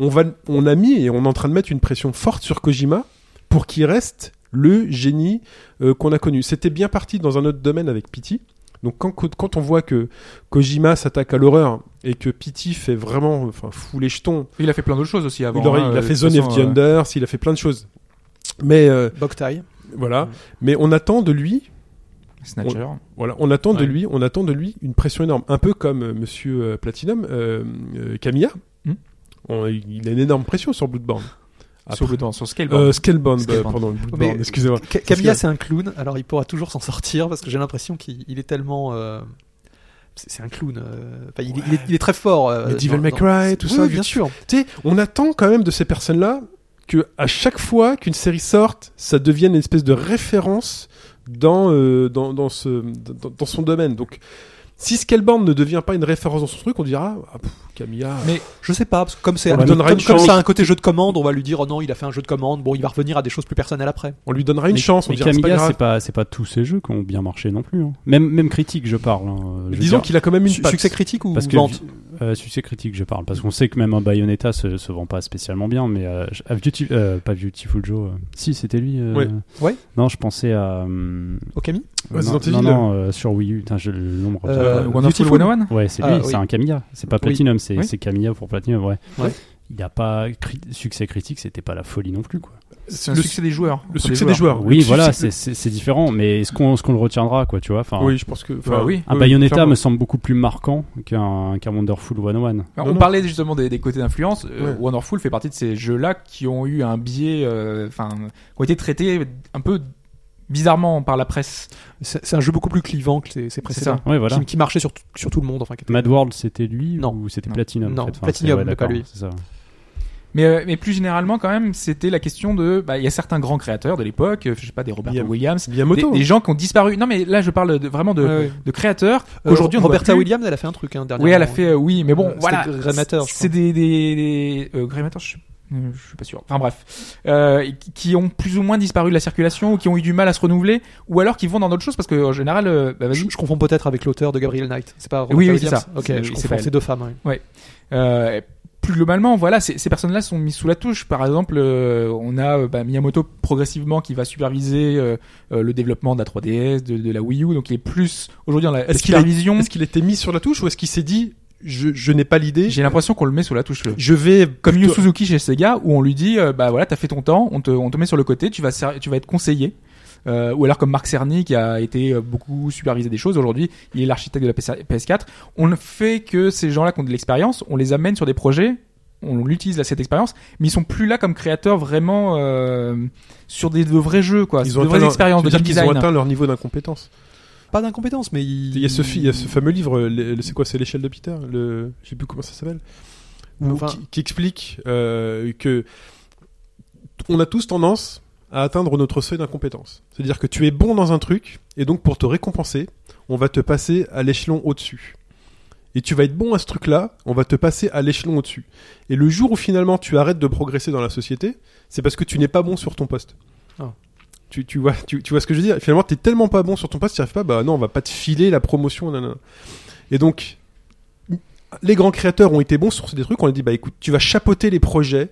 B: on, va, on a mis et on est en train de mettre une pression forte sur Kojima pour qu'il reste le génie euh, qu'on a connu. C'était bien parti dans un autre domaine avec Pity. Donc quand, quand on voit que Kojima s'attaque à l'horreur et que Pity fait vraiment enfin, fou les jetons
C: Il a fait plein d'autres choses aussi avant.
B: il, aurait-
C: hein,
B: il a
C: de
B: fait
C: toute
B: Zone
C: façon,
B: of
C: euh,
B: Genders, il a fait plein de choses. Mais euh,
E: Boktai.
B: voilà,
E: Mm.
B: mais on attend de lui,
C: euh, Snatcher.
B: voilà, on attend de
E: Ouais.
B: lui, on attend de lui une pression énorme, un peu comme euh, Monsieur euh, Platinum, euh, euh, Camilla.
C: Mm.
B: On- il a une énorme pression sur Bloodborne.
C: Sur,
B: Après-
C: le temps, sur Scalebound.
B: Euh, Scalebound,
C: Scalebound.
B: euh, pardon, Bloodborne,
E: Mais-
B: excusez-moi.
E: Ca- Camilla, c'est un clown, alors il pourra toujours s'en sortir parce que j'ai l'impression qu'il il est tellement. euh, c'est c'est un clown. euh, enfin, il, est- il est, il est très fort. euh,
B: Mais Devil
E: dans-
B: May
E: dans-
B: Cry, tout
E: Oui,
B: ça,
E: oui,
B: du-
E: bien sûr.
B: Tu sais, on attend quand même de ces personnes-là que à chaque fois qu'une série sorte, ça devienne une espèce de référence dans, euh, dans, dans, ce, dans, dans son domaine. Donc, si Scalebound ne devient pas une référence dans son truc, on dira ah, pff, Camilla.
C: Mais-
E: Je sais pas, parce que comme c'est
B: On lui
E: comme,
B: donnera une
E: comme
B: chance.
E: ça a un côté jeu de commande, on va lui dire oh non, il a fait un jeu de commande. Bon, il va revenir à des choses plus personnelles après.
B: On lui donnera une
D: Mais-
B: chance. On
D: mais
B: dira, c'est pas
D: Camilla,
B: grave.
D: c'est pas, c'est pas tous ces jeux qui ont bien marché non plus. hein. Même, même critique, je parle. hein, euh, je veux
B: Disons
D: dire,
B: qu'il a quand même une
E: Su-
B: patte.
E: succès critique ou
D: parce que
E: vente
D: euh, succès critique, je parle. Parce qu'on sait que même un Bayonetta se, se vend pas spécialement bien. Mais euh, je- à Beauty- euh, pas Beautiful Joe. euh, si, c'était lui. euh,
B: Ouais.
E: Ouais.
D: Non, je pensais à. hum,
E: Okami
B: Resident
D: non,
B: Evil.
D: non, non, euh, sur Wii U. Putain, je- le nombre.
E: Euh,
C: Wonderful
E: Beautiful.
C: 101
D: Ouais, c'est lui,
E: Ah, oui.
D: c'est un Camilla. C'est pas
E: Oui.
D: Platinum, c'est
C: Oui.
D: c'est Camilla pour Platinum, ouais.
E: Ouais.
D: Il n'y a pas. cri- Succès critique, c'était pas la folie non plus, quoi.
C: C'est un
B: Le
C: succès des joueurs.
B: Le succès des joueurs.
D: Oui,
B: Le
D: voilà,
B: succès-
D: c'est- c'est c'est différent, mais est-ce qu'on est-ce qu'on le retiendra, quoi, tu vois enfin,
B: Oui, je pense que. enfin,
C: Bah oui.
D: Un
B: oui,
D: Ah, Bayonetta
B: clairement.
D: me semble beaucoup plus marquant qu'un qu'un Wonderful 101.
C: Alors,
B: Non,
C: on
B: non.
C: parlait justement des, des côtés d'influence. Euh,
B: Ouais.
C: Wonderful fait partie de ces jeux-là qui ont eu un biais, euh, enfin, qui ont été traités un peu bizarrement par la presse.
E: C'est c'est un jeu beaucoup plus clivant que ses, ses précédents.
D: Ouais, voilà.
E: Qui, qui marchait sur, tout- sur tout le monde. Enfin, qui était-
D: Mad World, c'était lui
E: Non.
D: ou c'était
C: Non.
D: Platinum
E: Non,
D: en fait Enfin,
E: Platinum,
D: c'est- ouais,
E: mais pas
D: d'accord,
E: lui.
D: c'est ça.
C: Mais, euh, mais plus généralement, quand même, c'était la question de. bah, Il y a certains grands créateurs de l'époque, euh, je sais pas, des Roberto
B: Liam-
C: Williams, des,
B: Miyamoto.
C: des gens qui ont disparu. Non, mais là, je parle de, vraiment de,
E: Ouais, ouais.
C: de créateurs.
E: Euh,
C: Aujourd'hui, on
E: Roberta
C: voit plus.
E: Williams, elle a fait un truc hein, dernièrement.
C: Oui, elle a fait. euh, oui, mais bon,
E: Euh,
C: voilà.
E: c'était Grey Matter, je
C: C'est des des, des euh, Grey Matter, je, suis- euh, je suis pas sûr. Enfin bref, euh, et qui- qui ont plus ou moins disparu de la circulation, ou qui ont eu du mal à se renouveler, ou alors qui vont dans d'autres choses parce que en général, euh, bah,
E: Je,
C: vas-y.
E: je confonds peut-être avec l'auteur de Gabriel Knight. C'est pas Roberta
C: Oui, oui,
E: Williams
C: c'est ça.
E: Ok,
C: C'est-
E: je
C: oui, c'est
E: confonds
C: pas
E: ces
C: elle.
E: deux femmes. ouais.
C: Euh, plus globalement, voilà, ces, ces personnes-là sont mises sous la touche. Par exemple, euh, on a euh, bah, Miyamoto progressivement qui va superviser euh, euh, le développement de la 3DS, de, de la Wii U, donc il est plus aujourd'hui dans la
B: Est-ce qu'il a-
C: supervision.
B: Est-ce qu'il était mis sur la touche ou est-ce qu'il s'est dit je, je n'ai pas l'idée,
C: J'ai l'impression qu'on le met sous la touche. le-
B: je vais
C: comme Yu
B: plutôt-
C: Suzuki chez Sega où on lui dit euh, bah voilà t'as fait ton temps on te, on te met sur le côté tu vas ser- tu vas être conseiller Euh, ou alors comme Marc Cerny qui a été euh, beaucoup supervisé des choses aujourd'hui il est l'architecte de la PS- PS4 on ne fait que ces gens là qui ont de l'expérience on les amène sur des projets on utilise là, cette expérience mais ils sont plus là comme créateurs vraiment euh, sur des de vrais jeux quoi
B: Ils
C: sur
B: ont
C: de vraies
B: atteint-
C: expériences
B: tu
C: de
B: veux
C: game
B: dire qu'ils ont
C: design
B: atteint leur niveau d'incompétence.
E: Pas d'incompétence, mais il.
B: Il y a ce, fi- il y a ce fameux livre, euh, le- le- c'est quoi, c'est l'échelle de Peter, le, je sais plus comment ça s'appelle, Où-
E: Enfin-
B: qui, qui explique euh, que on a tous tendance à atteindre notre seuil d'incompétence. C'est-à-dire que tu es bon dans un truc, et donc pour te récompenser, on va te passer à l'échelon au-dessus. Et tu vas être bon à ce truc-là, on va te passer à l'échelon au-dessus. Et le jour où finalement tu arrêtes de progresser dans la société, c'est parce que tu n'es pas bon sur ton poste.
E: Ah.
B: Tu, tu, vois, tu, tu vois ce que je veux dire Finalement, t'es tellement pas bon sur ton poste, tu arrives pas, bah non, on va pas te filer la promotion, nanana. Et donc, les grands créateurs ont été bons sur des trucs, on a dit, bah écoute, tu vas chapeauter les projets,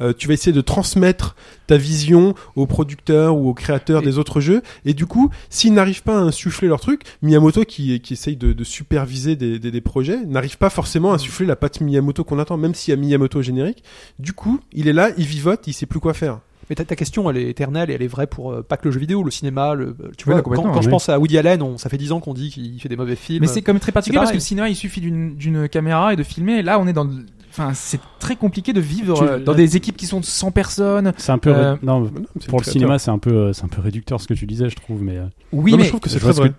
B: euh, tu vas essayer de transmettre ta vision aux producteurs ou aux créateurs
C: Et-
B: des autres jeux, et du coup, s'ils n'arrivent pas à insuffler leur truc, Miyamoto, qui, qui essaye de, de superviser des, des- des projets, n'arrive pas forcément
C: Mm.
B: à insuffler la patte Miyamoto qu'on attend, même s'il y a Miyamoto au générique. Du coup, il est là, il vivote, il sait plus quoi faire.
E: Mais ta, ta question, elle est éternelle et elle est vraie pour euh, pas que le jeu vidéo, le cinéma. Le, euh, tu
C: Oui,
E: vois, quand,
C: complètement,
E: quand je
D: oui.
E: pense à Woody Allen, on, ça fait 10 ans qu'on dit qu'il fait des mauvais films.
C: mais c'est quand même très particulier parce que
E: pareil.
C: le cinéma il suffit d'une d'une caméra et de filmer là on est dans le- enfin c'est très compliqué de vivre
D: Tu-
C: euh, dans
D: la-
C: des équipes qui sont de 100 personnes
D: C'est un peu. ré-
C: Euh,
D: non,
B: Voilà, c'est
D: pour le
B: créateur.
D: cinéma, c'est un, peu, euh, c'est un peu réducteur ce que tu disais, je trouve. Mais, euh,
C: oui
B: Non, mais
C: mais
B: je trouve que c'est
D: je vois
B: très
D: ce
B: vrai.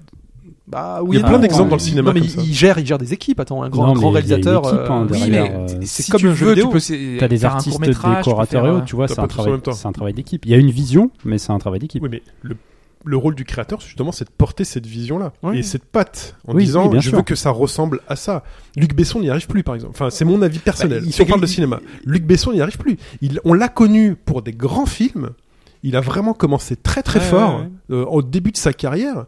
E: Bah,
B: Il y
E: oui,
B: a
E: non,
B: plein
E: non,
B: d'exemples dans le
E: il-
B: cinéma
E: non, mais
B: comme ça.
E: il, il gère, il gère des équipes. Attends, un grand,
D: Non,
E: grand
D: mais il y a une
E: réalisateur.
D: équipe, hein,
E: euh,
D: derrière.
C: Oui, mais
D: euh,
C: t- si
E: comme
C: tu
E: un jeu
C: veux,
E: vidéo.
C: tu peux c'est-
D: T'as des
C: faire un
D: artistes,
C: court-métrage, tu peux
D: décorateurs et
C: faire, euh,
D: autres, tu vois,
B: T'as
D: c'est
B: pas
D: un,
B: tous en
D: travail,
B: même temps.
D: c'est un travail d'équipe. Il y a une vision, mais c'est un travail d'équipe.
B: Oui, mais le, le rôle du créateur, justement, c'est de porter cette vision-là
E: Oui.
B: et cette patte en
D: Oui,
B: disant
D: oui, bien
B: je
D: sûr.
B: veux que ça ressemble à ça. Luc Besson n'y arrive plus, par exemple. Enfin, c'est mon avis personnel.
E: Bah, il
B: si on
E: fait-
B: parle de
E: il-
B: cinéma, Luc Besson n'y arrive plus. Il, on l'a connu pour des grands films. Il a vraiment commencé très très
E: Ouais,
B: fort
E: ouais,
B: euh, au début de sa carrière,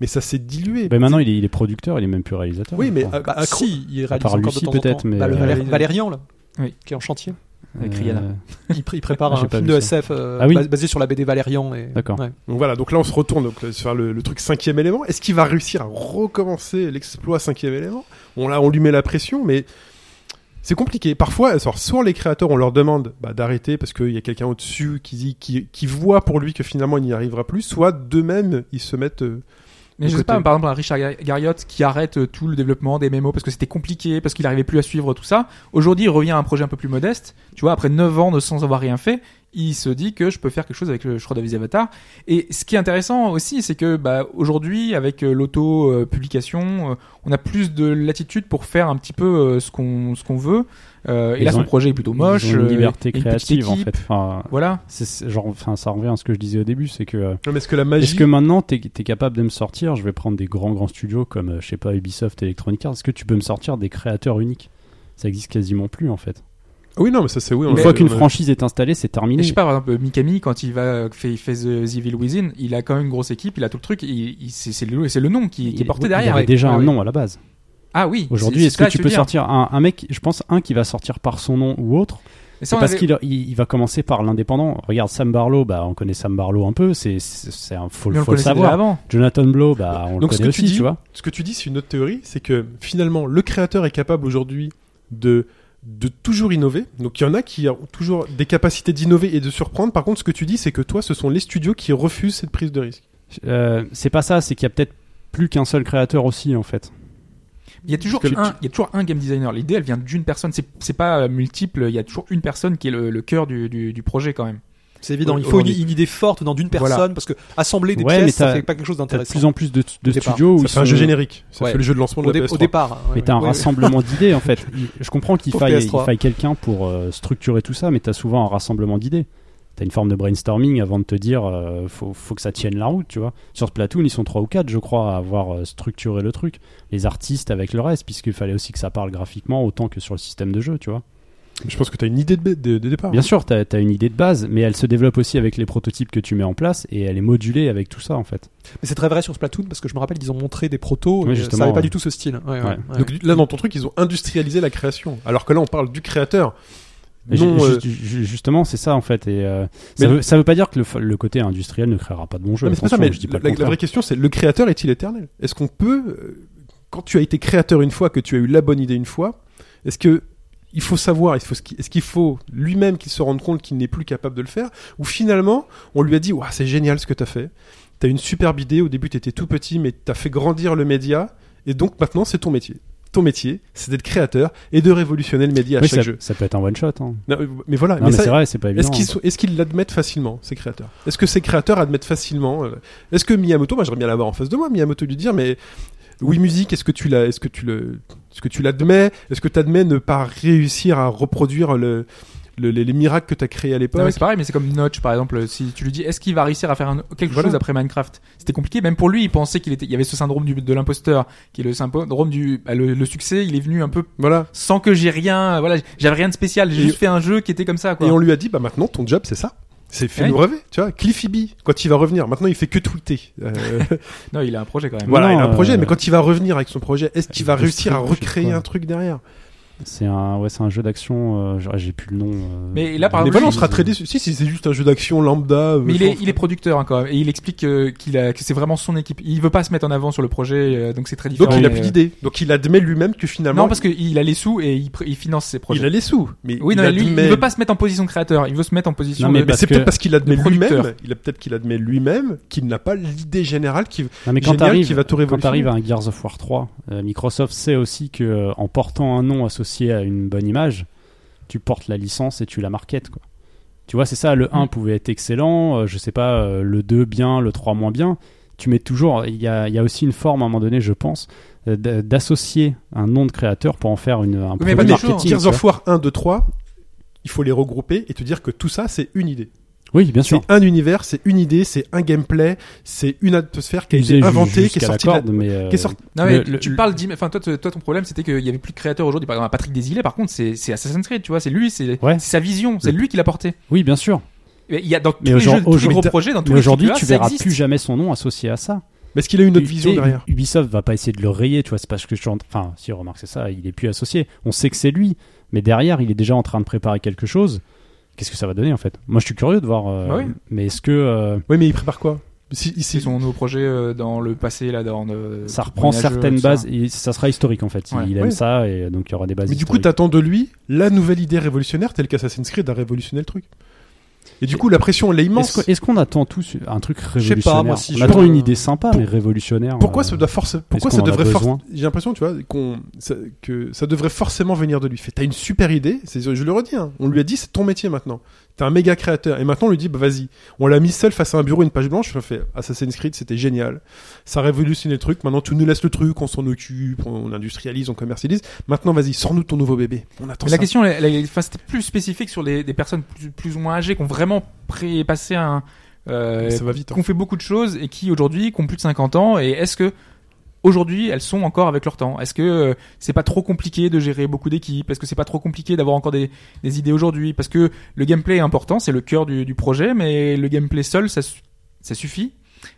B: mais ça s'est dilué.
D: Ben maintenant, il est, il est producteur, il est même plus réalisateur.
B: oui,
D: je
B: mais euh,
D: crois.
B: à-
E: Bah,
B: à-
E: si, il réalise
D: part
E: encore de
D: Lucie,
E: temps en temps.
D: peut-être, mais,
E: Bah, le
D: euh,
E: Valé-
C: oui.
E: Valérian, là,
C: Oui.
E: qui est en chantier.
C: euh, Avec Rihanna.
E: Il, pr- il prépare
D: Ah, j'ai
E: un
D: pas
E: film
D: vu
E: de
D: ça.
E: SF euh,
D: Ah oui.
E: bas- basé sur la BD Valérian. et-
D: D'accord.
E: ouais.
B: Donc voilà, donc là on se retourne donc, euh, sur le, le truc cinquième élément. Est-ce qu'il va réussir à recommencer l'exploit cinquième élément on, là, on lui met la pression, mais c'est compliqué. Parfois, alors, soit les créateurs, on leur demande bah, d'arrêter parce qu'il y a quelqu'un au-dessus qui, dit- qui, qui voit pour lui que finalement il n'y arrivera plus, soit d'eux-mêmes ils se mettent... euh,
C: Mais je sais
B: Du côté-
C: pas, par exemple, un Richard Gar- Garriott qui arrête euh, tout le développement des mémos parce que c'était compliqué, parce qu'il arrivait plus à suivre tout ça. Aujourd'hui, il revient à un projet un peu plus modeste. Tu vois, après 9 ans de sans avoir rien fait, il se dit que je peux faire quelque chose avec le Shredder's Avatar. Et ce qui est intéressant aussi, c'est que bah, aujourd'hui, avec euh, l'auto-publication, euh, on a plus de latitude pour faire un petit peu euh, ce qu'on ce qu'on veut. Euh, et
D: Ils
C: là, son
D: ont-
C: projet est plutôt
D: Ils ont
C: moche. euh,
D: une liberté
C: et petite
D: créative en
C: équipe.
D: fait. Enfin,
C: Voilà.
D: c'est- c'est- genre, enfin, ça revient à ce que je disais au début, c'est que euh,
B: Non, mais est-ce que la magie.
D: Est-ce que maintenant, t'es es capable de me sortir Je vais prendre des grands, grands studios comme, euh, je sais pas, Ubisoft, Electronic Arts. Est-ce que tu peux me sortir des créateurs uniques Ça existe quasiment plus, en fait.
B: Ah Oui, non, mais ça c'est oui. on
D: Une
B: l'a-
D: fois
B: on
D: qu'une
B: l'a-
D: franchise est installée, c'est
C: Et
D: terminé.
C: je sais pas, par exemple, Mikami, quand il va euh, fait, il fait The The Evil Within, il a quand même une grosse équipe, il a tout le truc, il, il- c'est c'est le, c'est le nom qui, qui est porté
D: Il-
C: derrière.
D: Il avait
C: Ouais.
D: déjà
C: Ah
D: un
C: oui.
D: nom à la base.
C: Ah oui.
D: Aujourd'hui,
C: c'est-
D: est-ce
C: c'est
D: que
C: ça,
D: tu
C: je
D: peux
C: veux dire.
D: sortir un, un mec Je pense un qui va sortir par son nom ou autre.
C: Mais ça,
D: C'est
C: on
D: parce
C: avait-
D: qu'il il, il va commencer par l'indépendant. Regarde Sam Barlow, bah on connaît Sam Barlow un peu. C'est c'est c'est un faut,
C: mais on
D: faut
C: le
D: le
C: connaissait déjà
D: savoir.
C: avant.
D: Jonathan Blow, bah on
B: Donc,
D: le
B: ce
D: connaît
B: que tu
D: aussi,
B: dis-
D: tu vois.
B: Ce que tu dis, c'est une autre théorie, c'est que finalement, le créateur est capable aujourd'hui de de toujours innover. Donc il y en a qui ont toujours des capacités d'innover et de surprendre. Par contre, ce que tu dis, c'est que toi, ce sont les studios qui refusent cette prise de risque.
D: Euh, c'est pas ça. C'est qu'il y a peut-être plus qu'un seul créateur aussi, en fait.
C: Il y a toujours
B: Parce que
C: un, il y a toujours un game designer. L'idée, elle vient d'une personne. C'est c'est pas euh, multiple. Il y a toujours une personne qui est le, le cœur du, du, du projet quand même.
E: C'est évident, il
C: Au-
E: faut une,
C: aujourd'hui.
E: une idée forte venant d'une personne,
C: Voilà.
E: parce que assembler des
D: Ouais, mais
E: pièces, ça
D: t'as-
E: fait pas quelque chose
D: T'as de
E: d'intéressant.
D: plus en plus de, de
E: départ.
D: studios où
B: ça
D: ils
B: fait un
D: sont-
B: jeu générique. Ça
E: Ouais.
B: fait le jeu de lancement
E: Au,
B: de
E: dé-
B: la
E: au
B: PS3.
E: départ. hein,
D: Mais
E: ouais,
D: t'as un
E: ouais, ouais.
D: rassemblement d'idées en
E: <laughs>
D: fait. Il- Je comprends qu'il
E: Pour
D: faille,
E: PS3.
D: il faille quelqu'un pour euh, structurer tout ça, mais t'as souvent un rassemblement d'idées. T'as une forme de brainstorming avant de te dire euh, faut, faut que ça tienne la route, tu vois. Sur Splatoon, ils sont trois ou quatre, je crois, à avoir euh, structuré le truc. Les artistes avec le reste, puisqu'il fallait aussi que ça parle graphiquement autant que sur le système de jeu, tu vois.
B: Je pense que tu as une idée de, ba- de- de départ.
D: Bien sûr, t'as as une idée de base, mais elle se développe aussi avec les prototypes que tu mets en place et elle est modulée avec tout ça en fait.
E: Mais c'est très vrai sur Splatoon, parce que je me rappelle, ils ont montré des protos,
D: Oui,
E: mais ça
D: justement,
E: n'avait pas
D: ouais.
E: du tout ce style. Ouais, ouais,
D: Ouais.
E: ouais.
B: Donc là, dans ton truc, ils ont industrialisé la création. Alors que là, on parle du créateur.
D: Et ju-
B: Non, euh,
D: ju- ju- justement, c'est ça en fait. Et euh, ça,
B: Mais-
D: veut, ça veut pas dire que le, f- le côté industriel ne créera pas de bon jeu.
B: Non, mais c'est pas ça,
D: Attention,
B: mais
D: je dis pas le
B: la, la
D: contraire.
B: vraie question, c'est le créateur est-il éternel Est-ce qu'on peut, euh, quand tu as été créateur une fois, que tu as eu la bonne idée une fois, est-ce que il faut savoir, il faut ce qui- est-ce qu'il faut lui-même qu'il se rende compte qu'il n'est plus capable de le faire, ou finalement on lui a dit, Ouah, c'est génial ce que t'as fait, t'as une superbe idée, au début t'étais tout petit, mais t'as fait grandir le média, et donc maintenant c'est ton métier. Ton métier, c'est d'être créateur et de révolutionner le média à
D: Oui,
B: chaque
D: ça,
B: jeu.
D: ça peut être un one shot. hein.
B: Non, mais voilà,
D: Non,
B: mais
D: mais
B: ça-
D: c'est vrai, c'est pas évident.
B: est-ce qu'ils
D: hein.
B: sont- est-ce qu'ils l'admettent facilement, ces créateurs Est-ce que ces créateurs admettent facilement euh, Est-ce que Miyamoto, moi j'aimerais bien l'avoir en face de moi, Miyamoto lui dire, mais oui musique, est-ce que tu l'as, est-ce que tu le, est-ce que tu l'admets Est-ce que tu admets ne pas réussir à reproduire le, le- les, les miracles que tu as créés à
C: Non, mais
B: l'époque
C: c'est pareil, mais c'est comme Notch par exemple. Si tu lui dis, est-ce qu'il va réussir à faire un- quelque
B: Voilà.
C: chose après Minecraft C'était compliqué. Même pour lui, il pensait qu'il était, il y avait ce syndrome du- de l'imposteur, qui est le syndrome du, bah, le, le succès. Il est venu un peu
B: Voilà.
C: sans que j'ai rien, voilà, j'avais rien de spécial. J'ai
B: Et-
C: juste fait un jeu qui était comme ça. Quoi.
B: Et on lui a dit, bah maintenant ton job c'est ça. C'est fait nous
C: Ouais.
B: rêver, tu vois. Cliffy B, quand il va revenir, maintenant il fait que tweeter. Euh,
C: Non, il a un projet quand même.
B: voilà,
D: Non,
B: il a un projet,
D: euh,
B: mais quand il va revenir avec son projet, est-ce qu'il va
D: Industriel,
B: réussir à
D: je sais
B: recréer
D: pas.
B: un truc derrière
D: C'est un, ouais, c'est un jeu d'action. euh, j'ai- j'ai plus le nom. euh,
C: Mais là, par
B: Mais
C: exemple,
B: voilà, on
C: lui,
B: sera très déçu. Si, si c'est juste un jeu d'action lambda. euh,
C: Mais il
B: je
C: est,
B: pense-
C: il est producteur hein, quand même, et il explique euh, qu'il a, que c'est vraiment son équipe. Il veut pas se mettre en avant sur le projet, euh, donc c'est très différent.
B: Donc il a
C: Mais,
B: plus
C: euh,
B: d'idées. Donc il admet lui-même que finalement.
C: Non, parce qu'il a les sous et il, pr- il finance ses projets.
B: il a les sous. Mais
C: Oui,
B: il
C: non, mais lui,
B: admet-
C: il veut pas se mettre en position de créateur. Il veut se mettre en position.
D: Non, mais
C: de...
B: Mais
D: parce
B: c'est
D: que-
B: peut-être parce qu'il admet
C: de producteur.
B: lui-même. Il a peut-être qu'il admet lui-même qu'il n'a pas l'idée générale qui.
D: Non, mais quand
B: Génial,
D: t'arrives,
B: qui va tout
D: quand
B: révolutionner.
D: t'arrives à un Gears of War 3, euh, Microsoft sait aussi que euh, en portant un nom associé à une bonne image, tu portes la licence et tu la marketes quoi. Tu vois, c'est ça. Le 1 pouvait être excellent, euh, je sais pas, euh, le 2 bien, le 3 moins bien. Tu mets toujours. Il y a, il y a aussi une forme à un moment donné, je pense, euh, d- d'associer un nom de créateur pour en faire une, un
C: Oui, mais
D: produit
C: pas toujours.
D: marketing. tu
B: Gears
D: vois.
B: of War 1, 2, 3. Il faut les regrouper et te dire que tout ça, c'est une idée.
D: Oui, bien sûr.
B: C'est un univers, c'est une idée, c'est un gameplay, c'est une atmosphère qui a
D: Usé
B: été
D: ju-
B: inventée, qui est
D: jusqu'à la
B: sortie. de la-
D: corde, mais, euh,
B: qui est sorti-
C: Non, mais
D: le-
C: tu-
D: le-
C: tu parles d'im- Enfin, toi, t- toi, ton problème, c'était qu'il y avait plus de créateurs aujourd'hui. Par exemple, Patrick Desilets, par contre, c'est c'est Assassin's Creed, tu vois. C'est lui, c'est
D: Ouais.
C: c'est sa vision, c'est lui qui l'a porté.
D: Oui, bien sûr.
C: Et Il y a dans tous
D: Mais
C: les jeux,
D: aujourd'hui-
C: tous les gros
D: aujourd'hui-
C: projets, dans tous
D: Mais
C: les
D: aujourd'hui,
C: AAA,
D: tu
C: ça
D: verras
C: existe.
D: plus jamais son nom associé à ça.
B: Mais est-ce qu'il a une autre
D: Et-
B: vision
D: et
B: derrière
D: Ubisoft va pas essayer de le rayer, tu vois, c'est parce que je suis en- enfin, si remarque c'est ça, il est plus associé. On sait que c'est lui, mais derrière, il est déjà en train de préparer quelque chose. Qu'est-ce que ça va donner en fait Moi, je suis curieux de voir. euh,
C: Bah oui.
D: Mais est-ce que euh,
B: Oui, mais il prépare quoi Si- si-
C: C'est son nouveau projet euh, dans le passé, là, dans. le-
D: ça
C: le
D: reprend
C: premier jeu,
D: certaines
C: tout ça.
D: bases et Ça sera historique en fait.
C: Ouais.
D: Il aime
B: Oui.
D: ça et donc il y aura des bases.
B: Mais du coup,
D: historiques.
B: t'attends de lui la nouvelle idée révolutionnaire telle qu'Assassin's Creed a révolutionné le truc. Et du coup, la pression, elle est immense.
D: Est-ce que- est-ce qu'on attend tous un truc révolutionnaire
E: moi, si
D: On
E: je-
D: attend une idée sympa, mais révolutionnaire.
B: Pourquoi
D: euh,
B: ça doit force Pourquoi
D: qu'on
B: ça
D: en a
B: devrait forcément
D: besoin
B: J'ai l'impression, tu vois, qu'on ça- que ça devrait forcément venir de lui. Fait, t'as une super idée. C'est, je le redis. hein, on lui a dit, c'est ton métier maintenant. T'es un méga créateur. Et maintenant, on lui dit, bah, vas-y. On l'a mis seul face à un bureau, une page blanche. On fait Assassin's Creed, c'était génial. Ça a révolutionné le truc. Maintenant, tu nous laisses le truc. On s'en occupe. On industrialise, on commercialise. Maintenant, vas-y, sors-nous ton nouveau bébé. On attend
C: Mais la
B: ça.
C: question, elle- elle- elle- enfin, c'était plus spécifique sur les, des personnes plus, plus ou moins âgées qui ont vraiment pré- passé un, euh,
B: Ça va vite. hein.
C: qui ont fait beaucoup de choses et qui aujourd'hui, qui ont plus de 50 ans, et est-ce que aujourd'hui elles sont encore avec leur temps Est-ce que euh, c'est pas trop compliqué de gérer beaucoup d'équipes Est-ce que c'est pas trop compliqué d'avoir encore des, des idées aujourd'hui Parce que le gameplay est important, c'est le cœur du, du projet, mais le gameplay seul, ça, su- ça suffit.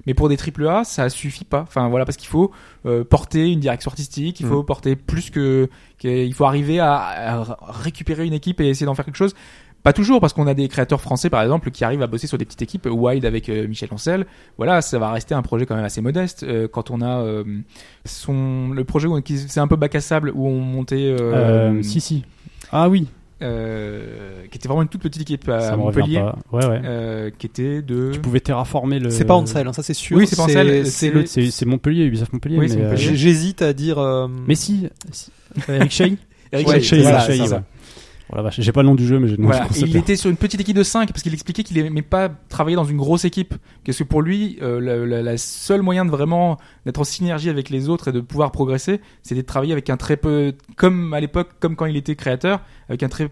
C: Mais pour des triple A, ça suffit pas. Enfin voilà, parce qu'il faut euh, porter une direction artistique, il faut porter plus que, que- il faut arriver à, à récupérer une équipe et essayer d'en faire quelque chose. Pas toujours, parce qu'on a des créateurs français, par exemple, qui arrivent à bosser sur des petites équipes. Wild avec euh, Michel Ancel, voilà, ça va rester un projet quand même assez modeste. Euh, quand on a euh, son le projet où qui c'est un peu bac à sable où on montait, euh,
D: euh, si, si. Ah oui,
C: euh, qui était vraiment une toute petite équipe à
B: Euh,
D: ça me revient
C: Montpellier,
D: pas. Ouais, ouais.
C: euh, qui était de
D: Tu pouvais terraformer le.
E: C'est pas Ansel, hein, ça c'est sûr.
C: Oui, c'est pas Ansel, c'est
E: c'est
C: le-
E: le-
D: C'est c'est Montpellier, Ubisoft Montpellier.
C: Oui,
D: mais,
C: c'est
D: euh,
C: Montpellier.
E: J'ai- J'hésite à dire. euh,
D: mais si, si. Eric Shea
C: Eric
E: Ouais,
C: Schell.
E: Shea,
D: Voilà,
E: Eric Shea,
D: c'est ça.
E: ouais.
D: Oh la vache, j'ai pas le nom du jeu, mais j'ai le nom
C: Voilà,
D: du
C: et il
D: concepteur.
C: était sur une petite équipe de 5 parce qu'il expliquait qu'il aimait pas travailler dans une grosse équipe. Parce que pour lui, euh, la, la- la seule moyen de vraiment d'être en synergie avec les autres et de pouvoir progresser, c'était de travailler avec un très peu, comme à l'époque, comme quand il était créateur, avec un très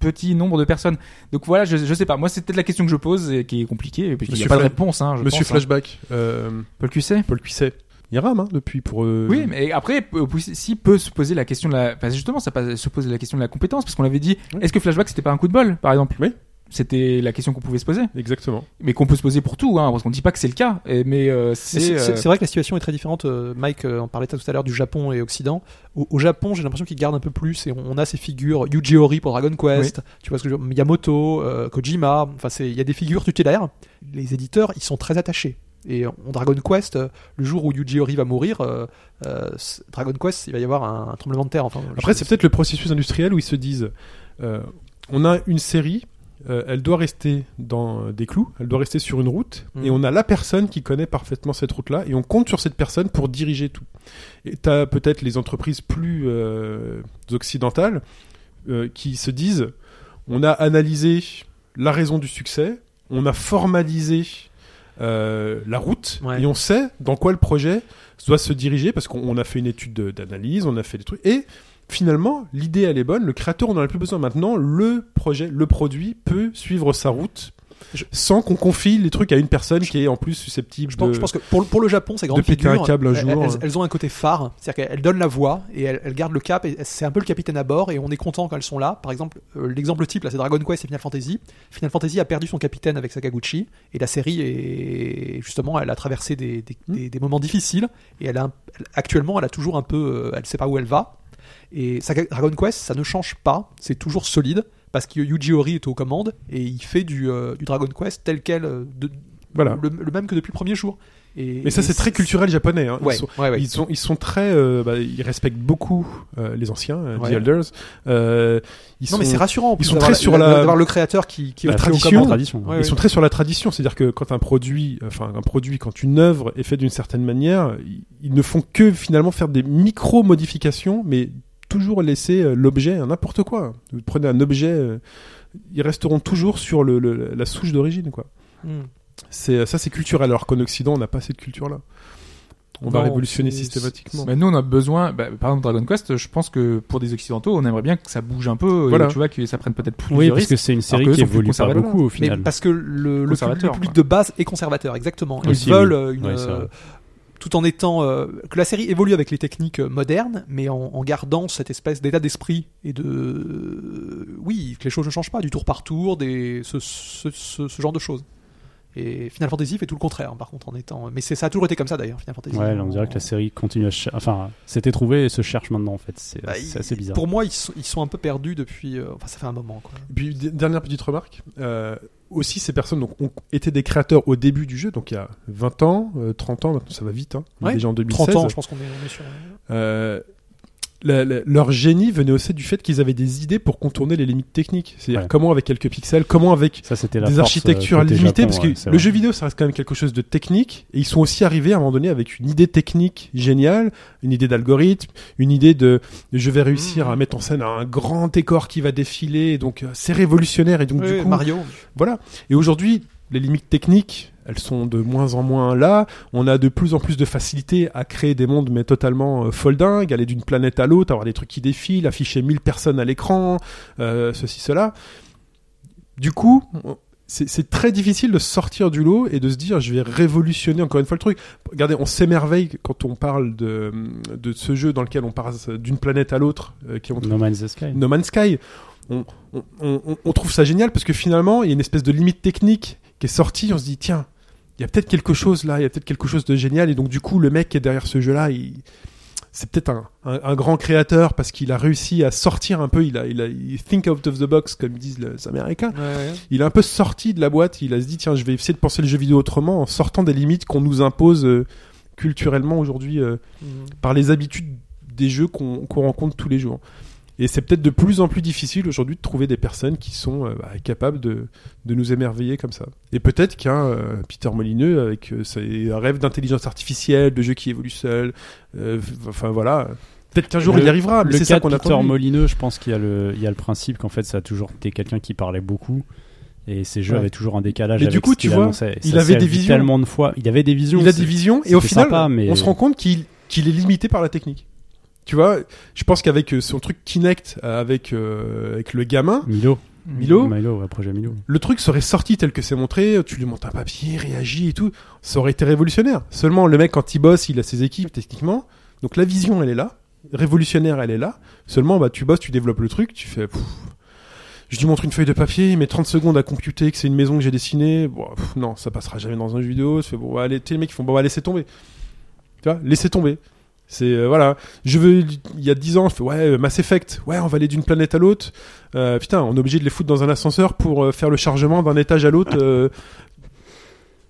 C: petit nombre de personnes. Donc voilà, je, je sais pas. Moi, c'est peut-être la question que je pose et qui est compliquée. Il n'y
B: Monsieur
C: a pas de
B: Fla-
C: réponse. Hein, je
B: Monsieur
C: pense, hein.
B: Flashback, euh,
C: Paul Cusset
B: Paul Cuisset. Il rame hein, depuis pour. euh,
C: Oui, mais après, p- p- si peut se poser la question de la, enfin, justement, ça passe- se pose la question de la compétence, parce qu'on avait dit,
B: Oui.
C: est-ce que Flashback c'était pas un coup de bol, par exemple
B: Oui.
C: C'était la question qu'on pouvait se poser.
B: Exactement.
C: mais qu'on peut se poser pour tout, hein, parce qu'on dit pas que c'est le cas, et- mais euh,
E: C'est
C: c'est.
E: c'est-
C: euh,
E: c'est vrai que la situation est très différente. euh, Mike euh, en parlait tout à l'heure du Japon et Occident. Au, au Japon, j'ai l'impression qu'ils gardent un peu plus et on, on a ces figures Yuji Horii pour Dragon Quest, tu vois ce que je veux dire, Miyamoto, euh, Kojima. Enfin, c'est- il y a des figures tutélaires. Les éditeurs, ils sont très attachés. Et en Dragon Quest, euh, le jour où Yuji Horii va mourir, euh, euh, c- Dragon Quest, il va y avoir un, un tremblement de terre. Enfin, je-
B: Après, c'est peut-être le processus industriel où ils se disent euh, on a une série, euh, elle doit rester dans euh, des clous, elle doit rester sur une route,
E: Mm.
B: et on a la personne qui connaît parfaitement cette route-là, et on compte sur cette personne pour diriger tout. Et tu as peut-être les entreprises plus euh, occidentales euh, qui se disent on a analysé la raison du succès, on a formalisé. euh, la route
E: Ouais.
B: et on sait dans quoi le projet doit se diriger parce qu'on on a fait une étude de- d'analyse on a fait des trucs et finalement, l'idée elle est bonne, le créateur on en a plus besoin maintenant, le projet, le produit peut suivre sa route
E: Je-
B: sans qu'on confie les trucs à une personne qui est en plus susceptible
E: Je pense,
B: de...
E: je pense que pour, le- pour le Japon, ces grandes
B: péter
E: figures,
B: un câble un
E: elles-
B: jour,
E: elles,
B: hein.
E: elles ont un côté phare, c'est-à-dire qu'elles donnent la voix et elles, elles gardent le cap. Et c'est un peu le capitaine à bord et on est content quand elles sont là. Par exemple, euh, l'exemple type là, c'est Dragon Quest et Final Fantasy. Final Fantasy a perdu son capitaine avec Sakaguchi et la série est justement, elle a traversé des, des-
B: Mm.
E: des- des moments difficiles et elle a un- elle- actuellement, elle a toujours un peu, euh, elle sait pas où elle va. Et Saka- Dragon Quest, ça ne change pas, c'est toujours solide parce que Yuji Horii est aux commandes et il fait du, euh, du Dragon Quest tel quel. euh, de-
B: Voilà.
E: le, le même que depuis le premier jour. Et,
B: Mais ça
E: et
B: c'est très culturel japonais. hein. Ils
E: Ouais,
B: sont-
E: ouais, ouais.
B: Ils sont, ils sont très, euh, bah, ils respectent beaucoup euh, les anciens, euh, The
E: Ouais.
B: Elders. Euh, ils
E: Non, mais c'est
B: sont-
E: rassurant. en plus,
B: sont
E: d'avoir
B: très sur la-
E: d'avoir le créateur qui, qui
B: La
E: est au
B: tradition.
E: commandement.
D: tradition.
E: Ouais, ouais.
B: Ils sont très sur la tradition, c'est-à-dire que quand un produit, enfin un produit, quand une œuvre est faite d'une certaine manière, i- ils ne font que finalement faire des micro-modifications, mais toujours laisser euh, l'objet à n'importe quoi. Vous prenez un objet, euh, ils resteront toujours sur le, le- la souche d'origine, quoi.
E: Hmm.
B: C'est euh, ça, c'est culturel. Alors qu'en Occident, on n'a pas cette culture-là. On va
E: Non,
B: révolutionner
E: c'est-
B: systématiquement.
C: bah, nous, on a besoin, bah, par exemple, Dragon Quest, je pense que pour des Occidentaux, on aimerait bien que ça bouge un peu, et
B: Voilà.
C: tu vois, que ça prenne peut-être plus
D: Oui,
C: de
D: parce
C: risques.
D: que c'est une série
C: que eux
D: qui
C: sont plus
D: évolue pas
C: conservateurs.
D: beaucoup au
E: Mais
D: final.
E: parce que le, le public,
C: Conservateur,
E: le public
C: quoi.
E: de base est conservateur, exactement. Ils
D: Aussi,
E: veulent
D: oui.
E: euh, une,
D: Ouais, c'est vrai.
E: euh, tout en étant euh, que la série évolue avec les techniques euh, modernes, mais en, en gardant cette espèce d'état d'esprit et de oui que les choses ne changent pas du tour par tour, des ce, ce- ce- ce genre de choses. Et Final Fantasy fait tout le contraire, hein, par contre, en étant. Mais c'est ça a toujours été comme ça d'ailleurs, Final Fantasy.
D: Ouais, là, on dirait que la série continue à cher- Enfin, s'était trouvée et se cherche maintenant, en fait. C'est
E: Bah,
D: c'est
E: ils-
D: assez bizarre.
E: Pour moi, ils sont, ils sont un peu perdus depuis. euh, enfin, ça fait un moment. Quoi.
B: Et Puis d- dernière petite remarque. euh, aussi, ces personnes donc, ont été des créateurs au début du jeu, donc il y a 20 ans, euh, 30 ans, maintenant ça va vite. hein. On est
E: Ouais,
B: déjà en 2016.
E: 30 ans, je pense qu'on est, on est sur.
B: Euh, la- la- leur génie venait aussi du fait qu'ils avaient des idées pour contourner les limites techniques. C'est-à-dire
D: Ouais.
B: comment avec quelques pixels, comment avec
D: Ça, c'était la
B: des
D: force,
B: architectures
D: euh, côté
B: limitées,
D: Japon,
B: parce
D: ouais,
B: que
D: c'est
B: le
D: vrai.
B: jeu vidéo, ça reste quand même quelque chose de technique, et ils sont aussi arrivés à un moment donné avec une idée technique géniale, une idée d'algorithme, une idée de je vais réussir à mettre en scène un grand décor qui va défiler, et donc euh, c'est révolutionnaire, et donc
E: Oui,
B: du coup,
D: <laughs>
E: Mario.
B: voilà. Et aujourd'hui, les limites techniques, elles sont de moins en moins là. On a de plus en plus de facilité à créer des mondes, mais totalement euh, foldingues, aller d'une planète à l'autre, avoir des trucs qui défilent, afficher 1000 personnes à l'écran, euh, ceci, cela. Du coup, on- c'est c'est très difficile de sortir du lot et de se dire je vais révolutionner encore une fois le truc. Regardez, on s'émerveille quand on parle de, de ce jeu dans lequel on passe d'une planète à l'autre, euh, qui est entre
D: No Man's Sky.
B: No Man's Sky. On, on- on- on trouve ça génial parce que finalement, il y a une espèce de limite technique qui est sortie. On se dit, tiens, il y a peut-être quelque chose là, il y a peut-être quelque chose de génial. Et donc, du coup, le mec qui est derrière ce jeu-là, il- c'est peut-être un, un- un grand créateur parce qu'il a réussi à sortir un peu. Il a, il a il think out of the box, comme disent les Américains. Il a un peu sorti de la boîte. Il a se dit, tiens, je vais essayer de penser le jeu vidéo autrement en sortant des limites qu'on nous impose euh, culturellement aujourd'hui. euh,
E: Mhm.
B: par les habitudes des jeux qu'on qu'on rencontre tous les jours. Et c'est peut-être de plus en plus difficile aujourd'hui de trouver des personnes qui sont euh, bah, capables de, de nous émerveiller comme ça. Et peut-être qu'un euh, Peter Molineux, avec euh, ses rêves d'intelligence artificielle, de jeux qui évoluent seuls, euh, f- enfin voilà, peut-être qu'un jour
D: Le-
B: il y arrivera, ah, mais
D: Le
B: c'est ça
D: cas
B: qu'on
D: de
B: attend.
D: Peter
B: de lui.
D: Molineux, je pense qu'il y a le, il y a le principe qu'en fait, ça a toujours été quelqu'un qui parlait beaucoup. Et ces jeux
B: Ouais.
D: avaient toujours un décalage
B: Mais
D: avec
B: du coup,
D: ce qu'il
B: tu vois,
D: annonçait.
B: il
D: Ça
B: avait
D: s'est
B: des
D: vu
B: visions.
D: tellement de fois. Il avait des visions.
B: Il a
D: c'est-
B: des visions et au
D: c'était
B: final,
D: sympa, mais-
B: on se rend compte qu'il qu'il est limité par la technique. Tu vois, je pense qu'avec euh, son truc Kinect, euh, avec, euh, avec le gamin,
D: Milo.
B: Milo,
D: Milo, ouais, projet Milo.
B: le truc serait sorti tel que c'est montré, tu lui montes un papier, réagis et tout, ça aurait été révolutionnaire. Seulement, le mec, quand il bosse, il a ses équipes techniquement, donc la vision, elle est là, révolutionnaire, elle est là. Seulement, bah, tu bosses, tu développes le truc, tu fais. pff, je lui montre une feuille de papier, il met 30 secondes à computer que c'est une maison que j'ai dessinée. Bon, pff, non, ça passera jamais dans un jeu vidéo. Je fais, bon, allez, tu sais, les mecs, ils font, bon, bah, laissez tomber. Tu vois, laissez tomber. C'est, euh, voilà. Je veux, il y a 10 ans, je fais, ouais, euh, Mass Effect. Ouais, on va aller d'une planète à l'autre. Euh, putain, on est obligé de les foutre dans un ascenseur pour euh, faire le chargement d'un étage à l'autre. euh, <laughs>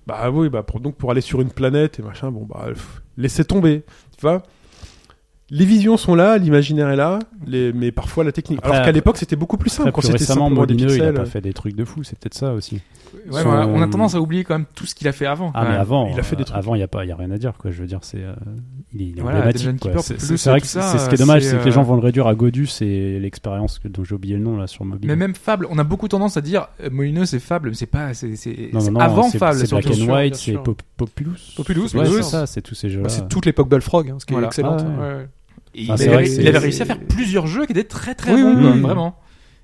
B: Bah oui, bah pour, donc pour aller sur une planète et machin, bon bah pff, laissez tomber, tu vois. Les visions sont là, l'imaginaire est là, les, mais parfois la technique.
D: Après,
B: Alors qu'à
D: après-
B: l'époque c'était beaucoup plus simple. Quand
D: Après, plus
B: c'était
D: récemment,
B: simplement des
D: Molineux, il a
B: pixels, euh,
D: pas fait des trucs de fou. C'est peut-être ça aussi.
C: Ouais,
D: Son-
C: voilà, on a tendance à oublier quand même tout ce qu'il a fait avant.
D: Ah, mais avant,
B: il a fait des
D: euh,
B: trucs.
D: avant, il n'y a pas, il y a rien à dire, quoi. Je veux dire, c'est, euh, il est, il est
C: Voilà,
D: emblématique,
C: Dungeon
D: quoi.
C: Keeper,
D: C'est-
C: Plus,
D: C'est c'est vrai
C: tout
D: que
C: ça,
D: c'est ce qui est
C: euh,
D: dommage,
C: c'est,
D: c'est que les
C: euh,
D: gens vont le réduire à Godus et l'expérience que- dont j'ai oublié le nom là sur mobile.
C: Mais même Fable, on a beaucoup tendance à dire euh, Molineux c'est Fable, mais c'est pas, c'est c'est-
D: Non,
C: c'est
D: non, non,
C: avant
D: c'est-
C: Fable.
D: c'est Black
C: surtout.
D: and
E: sûr,
D: White,
E: bien
D: c'est
E: sûr.
D: Pop- Populous.
E: Populous,
D: Ouais,
E: Populous.
D: c'est ça, c'est tous ces jeux-là.
E: Bah, C'est toute l'époque Balfrog, hein, ce qui
C: Voilà.
E: est excellente.
D: Ah ouais.
E: Ouais, ouais.
C: Et
D: Ah,
C: il,
D: c'est
C: avait,
D: vrai que
C: il
D: c'est-
C: avait réussi à faire plusieurs jeux qui étaient très très
E: Oui,
C: bons, euh,
E: oui, oui.
C: vraiment.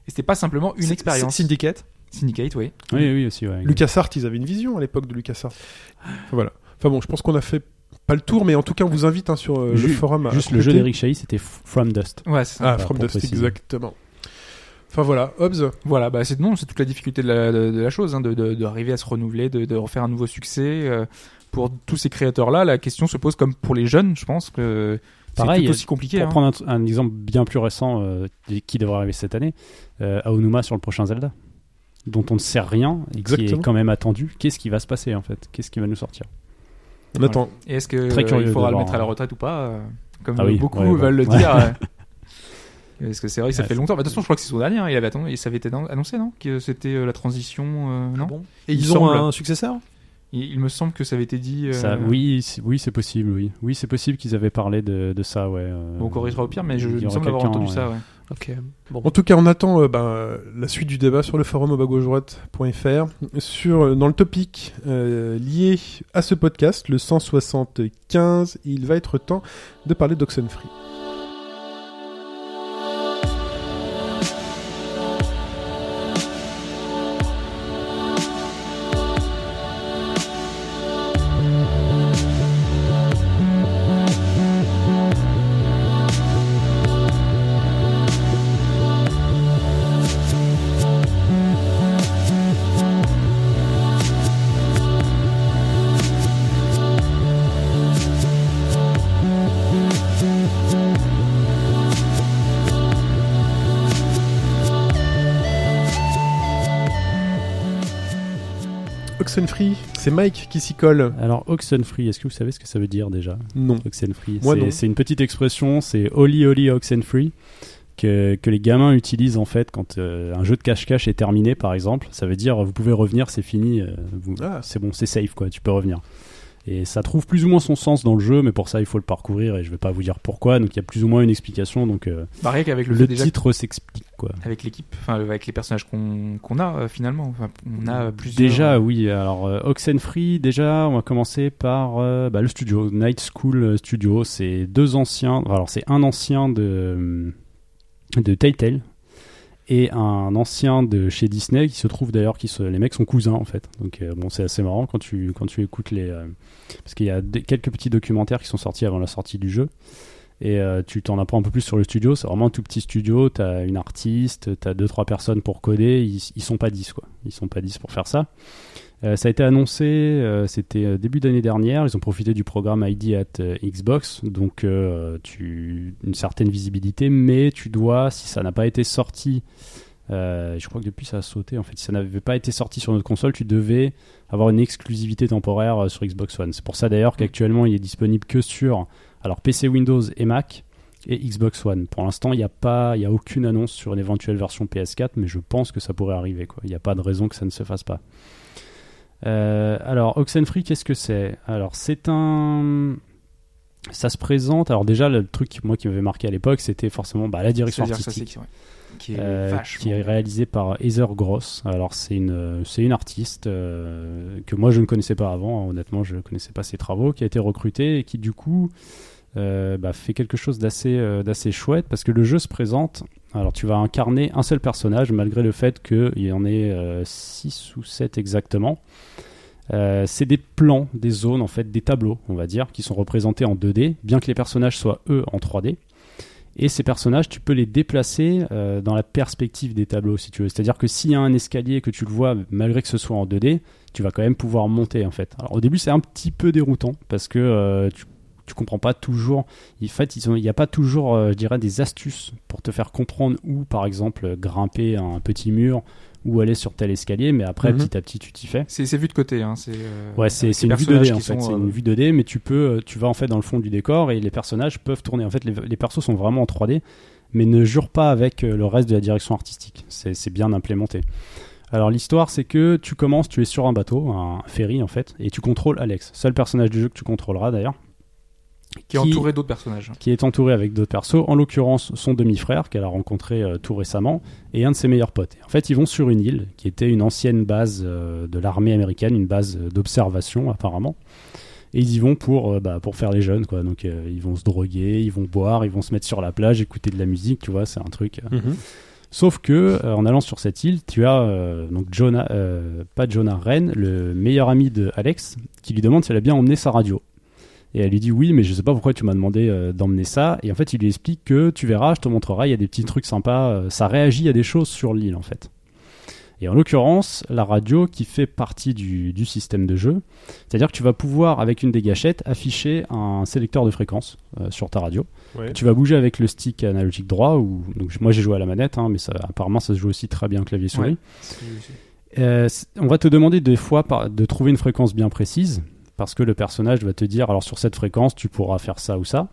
C: Et c'était pas simplement une
E: C'est-
C: expérience.
E: c'est Syndicate.
C: Syndicate, oui.
D: Oui, oui, aussi, ouais.
B: LucasArts, ils avaient une vision à l'époque de LucasArts. Enfin, voilà. Enfin bon, je pense qu'on a fait pas le tour, mais en tout cas on vous invite hein, sur euh, le
D: Ju-
B: forum. à
D: Juste le jeu
B: compléter.
D: d'Eric Chahi, c'était F- From Dust.
C: Ouais, c'est ça.
B: Ah,
D: Voilà,
B: From
D: pour
B: Dust,
D: préciser.
B: exactement. Enfin voilà, Hobbs.
C: Voilà, bah c'est non, c'est toute la difficulté de la, de, de la chose, hein, de, de- d'arriver à se renouveler, de, de refaire un nouveau succès. euh, pour tous ces créateurs-là, la question se pose comme pour les jeunes, je pense que c'est
D: Pareil, euh,
C: tout aussi compliqué.
D: Pour
C: hein.
D: prendre un, un exemple bien plus récent euh, qui devrait arriver cette année, euh, Aonuma sur le prochain Zelda, dont on ne sait rien et qui
B: Exactement.
D: est quand même attendu. Qu'est-ce qui va se passer en fait Qu'est-ce qui va nous sortir
B: On attend.
C: Et est-ce que
D: Très
C: euh,
D: curieux
C: il faudra
D: de
C: le
D: voir,
C: mettre à la
D: hein.
C: retraite ou pas euh, Comme
D: Ah oui,
C: beaucoup
D: ouais, bon.
C: veulent le
D: Ouais. <laughs>
C: dire. euh, Parce que c'est vrai que ça
D: Ouais,
C: fait longtemps. Bah, de toute façon, je crois que c'est son dernier. hein. Il avait attendu, il s'avait été annon- annoncé, non Que c'était euh, la transition, euh, non
E: Bon. Et
C: Il
E: ils ont
C: semble.
E: un successeur
C: il, il me semble que ça avait été dit. euh,
D: Ça, oui, c'est- oui, c'est possible. Oui, oui, c'est possible qu'ils avaient parlé de, de ça. Ouais. euh,
C: Bon, on corrigera au pire, mais je
D: il y
C: il me
D: aura
C: semble avoir
D: quelqu'un,
C: entendu
D: ouais.
C: ça. Ouais.
E: Ok. Bon.
B: En tout cas, on attend euh, ben, euh, la suite du débat sur le forum au bas gauche droite.fr. Sur, euh, dans le topic euh, lié à ce podcast, le 175, il va être temps de parler d'Oxenfree. Oxenfree, c'est Mike qui s'y colle.
D: Alors, Oxenfree, est-ce que vous savez ce que ça veut dire déjà
B: Non.
D: Oxenfree.
B: Moi,
D: C'est-
B: non.
D: C'est une petite expression, c'est Oli Oli Oxenfree, que, que les gamins utilisent en fait quand euh, un jeu de cache-cache est terminé par exemple. Ça veut dire vous pouvez revenir, c'est fini, euh, vous-
B: Ah.
D: c'est bon, c'est safe quoi, tu peux revenir. Et ça trouve plus ou moins son sens dans le jeu, mais pour ça il faut le parcourir et je vais pas vous dire pourquoi, donc il y a plus ou moins une explication, donc euh,
C: Bah, rien qu'avec le,
D: le,
C: fait déjà
D: titre s'explique quoi.
C: avec l'équipe, enfin avec les personnages qu'on qu'on a euh, finalement. Enfin, on a plus
D: Déjà, oui. Alors, euh, Oxenfree, déjà, on va commencer par euh, bah, le studio, Night School euh, Studio. C'est deux anciens. Alors, c'est un ancien de, euh, de Telltale et un ancien de chez Disney qui se trouve d'ailleurs, qui se- les mecs sont cousins en fait. Donc, euh, bon, c'est assez marrant quand tu, quand tu écoutes les. euh, parce qu'il y a des- quelques petits documentaires qui sont sortis avant la sortie du jeu. Et euh, tu t'en apprends un peu plus sur le studio. C'est vraiment un tout petit studio. T'as une artiste, t'as deux trois personnes pour coder. Ils, ils sont pas 10 quoi. Ils sont pas 10 pour faire ça. Euh, ça a été annoncé. euh, C'était euh, début d'année dernière. Ils ont profité du programme ID at euh, Xbox. Donc euh, tu une certaine visibilité, mais tu dois si ça n'a pas été sorti. euh, je crois que depuis ça a sauté en fait. Si ça n'avait pas été sorti sur notre console, tu devais avoir une exclusivité temporaire euh, sur Xbox One. C'est pour ça d'ailleurs qu'actuellement il est disponible que sur alors PC, Windows et Mac et Xbox One. Pour l'instant, il n'y a pas, il y a aucune annonce sur une éventuelle version PS4, mais je pense que ça pourrait arriver. quoi. Il n'y a pas de raison que ça ne se fasse pas. Euh, alors Oxenfree, qu'est-ce que c'est Alors c'est un, ça se présente. Alors déjà le truc qui- moi qui m'avait marqué à l'époque, c'était forcément bah, la direction artistique
C: qui est
D: euh,
C: vachement
D: qui est réalisé par Heather Gross. Alors c'est une euh, c'est une artiste euh, que moi je ne connaissais pas avant. hein, Honnêtement, je ne connaissais pas ses travaux, qui a été recrutée et qui du coup euh, bah, fait quelque chose d'assez euh, d'assez chouette parce que le jeu se présente. Alors tu vas incarner un seul personnage malgré le fait qu'il y en ait 6 ou 7 exactement. Euh, c'est des plans, des zones en fait, des tableaux, on va dire, qui sont représentés en 2D, bien que les personnages soient eux en 3D. Et ces personnages, tu peux les déplacer euh, dans la perspective des tableaux, si tu veux. C'est-à-dire que s'il y a un escalier et que tu le vois, malgré que ce soit en 2D, tu vas quand même pouvoir monter, en fait. Alors au début, c'est un petit peu déroutant, parce que euh, tu, tu comprends pas toujours. En fait, ils ont- il n'y a pas toujours, euh, je dirais, des astuces pour te faire comprendre où, par exemple, grimper un petit mur ou aller sur tel escalier, mais après,
B: Mhm.
D: petit à petit, tu t'y fais.
C: C'est c'est vu de côté. Hein, c'est euh,
D: Ouais, c'est
C: avec
D: c'est
C: les
D: une vue
C: personnages
D: 2D en
C: qui
D: fait.
C: sont,
D: C'est
C: euh,
D: une vue 2D, mais tu peux, euh, tu vas en fait dans le fond du décor et les personnages peuvent tourner. En fait, les, les persos sont vraiment en 3D, mais ne jure pas avec euh, le reste de la direction artistique. C'est c'est bien implémenté. Alors l'histoire, c'est que tu commences, tu es sur un bateau, un ferry en fait, et tu contrôles Alex, seul personnage du jeu que tu contrôleras d'ailleurs
C: qui est entouré d'autres personnages. hein.
D: qui est entouré avec d'autres persos, en l'occurrence son demi-frère qu'elle a rencontré euh, tout récemment et un de ses meilleurs potes. En fait, ils vont sur une île qui était une ancienne base euh, de l'armée américaine, une base euh, d'observation apparemment. Et ils y vont pour, euh, bah, pour faire les jeunes, quoi. Donc euh, ils vont se droguer, ils vont boire, ils vont se mettre sur la plage, écouter de la musique, tu vois, c'est un truc. euh.
B: Mhm.
D: Sauf que euh, en allant sur cette île, tu as euh, donc Jonah, euh, pas Jonah Ren, le meilleur ami de Alex, qui lui demande si elle a bien emmené sa radio. Et elle lui dit oui, mais je sais pas pourquoi tu m'as demandé euh, d'emmener ça. Et en fait, il lui explique que tu verras, je te montrerai, il y a des petits trucs sympas. euh, ça réagit à des choses sur l'île en fait. Et en l'occurrence, la radio qui fait partie du, du système de jeu, c'est-à-dire que tu vas pouvoir avec une des gâchettes afficher un sélecteur de fréquence euh, sur ta radio.
B: Ouais.
D: Tu vas bouger avec le stick analogique droit ou donc moi j'ai joué à la manette, hein, mais ça, apparemment ça se joue aussi très bien clavier souris.
C: Ouais. C'est- c'est-
D: Euh, c- on va te demander des fois par- de trouver une fréquence bien précise, parce que le personnage va te dire, alors sur cette fréquence, tu pourras faire ça ou ça.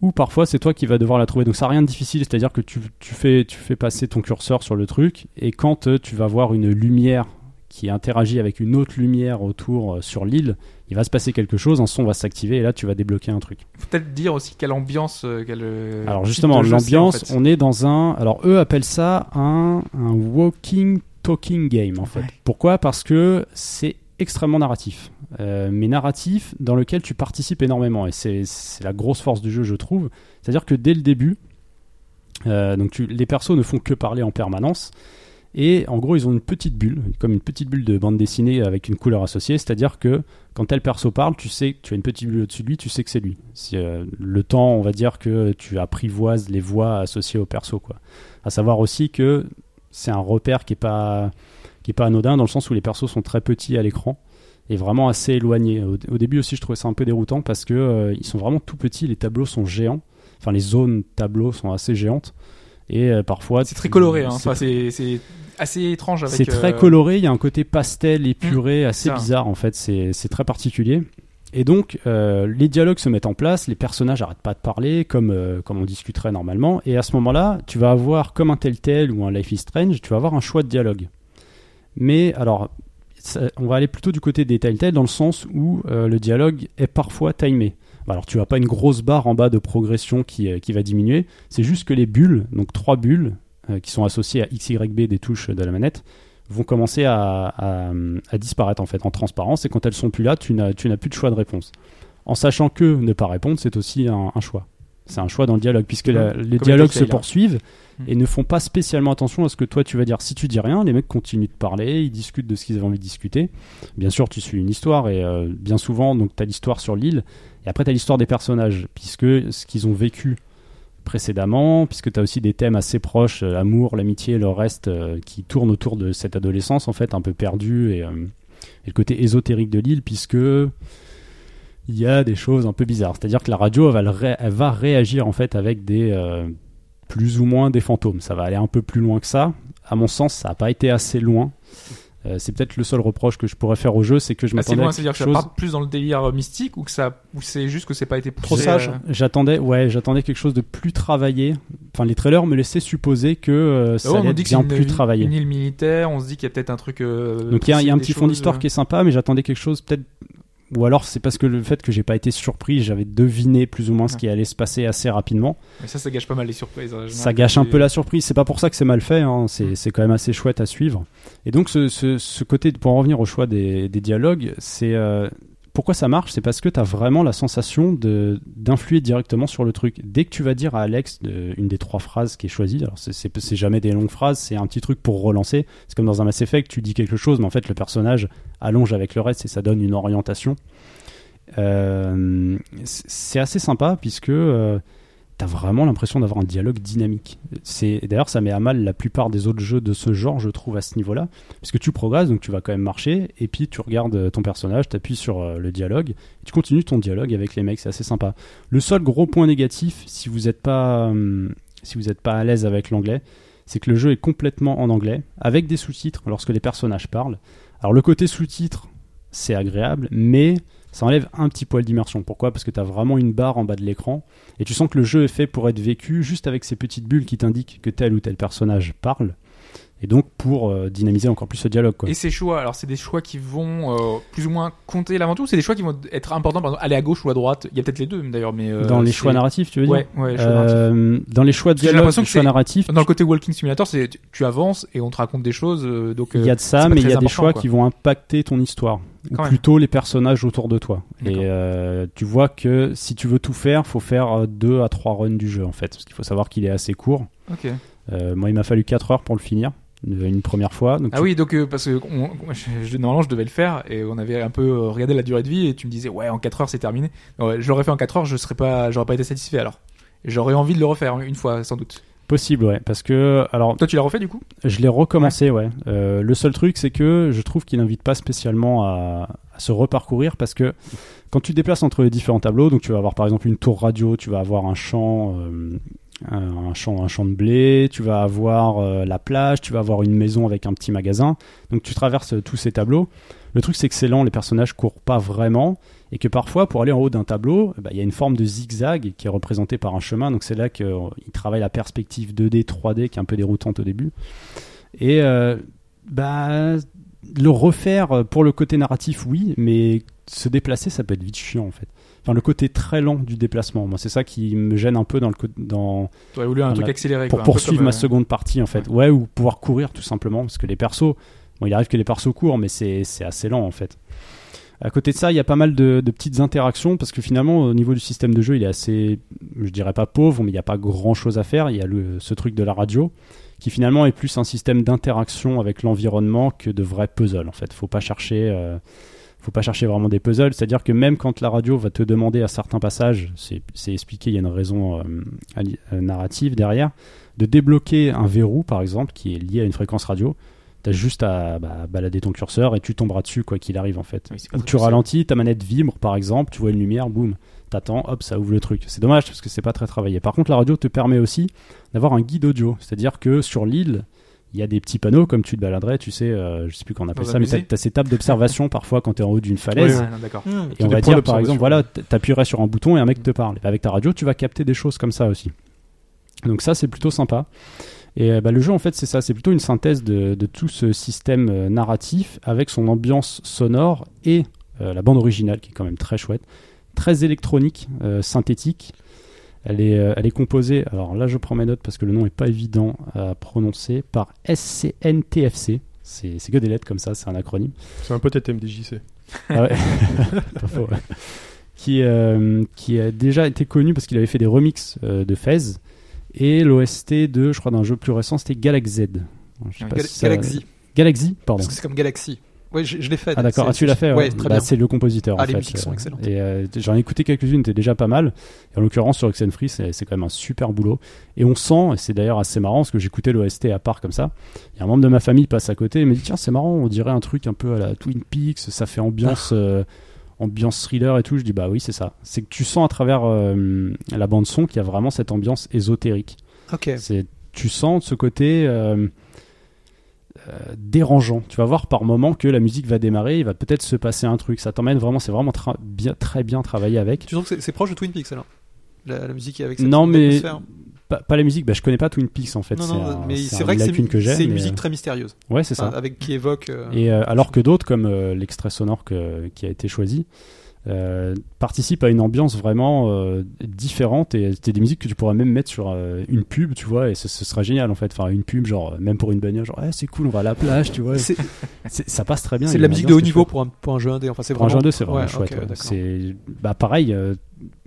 D: Ou parfois, c'est toi qui vas devoir la trouver. Donc, ça n'a rien de difficile, c'est-à-dire que tu, tu fais, tu fais passer ton curseur sur le truc, et quand euh, tu vas voir une lumière qui interagit avec une autre lumière autour euh, sur l'île, il va se passer quelque chose, un son va s'activer, et là, tu vas débloquer un truc.
C: Faut peut-être dire aussi quelle ambiance, euh, quelle. euh,
D: Alors
C: type
D: justement,
C: de jeu c'est, en
D: l'ambiance,
C: fait.
D: on est dans un... Alors eux appellent ça un, un walking talking game en fait.
C: Ouais.
D: Pourquoi Parce que c'est extrêmement narratif. Euh, mais narratif dans lequel tu participes énormément. Et c'est c'est la grosse force du jeu, je trouve. C'est-à-dire que dès le début, euh, donc tu- les persos ne font que parler en permanence. Et en gros, ils ont une petite bulle, comme une petite bulle de bande dessinée avec une couleur associée. C'est-à-dire que quand tel perso parle, tu sais que tu as une petite bulle au-dessus de lui, tu sais que c'est lui. Si, euh, le temps, on va dire que tu apprivoises les voix associées au perso. Quoi. À savoir aussi que c'est un repère qui est pas qui est pas anodin dans le sens où les persos sont très petits à l'écran et vraiment assez éloignés. Au, au début aussi, je trouvais ça un peu déroutant parce que euh, ils sont vraiment tout petits, les tableaux sont géants, enfin les zones tableaux sont assez géantes et euh, parfois
C: C'est très coloré, hein.
D: c'est
C: Enfin, c'est c'est assez étrange avec.
D: C'est très
C: euh, Mm.
D: coloré, il y a un côté pastel épuré assez
C: ça.
D: bizarre en fait, c'est c'est très particulier. Et donc euh, les dialogues se mettent en place, les personnages arrêtent pas de parler comme, euh, comme on discuterait normalement, et à ce moment-là, tu vas avoir comme un Telltale ou un Life is Strange, tu vas avoir un choix de dialogue. Mais alors, ça- on va aller plutôt du côté des Telltale dans le sens où euh, le dialogue est parfois timé. Bah, Alors tu n'as pas une grosse barre en bas de progression qui, euh, qui va diminuer, c'est juste que les bulles, donc trois bulles, euh, qui sont associées à XYB des touches de la manette, vont commencer à, à- à disparaître en fait en transparence et quand elles sont plus là, tu n'as tu n'as plus de choix de réponse. En sachant que ne pas répondre, c'est aussi un, un choix. C'est un choix dans le dialogue puisque la-
C: Comme
D: les
C: les
D: dialogues se
C: cocktails, hein.
D: poursuivent
C: Mm.
D: et ne font pas spécialement attention à ce que toi tu vas dire. Si tu dis rien, les mecs continuent de parler, ils discutent de ce qu'ils avaient envie de discuter. Bien sûr, tu suis une histoire et euh, bien souvent, donc tu as l'histoire sur l'île et après tu as l'histoire des personnages puisque ce qu'ils ont vécu précédemment, puisque tu as aussi des thèmes assez proches, euh, amour, l'amitié, le reste, euh, qui tournent autour de cette adolescence, en fait, un peu perdue, et, euh, et le côté ésotérique de l'île, puisque il y a des choses un peu bizarres. C'est-à-dire que la radio, elle va, le ré- elle va réagir, en fait, avec des... euh, plus ou moins des fantômes. Ça va aller un peu plus loin que ça. À mon sens, ça n'a pas été assez loin. Euh, c'est peut-être le seul reproche que je pourrais faire au jeu, c'est que je
C: Assez
D: m'attendais
C: loin,
D: à
C: c'est-à-dire
D: quelque
C: que ça
D: chose...
C: part plus dans le délire euh, mystique ou que ça, ou c'est juste que c'est pas été poussé.
E: Trop sage.
C: euh,
D: J'attendais, ouais, j'attendais quelque chose de plus travaillé. Enfin, les trailers me laissaient supposer que euh, ça
C: ouais, Oh, on
D: allait
C: nous
D: être
C: dit que c'est
D: bien
C: une,
D: plus travaillé.
C: une île militaire, on se dit qu'il y a peut-être un truc. euh,
D: Donc il y a, il y a un
C: des
D: petit fond
C: choses,
D: d'histoire
C: euh,
D: qui est sympa, mais j'attendais quelque chose peut-être. Ou alors c'est parce que le fait que j'ai pas été surpris, j'avais deviné plus ou moins ce qui allait se passer assez rapidement.
C: Mais ça, ça gâche pas mal les surprises. hein, en
D: Ça
C: général.
D: gâche un
C: Et-
D: peu la surprise. C'est pas pour ça que c'est mal fait. hein. C'est c'est quand même assez chouette à suivre. Et donc ce, ce- ce côté, pour en revenir au choix des, des dialogues, c'est euh, pourquoi ça marche, c'est parce que tu as vraiment la sensation de d'influer directement sur le truc. Dès que tu vas dire à Alex de- une des trois phrases qui est choisie, alors c'est- c'est c'est jamais des longues phrases, c'est un petit truc pour relancer. C'est comme dans un Mass Effect, tu dis quelque chose, mais en fait le personnage allonge avec le reste et ça donne une orientation. Euh, c'est c'est assez sympa puisque euh, t'as vraiment l'impression d'avoir un dialogue dynamique. C'est et d'ailleurs ça met à mal la plupart des autres jeux de ce genre, je trouve à ce niveau-là, parce que tu progresses donc tu vas quand même marcher et puis tu regardes euh, ton personnage, t'appuies sur euh, le dialogue, et tu continues ton dialogue avec les mecs, c'est assez sympa. Le seul gros point négatif, si vous n'êtes pas hum, si vous êtes pas à l'aise avec l'anglais, c'est que le jeu est complètement en anglais avec des sous-titres lorsque les personnages parlent. Alors le côté sous-titres, c'est agréable, mais ça enlève un petit poil d'immersion. Pourquoi Parce que tu as vraiment une barre en bas de l'écran et tu sens que le jeu est fait pour être vécu juste avec ces petites bulles qui t'indiquent que tel ou tel personnage parle. Et donc pour euh, dynamiser encore plus ce dialogue. Quoi.
C: Et ces choix, alors c'est des choix qui vont euh, plus ou moins compter l'aventure, ou c'est des choix qui vont être importants, par exemple aller à gauche ou à droite. Il y a peut-être les deux d'ailleurs, mais euh,
D: dans les
C: c'est-
D: choix narratifs, tu veux dire
C: Ouais, ouais. choix narratifs.
D: Euh, Dans les choix de
C: Parce que j'ai
D: dialogue,
C: l'impression
D: les
C: que
D: choix
C: c'est-
D: narratifs,
C: Dans le côté Walking Simulator, c'est tu, tu avances et on te raconte des choses, euh, donc.
D: Il y
C: euh,
D: a de ça,
C: c'est pas
D: mais il
C: très
D: y a des
C: important,
D: choix
C: quoi.
D: qui vont impacter ton histoire, ou
C: Quand même.
D: plutôt les personnages autour de toi. Et
C: D'accord.
D: euh, tu vois que si tu veux tout faire, faut faire euh, deux à trois runs du jeu en fait, parce qu'il faut savoir qu'il est assez court.
C: Ok.
D: Euh, moi, il m'a fallu 4 heures pour le finir une une première fois. Donc
C: Ah
D: tu-
C: oui, donc euh, parce que on- je, je- normalement je devais le faire et on avait un peu euh, regardé la durée de vie et tu me disais ouais en 4 heures c'est terminé. Ouais, je l'aurais fait en 4 heures, je serais pas, j'aurais pas été satisfait alors. Et J'aurais envie de le refaire hein, une fois sans doute.
D: possible, ouais, parce que alors
C: Toi tu l'as refait du coup
D: Je l'ai recommencé, ouais. Euh, le seul truc, c'est que je trouve qu'il n'invite pas spécialement à, à se reparcourir parce que quand tu te déplaces entre les différents tableaux, donc tu vas avoir par exemple une tour radio, tu vas avoir un champ, euh, un, un champ, un champ de blé, tu vas avoir euh, la plage, tu vas avoir une maison avec un petit magasin. Donc tu traverses euh, tous ces tableaux. Le truc, c'est que c'est lent, les personnages courent pas vraiment et que parfois, pour aller en haut d'un tableau, bah, il y a une forme de zigzag qui est représentée par un chemin. Donc c'est là qu'ils travaillent la perspective 2D, 3D qui est un peu déroutante au début. Et euh, bah, le refaire euh, pour le côté narratif, oui, mais se déplacer, ça peut être vite chiant en fait. Enfin, le côté très lent du déplacement, moi, c'est ça qui me gêne un peu dans le co- dans
C: Tu aurais voulu un
D: Voilà.
C: truc accéléré
D: Ah bah, pour
C: quoi, un peu
D: poursuivre
C: comme,
D: ma
C: euh,
D: seconde partie en fait. Ouais, ou pouvoir courir tout simplement parce que les persos, bon, il arrive que les persos courent, mais c'est c'est assez lent en fait. À côté de ça, il y a pas mal de, de petites interactions parce que finalement, au niveau du système de jeu, il est assez, je dirais pas pauvre, mais il n'y a pas grand chose à faire. Il y a le, ce truc de la radio qui finalement est plus un système d'interaction avec l'environnement que de vrais puzzles en fait. Faut pas chercher. euh, faut pas chercher vraiment des puzzles, c'est-à-dire que même quand la radio va te demander à certains passages, c'est c'est expliqué, il y a une raison euh, à li- euh, narrative derrière, de débloquer un verrou, par exemple, qui est lié à une fréquence radio, t'as juste à bah, balader ton curseur et tu tomberas dessus, quoi qu'il arrive, en fait.
C: Ah oui, c'est pas
D: Ou
C: très
D: tu
C: poussé.
D: ralentis, ta manette vibre, par exemple, tu vois une lumière, boum, t'attends, hop, ça ouvre le truc. C'est dommage parce que c'est pas très travaillé. Par contre, la radio te permet aussi d'avoir un guide audio, c'est-à-dire que sur l'île, il y a des petits panneaux comme tu te baladerais, tu sais, euh, je sais plus qu'on appelle
C: Dans un
D: ça, mais t'as
C: musée.
D: t'as ces tables d'observation <laughs> parfois quand t'es en haut d'une falaise.
C: Ouais, non, d'accord.
D: Et on
B: des points
D: va dire par
B: d'observation.
D: exemple, voilà, t- t'appuierais sur un bouton et un mec te parle. Et avec ta radio, tu vas capter des choses comme ça aussi. Donc ça, c'est plutôt sympa. Et euh, bah, le jeu, en fait, c'est ça. C'est plutôt une synthèse de, de tout ce système euh, narratif avec son ambiance sonore et euh, la bande originale qui est quand même très chouette, très électronique, euh, synthétique. Elle est, euh, elle est composée, alors là je prends mes notes parce que le nom est pas évident à prononcer, par SCNTFC. C'est c'est que des lettres comme ça, c'est un acronyme.
B: C'est un peu TMDJC.
D: Ah ouais. <laughs> Pas faux, ouais. Qui, euh, qui a déjà été connu parce qu'il avait fait des remixes euh, de Fez et l'OST de, je crois, d'un jeu plus récent, c'était Galaxy Z. Je sais
C: Oui,
D: pas
E: Gal-
D: si ça-
E: Galaxy.
D: Galaxy, pardon.
E: Parce que c'est comme Galaxy. Ouais, je, je l'ai fait.
D: Ah d'accord, Ah,
E: C'est-
D: tu l'as fait. ouais.
E: Ouais, très
D: Bah,
E: bien.
D: C'est le compositeur.
E: Ah,
D: en
E: les
D: fait.
E: musiques sont excellentes.
D: Et euh, j'en ai écouté quelques-unes, c'était déjà pas mal. Et en l'occurrence sur Oxenfree, Free, c'est c'est quand même un super boulot. Et on sent, et c'est d'ailleurs assez marrant, parce que j'écoutais l'OST à part comme ça. Il y a un membre de ma famille passe à côté et me dit tiens c'est marrant, on dirait un truc un peu à la Twin Peaks, ça fait ambiance.
E: Ah.
D: euh, ambiance thriller et tout, je dis bah oui c'est ça. C'est que tu sens à travers euh, la bande son qu'il y a vraiment cette ambiance ésotérique.
E: Ok.
D: C'est tu sens de ce côté euh, euh, dérangeant. Tu vas voir par moment que la musique va démarrer, il va peut-être se passer un truc. Ça t'emmène vraiment, c'est vraiment tra- bien, très bien travaillé avec.
E: Tu trouves que c'est- c'est proche de Twin Peaks alors la, la musique avec cette
D: Non mais
E: atmosphère.
D: pas, pas la musique. Bah, je connais pas Twin Peaks en fait.
E: non,
D: c'est
E: non,
D: un-
E: mais
D: c'est
E: c'est
D: un
E: vrai que c'est
D: lacune que j'ai.
E: c'est une
D: mais,
E: musique
D: euh,
E: très mystérieuse,
D: Ouais, c'est ça.
E: Enfin, avec qui évoque. euh,
D: Et euh, alors que d'autres, comme euh, l'extrait sonore que- qui a été choisi, euh, participent à une ambiance vraiment euh, différente et c'était des musiques que tu pourrais même mettre sur euh, une pub, tu vois, et ce, ce sera génial en fait. Enfin, une pub, genre, euh, même pour une bagnole, genre, Eh, c'est cool, on va à la plage, tu vois.
E: C'est
D: C'est- ça passe très bien.
E: c'est
D: il
E: de
D: y a une
E: la musique de haut
D: ambiance qui est
E: niveau
D: chouette.
E: pour un, pour un jeu indé. Enfin, c'est
D: Pour un
E: vraiment.
D: jeu 2, c'est vraiment
E: Ouais,
D: chouette.
E: ok,
D: ouais.
E: d'accord.
D: C'est bah pareil, euh,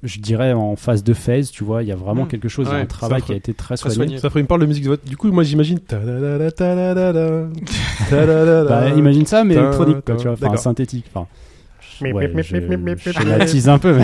D: je dirais en phase de phase, tu vois, il y a vraiment
E: Mm.
D: quelque chose, il y a
E: Ouais,
D: un travail
B: ça-
D: qui a été très
E: très
D: soigné.
E: soigné.
B: Ça ferait une parle de musique de vote. Du coup, moi j'imagine. ta-da-da-da,
D: <laughs>
B: ta-da-da-da, ta-da-da-da.
D: Bah, imagine ça, mais
B: Tin,
D: électronique,
B: tin,
D: quoi, tu vois, enfin
B: Euh, d'accord.
D: synthétique. Enfin,
B: Mip,
D: ouais,
B: mip, mip,
D: je,
B: mip, mip, mip,
D: je
B: mip.
D: schématise un peu, mais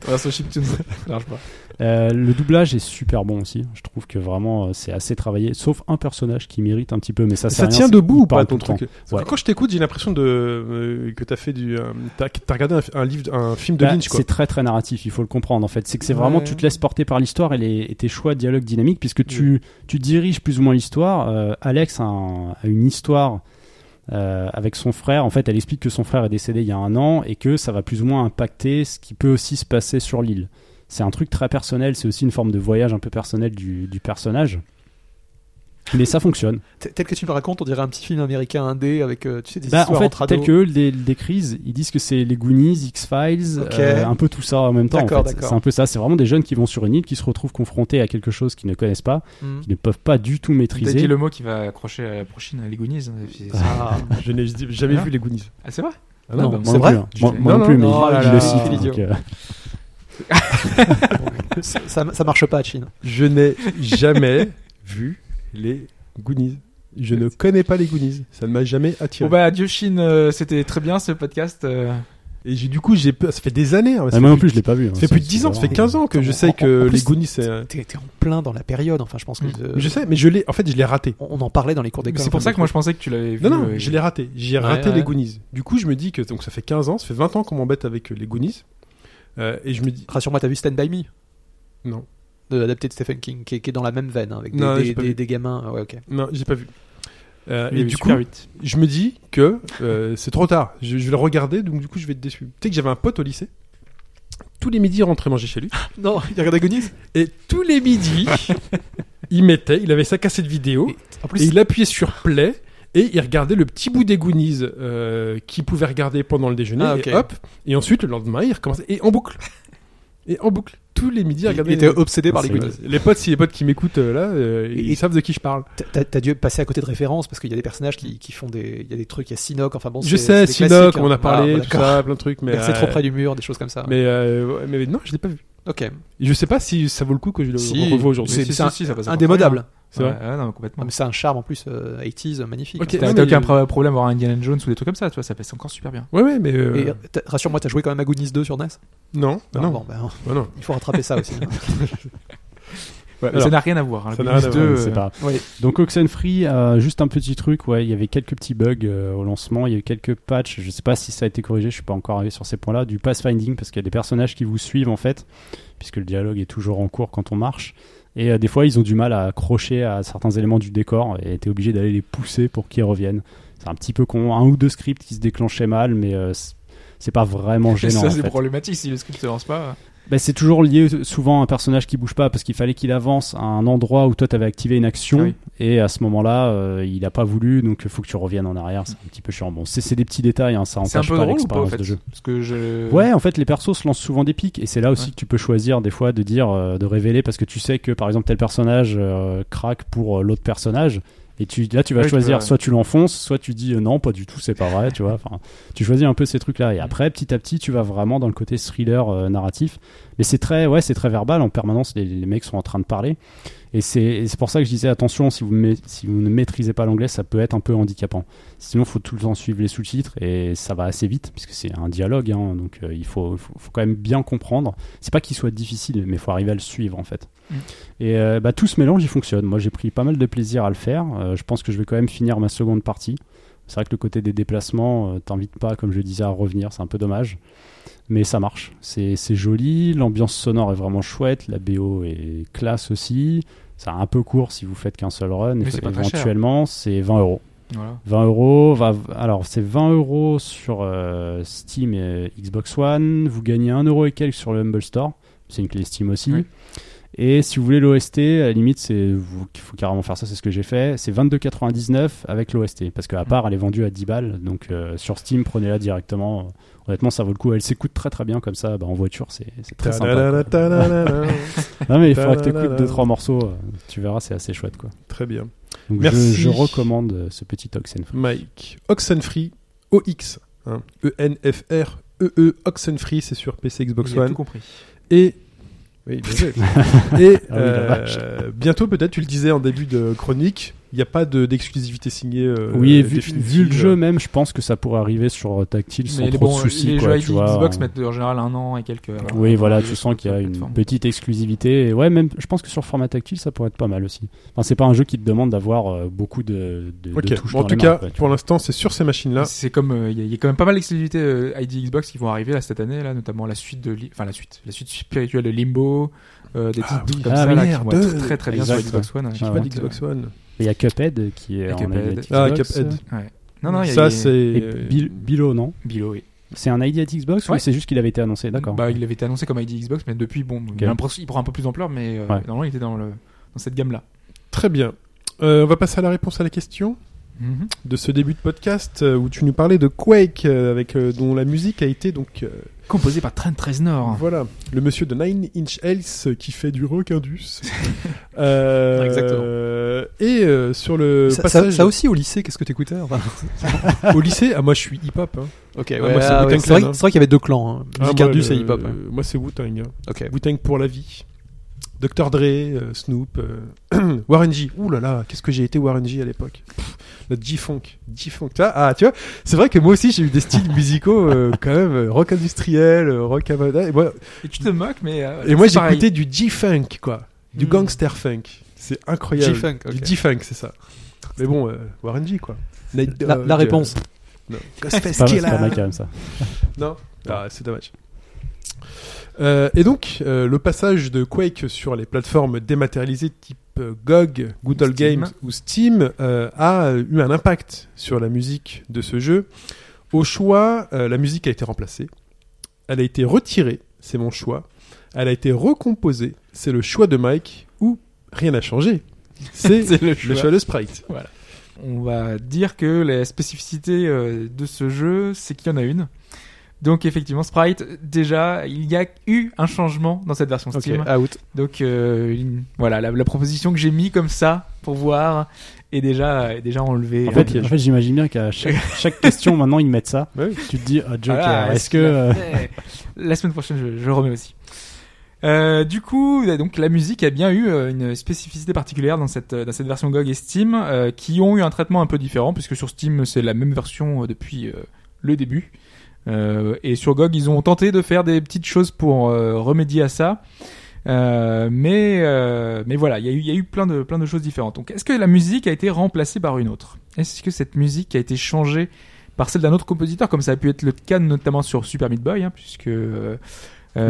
C: Traverse au chiptune, ça marche pas.
D: Euh, le doublage est super bon aussi. Je trouve que vraiment euh, c'est assez travaillé, sauf un personnage qui mérite un petit peu, mais ça. c'est
B: Ça
D: rien,
B: tient
D: c'est-
B: debout
D: il
B: ou pas
D: parle
B: ton
D: tout le
B: truc Parce que
D: Ouais.
B: Quand je t'écoute, j'ai l'impression de euh, que t'as fait du, euh, t'as t'as regardé un, un livre, un film de
D: Bah,
B: Lynch quoi.
D: C'est très très narratif, il faut le comprendre en fait. C'est que c'est vraiment,
E: Ouais.
D: tu te laisses porter par l'histoire et, les- et tes choix de dialogue dynamique, puisque tu, tu diriges plus ou moins l'histoire. Euh, Alex a, un- a une histoire euh, avec son frère. En fait, elle explique que son frère est décédé il y a un an et que ça va plus ou moins impacter ce qui peut aussi se passer sur l'île. C'est un truc très personnel, c'est aussi une forme de voyage un peu personnel du, du personnage. Mais ça fonctionne.
E: T- Tel que tu me racontes, on dirait un petit film américain indé avec euh, tu sais, des
D: Bah, en
E: histoires
D: fait,
E: entre ados.
D: tel que eux le dé- le décrivent, ils disent que c'est les Goonies, X-Files,
E: Ok.
D: euh, un peu tout ça en même temps. en
E: D'accord,
D: fait.
E: d'accord.
D: C'est un peu ça. C'est vraiment des jeunes qui vont sur une île, qui se retrouvent confrontés à quelque chose qu'ils ne connaissent pas,
E: Hmm.
D: qu'ils ne peuvent pas du tout
C: T'as
D: maîtriser.
C: dit le mot qui va accrocher à la prochaine les Goonies, hein, c'est- c'est-
E: Ah,
B: Je n'ai jamais
D: Hein
C: Ah.
B: vu les Goonies.
C: Ah, c'est vrai
D: Ah non,
E: Ah,
D: moi
E: bah,
D: non
E: c'est
D: plus,
E: vrai
D: hein. Moi,
C: Tu-
D: moi non,
E: Non,
D: plus,
E: non,
D: mais
E: non,
D: il
E: là,
D: le
E: là,
D: cite.
E: il est idiot.
D: donc, euh,
E: ça, ça- ça marche pas, Chine.
B: Je n'ai
D: <laughs>
B: jamais vu les Goonies. Je ne connais pas les Goonies. Ça ne m'a jamais attiré.
C: Bon bah adieu Chine, euh, c'était très bien ce podcast. euh.
B: Et j'ai- du coup, j'ai peur- ça fait des années. hein, ça
D: moi
B: fait
D: non
B: plus-
D: plus, je l'ai pas vu. hein.
B: Ça fait plus de 10 ans, ça fait 15 ans que je sais que
E: En plus,
B: les Goonies c'est. euh, Mm.
E: T'es t'es en plein dans la période. Enfin, je pense que euh,
B: Je sais, mais je l'ai. En fait, je l'ai raté.
E: on on en parlait dans les cours d'école.
C: C'est pour ça que moi je pensais que tu l'avais vu.
B: Non, non,
C: euh,
B: je l'ai raté. J'ai
E: Ouais,
B: raté
E: ouais.
B: les Goonies. Du coup, je me dis que donc ça fait 15 ans, ça fait 20 ans qu'on m'embête avec euh, les Goonies. Euh, et je me dis
E: Rassure-moi, t'as vu Stand by Me
B: non,
E: de adapté de Stephen King, qui est, qui est dans la même veine hein, avec des,
B: Non,
E: des-
B: j'ai pas
E: des-
B: vu.
E: des gamins. Ah Ouais,
B: <laughs>
E: ok.
B: non, j'ai pas vu. Euh,
C: le
B: et du coup,
C: Super 8.
B: je me dis que euh, c'est trop tard. Je, je vais le regarder, donc du coup, je vais être déçu. Tu sais que j'avais un pote au lycée. Tous les midis, il rentrait manger chez lui.
E: Non, il regarde Goonies.
B: Et tous les midis,
C: <laughs>
B: il mettait, il avait sa cassette vidéo.
E: En
B: Et
E: plus,
B: il appuyait sur play et il regardait le petit bout des Goonies euh, qu'il pouvait regarder pendant le déjeuner.
E: Ah, ok.
B: Et hop. Et ensuite, le lendemain, il recommençait. Et en boucle. Et en boucle. Tous les midis, il
E: il, il
B: regardait.
E: était
B: les-
E: obsédé par les
D: C'est-
E: Goonies.
B: les potes, si les potes qui m'écoutent euh, là, euh,
E: Et-
B: ils
E: et-
B: savent de qui je parle.
E: T'as- T'as t'as dû passer à côté de références parce qu'il y a des personnages qui, qui font des, il y a des trucs, il y a Sinoc, enfin bon.
B: Je
E: c'est-
B: sais,
E: c'est des
B: Sinoc,
E: classiques,
B: on
E: hein.
B: a parlé,
E: Ah, bon,
B: tout
E: <laughs> d'accord.
B: ça, plein de trucs. Mais
E: Bercé
B: euh,
E: trop près du mur, des choses comme ça.
B: Mais, euh, ouais, mais non, je l'ai pas vu.
E: ok.
B: Et Je sais pas si ça vaut le coup que je le
E: Si.
B: revoie aujourd'hui.
E: C'est-
C: Si,
E: c'est
C: si,
E: un-
C: si, ça passe pas
E: Indémodable.
B: C'est vrai.
C: Ouais, ouais, non, mais complètement.
E: Ah, mais C'est un charme en plus euh, 80s euh, magnifique.
B: Ok.
E: hein.
C: T'as
B: non,
C: t'as
B: mais-
C: aucun pro- problème à voir Indiana Jones ou des trucs comme ça, tu vois, ça passe encore super bien.
B: Ouais, ouais, mais euh,
E: Et t'as- rassure-moi, t'as joué quand même à Goonies 2 sur E NES
B: non, bah non,
E: Bon, ben,
B: bah non.
E: il faut rattraper ça aussi. <laughs> hein.
C: Mais ça
B: alors.
C: n'a rien à voir. hein,
B: Ça
C: le
B: n'a rien à
C: Goonies
B: voir,
D: Ouais,
C: 2,
D: c'est
C: euh,
D: pas-
E: ouais.
D: Donc Oxenfree, euh, juste un petit truc, ouais, il y avait quelques petits bugs euh, au lancement, il y a eu quelques patchs, je sais pas si ça a été corrigé, je suis pas encore arrivé sur ces points-là, du pathfinding parce qu'il y a des personnages qui vous suivent en fait, puisque le dialogue est toujours en cours quand on marche, Et euh, des fois, ils ont du mal à accrocher à certains éléments du décor et t'es obligé d'aller les pousser pour qu'ils reviennent. C'est un petit peu con. Un ou deux scripts qui se déclenchaient mal, mais euh, c'est- c'est pas vraiment
C: <laughs> Et
D: gênant.
C: euh, ça,
D: en
C: c'est
D: fait.
C: problématique si le script se lance pas.
D: Bah, c'est toujours lié souvent à un personnage qui bouge pas parce qu'il fallait qu'il avance à un endroit où toi t'avais activé une action
C: Ah oui.
D: et à ce moment-là euh, il a pas voulu donc il faut que tu reviennes en arrière c'est un petit peu chiant bon c'est c'est des petits détails hein, ça
C: C'est un
D: empêche
C: peu
D: pas
C: drôle ou pas, en
D: l'expérience
C: fait Euh,
D: de jeu
C: Parce que je.
D: ouais en fait les persos se lancent souvent des pics et c'est là aussi
C: Ouais.
D: que tu peux choisir des fois de dire euh, de révéler parce que tu sais que par exemple tel personnage euh, craque pour euh, l'autre personnage et tu, là, tu vas
C: Ouais, tu
D: choisir,
C: peux, ouais.
D: soit tu l'enfonces, soit tu dis euh, non, pas du tout, c'est pas vrai, tu vois. Enfin, tu choisis un peu ces trucs-là. Et après, petit à petit, tu vas vraiment dans le côté thriller euh, narratif. Mais c'est très, ouais, c'est très verbal en permanence. Les, les mecs sont en train de parler. Et c'est et c'est pour ça que je disais attention, si vous, ma- si vous ne maîtrisez pas l'anglais, ça peut être un peu handicapant. Sinon, faut tout le temps suivre les sous-titres et ça va assez vite puisque c'est un dialogue. hein. donc, euh, il faut, faut, faut quand même bien comprendre. C'est pas qu'il soit difficile, mais faut arriver à le suivre en fait.
C: Mm.
D: Et euh, bah, tout ce mélange, il fonctionne. Moi, j'ai pris pas mal de plaisir à le faire. Euh, je pense que je vais quand même finir ma seconde partie. C'est vrai que le côté des déplacements euh, t'invite pas, comme je disais, à revenir. C'est un peu dommage. Mais ça marche. C'est c'est joli. L'ambiance sonore est vraiment chouette. La BO est classe aussi. C'est un peu court si vous faites qu'un seul run.
C: Mais c'est pas très cher.
D: Éventuellement, c'est 20 euros.
C: Voilà.
D: 20 euros. Va, alors, c'est 20 euros sur euh, Steam et Xbox One. Vous gagnez 1 euro et quelques sur le Humble Store. C'est une clé Steam aussi.
C: Oui.
D: Et si vous voulez l'OST, à la limite, c'est vous- il faut carrément faire ça, c'est ce que j'ai fait. C'est 22,99 avec l'OST. Parce qu'à part, elle est vendue à 10 balles. Donc, euh, sur Steam, prenez-la directement. Honnêtement, ça vaut le coup. Elle s'écoute très très bien comme ça. Bah, en voiture, c'est c'est très sympa.
E: <laughs>
D: Non, mais il faudra que tu écoutes 2-3 morceaux. euh, Tu verras, c'est assez chouette. quoi.
B: Très bien.
D: Donc, je-
B: Merci.
D: Je, recommande euh, ce petit
B: <laughs>
D: Oxenfree.
B: Mike. Oxenfree, OX. hein, E-N-F-R-E-E, E Oxenfree, c'est sur PC, Xbox
C: Il a
B: One.
C: tout compris.
B: Et. <laughs> Oui, bien joué. Et
D: Ah oui, la vache.
B: euh, bientôt, peut-être, tu le disais en début de chronique, il n'y a pas de- d'exclusivité signée. euh,
D: Oui, et vu,
B: définitive.
D: vu le jeu même, je pense que ça pourrait arriver sur euh, tactile sans
C: Mais les,
D: trop
C: bons-
D: de soucis.
C: les
D: quoi,
C: jeux
D: tu
C: ID
D: vois.
C: Xbox mettent en général un an et quelques.
D: Oui, voilà,
C: Sur
D: tu sens qu'il y a
C: la
D: une
C: plateforme.
D: petite exclusivité. Et ouais, même, je pense que sur format tactile, ça pourrait être pas mal aussi. Enfin, c'est pas un jeu qui te demande d'avoir euh, beaucoup de, de, de
B: Ok.
D: touches.
B: Bon, en
D: dans
B: tout
D: les mains,
B: cas,
D: quoi, tu
B: pour
D: vois.
B: l'instant, c'est sur ces machines-là.
C: C'est comme euh, il y, a- il y a quand même pas mal d'exclusivités euh, ID Xbox qui vont arriver là cette année là, notamment la suite de Li- enfin la suite, la suite spirituelle de Limbo, euh, des
B: Ah
C: titres
B: oui.
C: comme
D: Ah
C: ça
D: oui,
C: là, qui
B: merde.
C: vont être très très bien
D: Exact,
C: sur Xbox One. hein, ouais.
D: J'ai Ah,
B: Pas
D: ouais.
B: d'Xbox One.
D: Et Il y a Cuphead qui est
C: Et
D: en
C: Cuphead.
D: ID
B: Ah,
D: Xbox.
B: Cuphead.
C: euh, Non non, il y a
B: Ça,
C: il y a-
B: c'est.
D: Et Bil- Bilo, non
C: Bilo, oui.
D: C'est un ID at Xbox
C: Ouais.
D: ou c'est juste qu'il avait été annoncé D'accord.
C: Bah, il avait été annoncé comme ID Xbox, mais depuis bon, il, a l'impression- il prend un peu plus d'ampleur, mais euh,
D: Ouais.
C: normalement il était dans le dans cette gamme là.
B: Très bien. Euh, on va passer à la réponse à la question de ce début de podcast euh, où tu nous parlais de Quake, euh, avec, euh, dont la musique a été donc. euh,
C: Composé par Trent Reznor.
B: Voilà, le monsieur de Nine Inch Nails qui fait du rock
E: <laughs>
B: indus. Euh, Et euh, sur le
E: ça, ça-
B: passage
E: ça aussi au lycée, qu'est-ce que t'écoutais enfin,
B: au lycée, ah, moi je suis hip-hop. hein.
E: Ok,
B: ouais, ah, ouais.
E: c'est vrai, c'est vrai qu'il y avait deux clans, hein.
B: Ah,
E: musique
B: moi,
E: indus
B: le-
E: et hip-hop. ouais.
B: Moi c'est Wu-Tang. hein.
E: Ok.
B: Wu-Tang pour la vie. Dr Dre, euh, Snoop, euh, <clears throat> Warren G. Ouh là là, qu'est-ce que j'ai été Warren G à l'époque. Pff, Le G-Funk, G-Funk. Tu vois Ah, tu vois, c'est vrai que moi aussi j'ai eu des styles musicaux
E: <laughs>
B: euh, quand même euh, rock industriel, euh, rock amada. Et moi,
C: Et tu te moques, mais euh,
B: Et moi,
C: c'est pareil.
B: j'écoutais du G-Funk, quoi. Du
C: Hmm.
B: gangster funk. C'est incroyable.
E: G-funk, ok.
B: Du G-Funk, c'est ça. Mais bon, euh, Warren G, quoi. Night
E: La,
B: Dog,
E: la
B: euh,
E: réponse.
B: non. Ghostface
D: C'est pas, c'est pas
B: Killer.
D: mal quand même ça.
B: Non, Ah, c'est dommage. Euh, et donc, euh, le passage de Quake sur les plateformes dématérialisées type euh, GOG, Good Old
C: Steam.
B: Games ou Steam euh, a eu un impact sur la musique de ce jeu. Au choix, euh, la musique a été remplacée. Elle a été retirée, c'est mon choix. Elle a été recomposée, c'est le choix de Mike, ou rien n'a changé.
C: <laughs>
B: C'est
C: C'est le
B: le
C: choix.
B: choix de Sprite.
C: On va dire que la spécificité euh, de ce jeu, c'est qu'il y en a une. Donc effectivement, Sprite, déjà, il y a eu un changement dans cette version Steam.
E: out.
C: Donc euh, une- voilà, la, la proposition que j'ai mis comme ça pour voir est déjà est déjà enlevée.
D: En fait,
C: Euh,
D: en fait, j'imagine bien qu'à chaque, chaque question maintenant, ils mettent ça.
B: Ouais.
D: Tu te dis, ah, Joker,
C: voilà,
D: est-ce que. euh,
C: la semaine prochaine, je, je le remets aussi. Euh, du coup, donc la musique a bien eu euh, une spécificité particulière dans cette euh, dans cette version GOG et Steam, euh, qui ont eu un traitement un peu différent puisque sur Steam c'est la même version euh, depuis euh, le début. Euh, et sur GOG, ils ont tenté de faire des petites choses pour euh, remédier à ça. Euh, mais euh, mais voilà, il y a eu, il y a eu plein, de, plein de choses différentes. Donc, est-ce que la musique a été remplacée par une autre Est-ce que cette musique a été changée par celle d'un autre compositeur, comme ça a pu être le cas notamment sur Super Meat Boy, hein, puisque euh,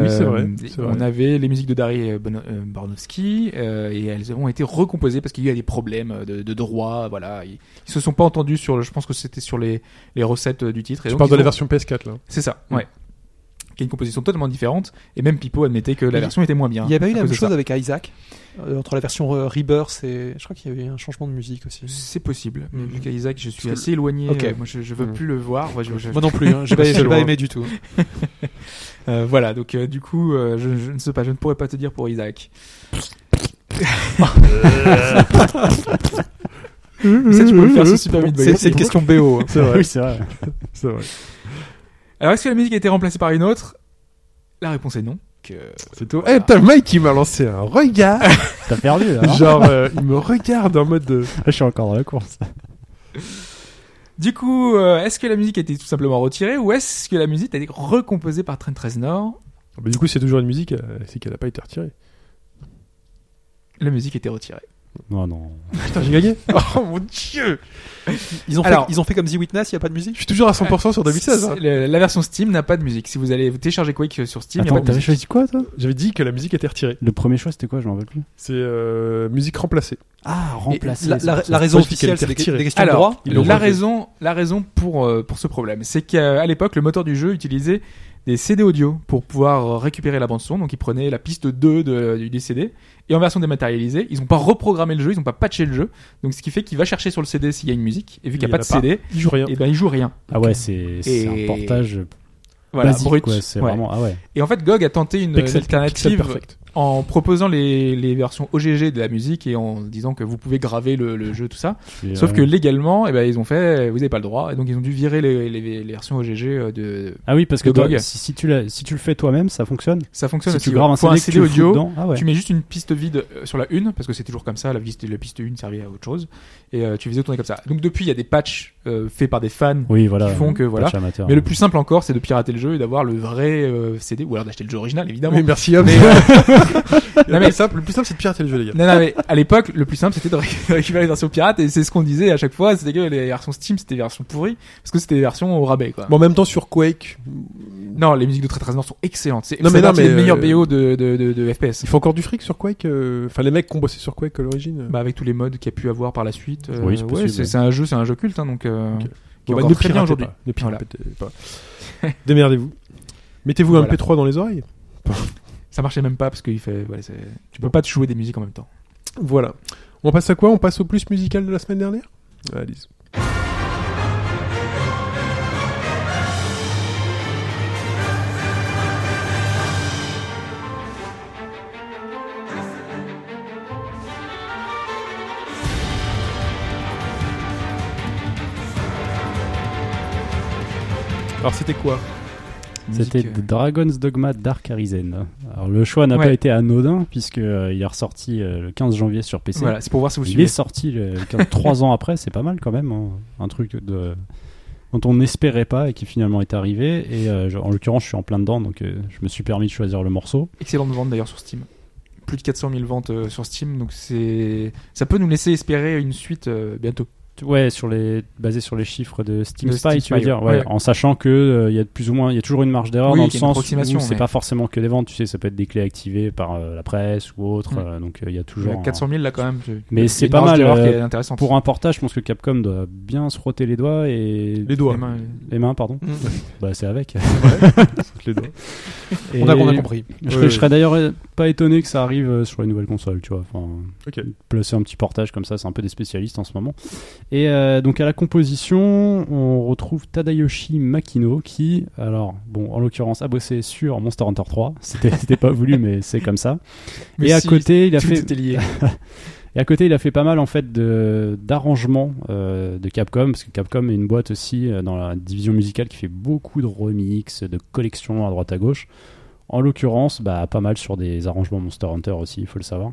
B: Oui, c'est vrai, c'est
C: On
B: vrai.
C: avait les musiques de Dari euh, Barnowski euh, et elles ont été recomposées parce qu'il y a eu des problèmes de, de droit. Voilà, ils, ils se sont pas entendus sur. le- Je pense que c'était sur les, les recettes euh, du titre. Et
B: Tu
C: donc,
B: parles
C: ils
B: de la
C: ont-
B: version PS4 là.
C: C'est ça. Ouais. Qui est une composition totalement différente. Et même Pipo admettait que la
E: Il-
C: version était moins bien.
E: Il y avait eu la
C: à cause
E: même
C: de
E: chose
C: ça.
E: avec Isaac, euh, entre la version euh, Rebirth et. Je crois qu'il y avait un changement de musique aussi.
C: C'est possible. Mais
E: Mhm.
C: vu qu'Isaac, je suis
E: Parce que
C: assez éloigné.
E: Ok. Mm.
C: euh, moi, je, je veux
B: Mhm.
C: plus le voir. Moi, je- je-
E: Moi non plus, hein, j'ai pas,
C: C'est
E: j'ai
C: loin.
E: pas aimé du tout.
C: Euh, voilà, donc euh, du coup, euh, je, je ne sais pas, je ne pourrais pas te dire pour
E: <laughs>
C: Isaac. Mais ça, tu peux le faire sur Super Meat Boy.
E: Ah, C'est c'est une question BO. hein. <laughs>
B: C'est vrai.
D: <laughs> oui, c'est vrai.
B: c'est vrai.
C: Alors, est-ce que la musique a été remplacée par une autre La réponse est non. Que...
B: C'est tout. Eh, putain, Mike, il m'a lancé un regard.
D: T'as perdu là. hein
B: Genre, euh, il me regarde en mode. de-
D: Je suis encore dans la course.
C: Du coup, euh, est-ce que la musique a été tout simplement retirée ou est-ce que la musique a été recomposée par Trent Reznor
B: Ah, bah, du coup, c'est toujours une musique, euh, c'est qu'elle a pas été retirée.
C: La musique était <laughs> retirée.
D: Non, non.
B: Putain, j'ai gagné. oh mon dieu.
E: Ils ont, fait,
C: Alors-
E: ils ont fait comme The Witness, il n'y a pas de
B: Je
E: musique
B: suis toujours à 100% sur 2016. hein.
C: C'est- La, la version Steam n'a pas de musique. Si vous allez télécharger Quake sur Steam, il n'y a pas
D: Attends,
C: de
D: t'avais
C: musique.
D: choisi quoi toi
B: J'avais dit que la musique était retirée.
D: Le premier choix, c'était quoi Je m'en rappelle plus.
B: C'est euh, musique remplacée.
D: Ah,
E: Et la,
D: remplacer.
E: la-
D: c'est
E: la
D: pour ça.
E: raison
B: Pas dit qu'elle
E: officielle, c'est des,
B: était retirée.
E: des questions de
C: Alors,
E: droit.
B: Ils l'ont
C: la
B: rejeté.
C: raison, la raison pour, euh, pour ce problème, c'est qu'à à l'époque, le moteur du jeu utilisait des CD audio pour pouvoir euh, récupérer la bande-son. Donc, ils prenaient la piste 2 de, du- des CD. Et en version dématérialisée, ils n'ont pas reprogrammé le jeu, ils n'ont pas patché le jeu. Donc, ce qui fait qu'il va chercher sur le CD s'il y a une musique. Et vu qu'il
B: Il
C: n'y a pas
B: y
C: de
B: en a
C: CD,
B: Il joue rien.
C: et ben, il joue rien.
D: Ah ouais, c'est c'est
C: Et-
D: un portage
C: Voilà,
D: basique,
C: brut.
D: quoi, C'est
C: Ouais.
D: vraiment. Ah ouais.
C: Et en fait, GOG a tenté une, une
B: Euh, Pixel- Pixel
C: alternative
B: perfect.
C: en proposant les, les versions OGG de la musique et en disant que vous pouvez graver le, le jeu, tout ça.
D: Tu-
C: Sauf
D: ouais.
C: que légalement, eh ben, ils ont fait, vous n'avez pas le droit, et donc ils ont dû virer les, les- les versions OGG euh, de.
D: Ah oui, parce que
C: le
D: toi,
C: bug.
D: si, si tu l'as- si tu le fais toi-même, ça fonctionne.
C: Ça fonctionne
D: Si
C: aussi. hein.
D: tu graves un
C: Faut
D: CD, que tu le fous
C: audio,
D: dedans, ah ouais.
C: tu mets juste une piste vide euh, sur la une, parce que c'est toujours comme ça, la piste, la piste une servait à autre chose, et euh, tu faisais tourner comme ça. Donc depuis, il y a des patchs euh, faits par des fans.
D: Oui, voilà.
C: qui font que,
D: patch
C: voilà.
D: amateur.
C: Mais le plus simple encore, c'est de pirater le jeu et d'avoir le vrai euh, CD, ou alors d'acheter le jeu original, évidemment.
B: Oui, merci, Hobbs.
C: Mais, euh,
B: le, <laughs>
C: mais-
B: plus simple, le plus simple, c'est de pirater le jeu, les gars.
C: Non, non, mais à l'époque, le plus simple, c'était de ré- <laughs> récupérer les versions pirates, et c'est ce qu'on disait à chaque fois, c'était que les versions Steam, c'était des versions pourries, parce que c'était des versions au rabais, quoi.
B: Mais en même temps, sur Quake,
C: Non, les musiques de Trey Reznor sont excellentes. C'est
B: Non, mais
C: c'est
B: non,
C: partie
B: mais,
C: des meilleurs
B: euh,
C: BO de, de, de, de FPS.
B: il faut encore du fric sur Quake. euh, Enfin, les mecs qui ont bossé sur Quake à l'origine. euh.
C: Bah, avec tous les mods qu'il y a pu avoir par la suite. euh,
D: Oui, c'est
C: ouais,
D: possible,
C: c'est
D: ouais.
C: c'est un jeu, c'est un jeu culte, hein, donc. Euh,
B: Ok.
C: qui est
B: Bon, bah,
C: encore
B: ne
C: très bien
B: piratez
C: aujourd'hui.
B: pas, Ne piratez pas. Démerdez-vous. Mettez-vous un
C: Voilà.
B: MP3 dans les oreilles.
C: Ça marchait même pas parce qu'il fait. Voilà, c'est- tu peux pas te jouer des musiques en même temps.
B: Voilà. On passe à quoi On passe au plus musical de la semaine dernière Allez. Alors c'était quoi
D: C'était
C: Musique, euh,
D: Dragon's Dogma Dark Arisen. Alors le choix n'a
C: Ouais.
D: pas été anodin puisque euh, il est ressorti euh, le 15 janvier sur PC.
C: Voilà, c'est pour voir si vous
D: Il est
C: suivez.
D: sorti le
B: <laughs>
D: 15 trois ans après, c'est pas mal quand même. hein. Un truc de dont on n'espérait pas et qui finalement est arrivé. Et euh, je- en l'occurrence, je suis en plein dedans, donc euh, je me suis permis de choisir le morceau.
C: Excellente vente d'ailleurs sur Steam. Plus de 400 000 ventes euh, sur Steam, donc c'est. Ça peut nous laisser espérer une suite euh, bientôt.
D: Ouais, sur les basé sur les chiffres de Steam
C: De
D: Spy,
C: Steam
D: tu vas
C: Spy,
D: dire,
C: ouais.
D: ouais, en sachant que euh, il y a de plus ou moins, il y a toujours une marge d'erreur
C: Oui,
D: dans le
C: qu'il y a une
D: sens
C: approximation,
D: où c'est
C: mais-
D: pas forcément que des ventes, tu sais, ça peut être des clés activées par euh, la presse ou autre,
C: Mm.
D: euh, donc euh, il y a
C: Il y a
D: toujours. un-
C: 400 000 là quand même.
D: Mais
C: Il y a
D: c'est
C: une
D: pas
C: marge
D: mal,
C: d'erreur qui
D: euh,
C: est intéressante.
D: Pour un portage, je pense que Capcom doit bien se frotter les doigts et
B: Les doigts.
C: Les mains, euh,
D: les mains, pardon.
E: Mm.
D: Bah c'est avec. <laughs>
B: Les doigts.
D: Et
E: On a, on a compris.
D: Je,
B: Ouais,
D: serais-
B: ouais.
D: je serais d'ailleurs euh, pas étonné que ça arrive euh, sur les nouvelles consoles, tu vois. Enfin,
B: Ok.
D: Placer un petit portage comme ça, c'est un peu des spécialistes en ce moment. Et euh, donc à la composition, on retrouve Tadayoshi Makino qui, alors bon, en l'occurrence, a bossé sur Monster Hunter 3. C'était c'était pas voulu, mais c'est comme ça.
C: Mais
D: et à
C: si,
D: côté, il a
C: tout
D: fait
C: était lié.
D: et à côté, il a fait pas mal en fait de d'arrangements euh, de Capcom, parce que Capcom est une boîte aussi euh, dans la division musicale qui fait beaucoup de remix, de collections à droite à gauche. En l'occurrence, bah, pas mal sur des arrangements Monster Hunter aussi, il faut le savoir.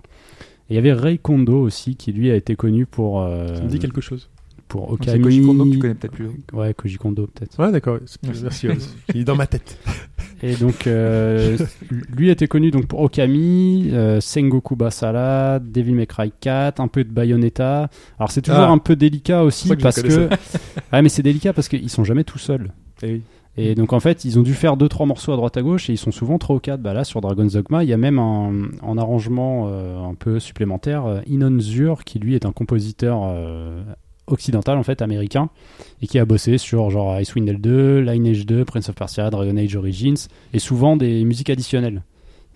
D: Et il y avait Ray Kondo aussi, qui lui a été connu pour euh,
B: Ça me dit quelque chose.
D: pour
C: Donc, c'est Koji
D: Okami.
C: Kondo que tu connais peut-être plus. hein,
D: Ouais, Koji Kondo peut-être.
B: Ouais, d'accord. C'est-
C: Merci.
B: Merci. Hobbs. <laughs> Il est dans ma tête.
D: Et donc, euh, lui était connu donc pour Okami, euh, Sengoku Basara, Devil May Cry 4, un peu de Bayonetta. Alors c'est toujours
B: Ah.
D: un peu délicat aussi
B: C'est pour ça que
D: parce
B: je le Eh
D: que, ouais, mais c'est délicat parce qu'ils sont jamais tout seuls. Et donc en fait, ils ont dû faire deux trois morceaux à droite à gauche et ils sont souvent trois ou quatre. Bah là, sur Dragon's Dogma, il y a même un, un arrangement euh, un peu supplémentaire, euh, Inon Zur, qui lui est un compositeur euh, occidental en fait, américain, et qui a bossé sur genre Icewind Dale 2, Lineage 2, Prince of Persia, Dragon Age Origins, et souvent des musiques additionnelles.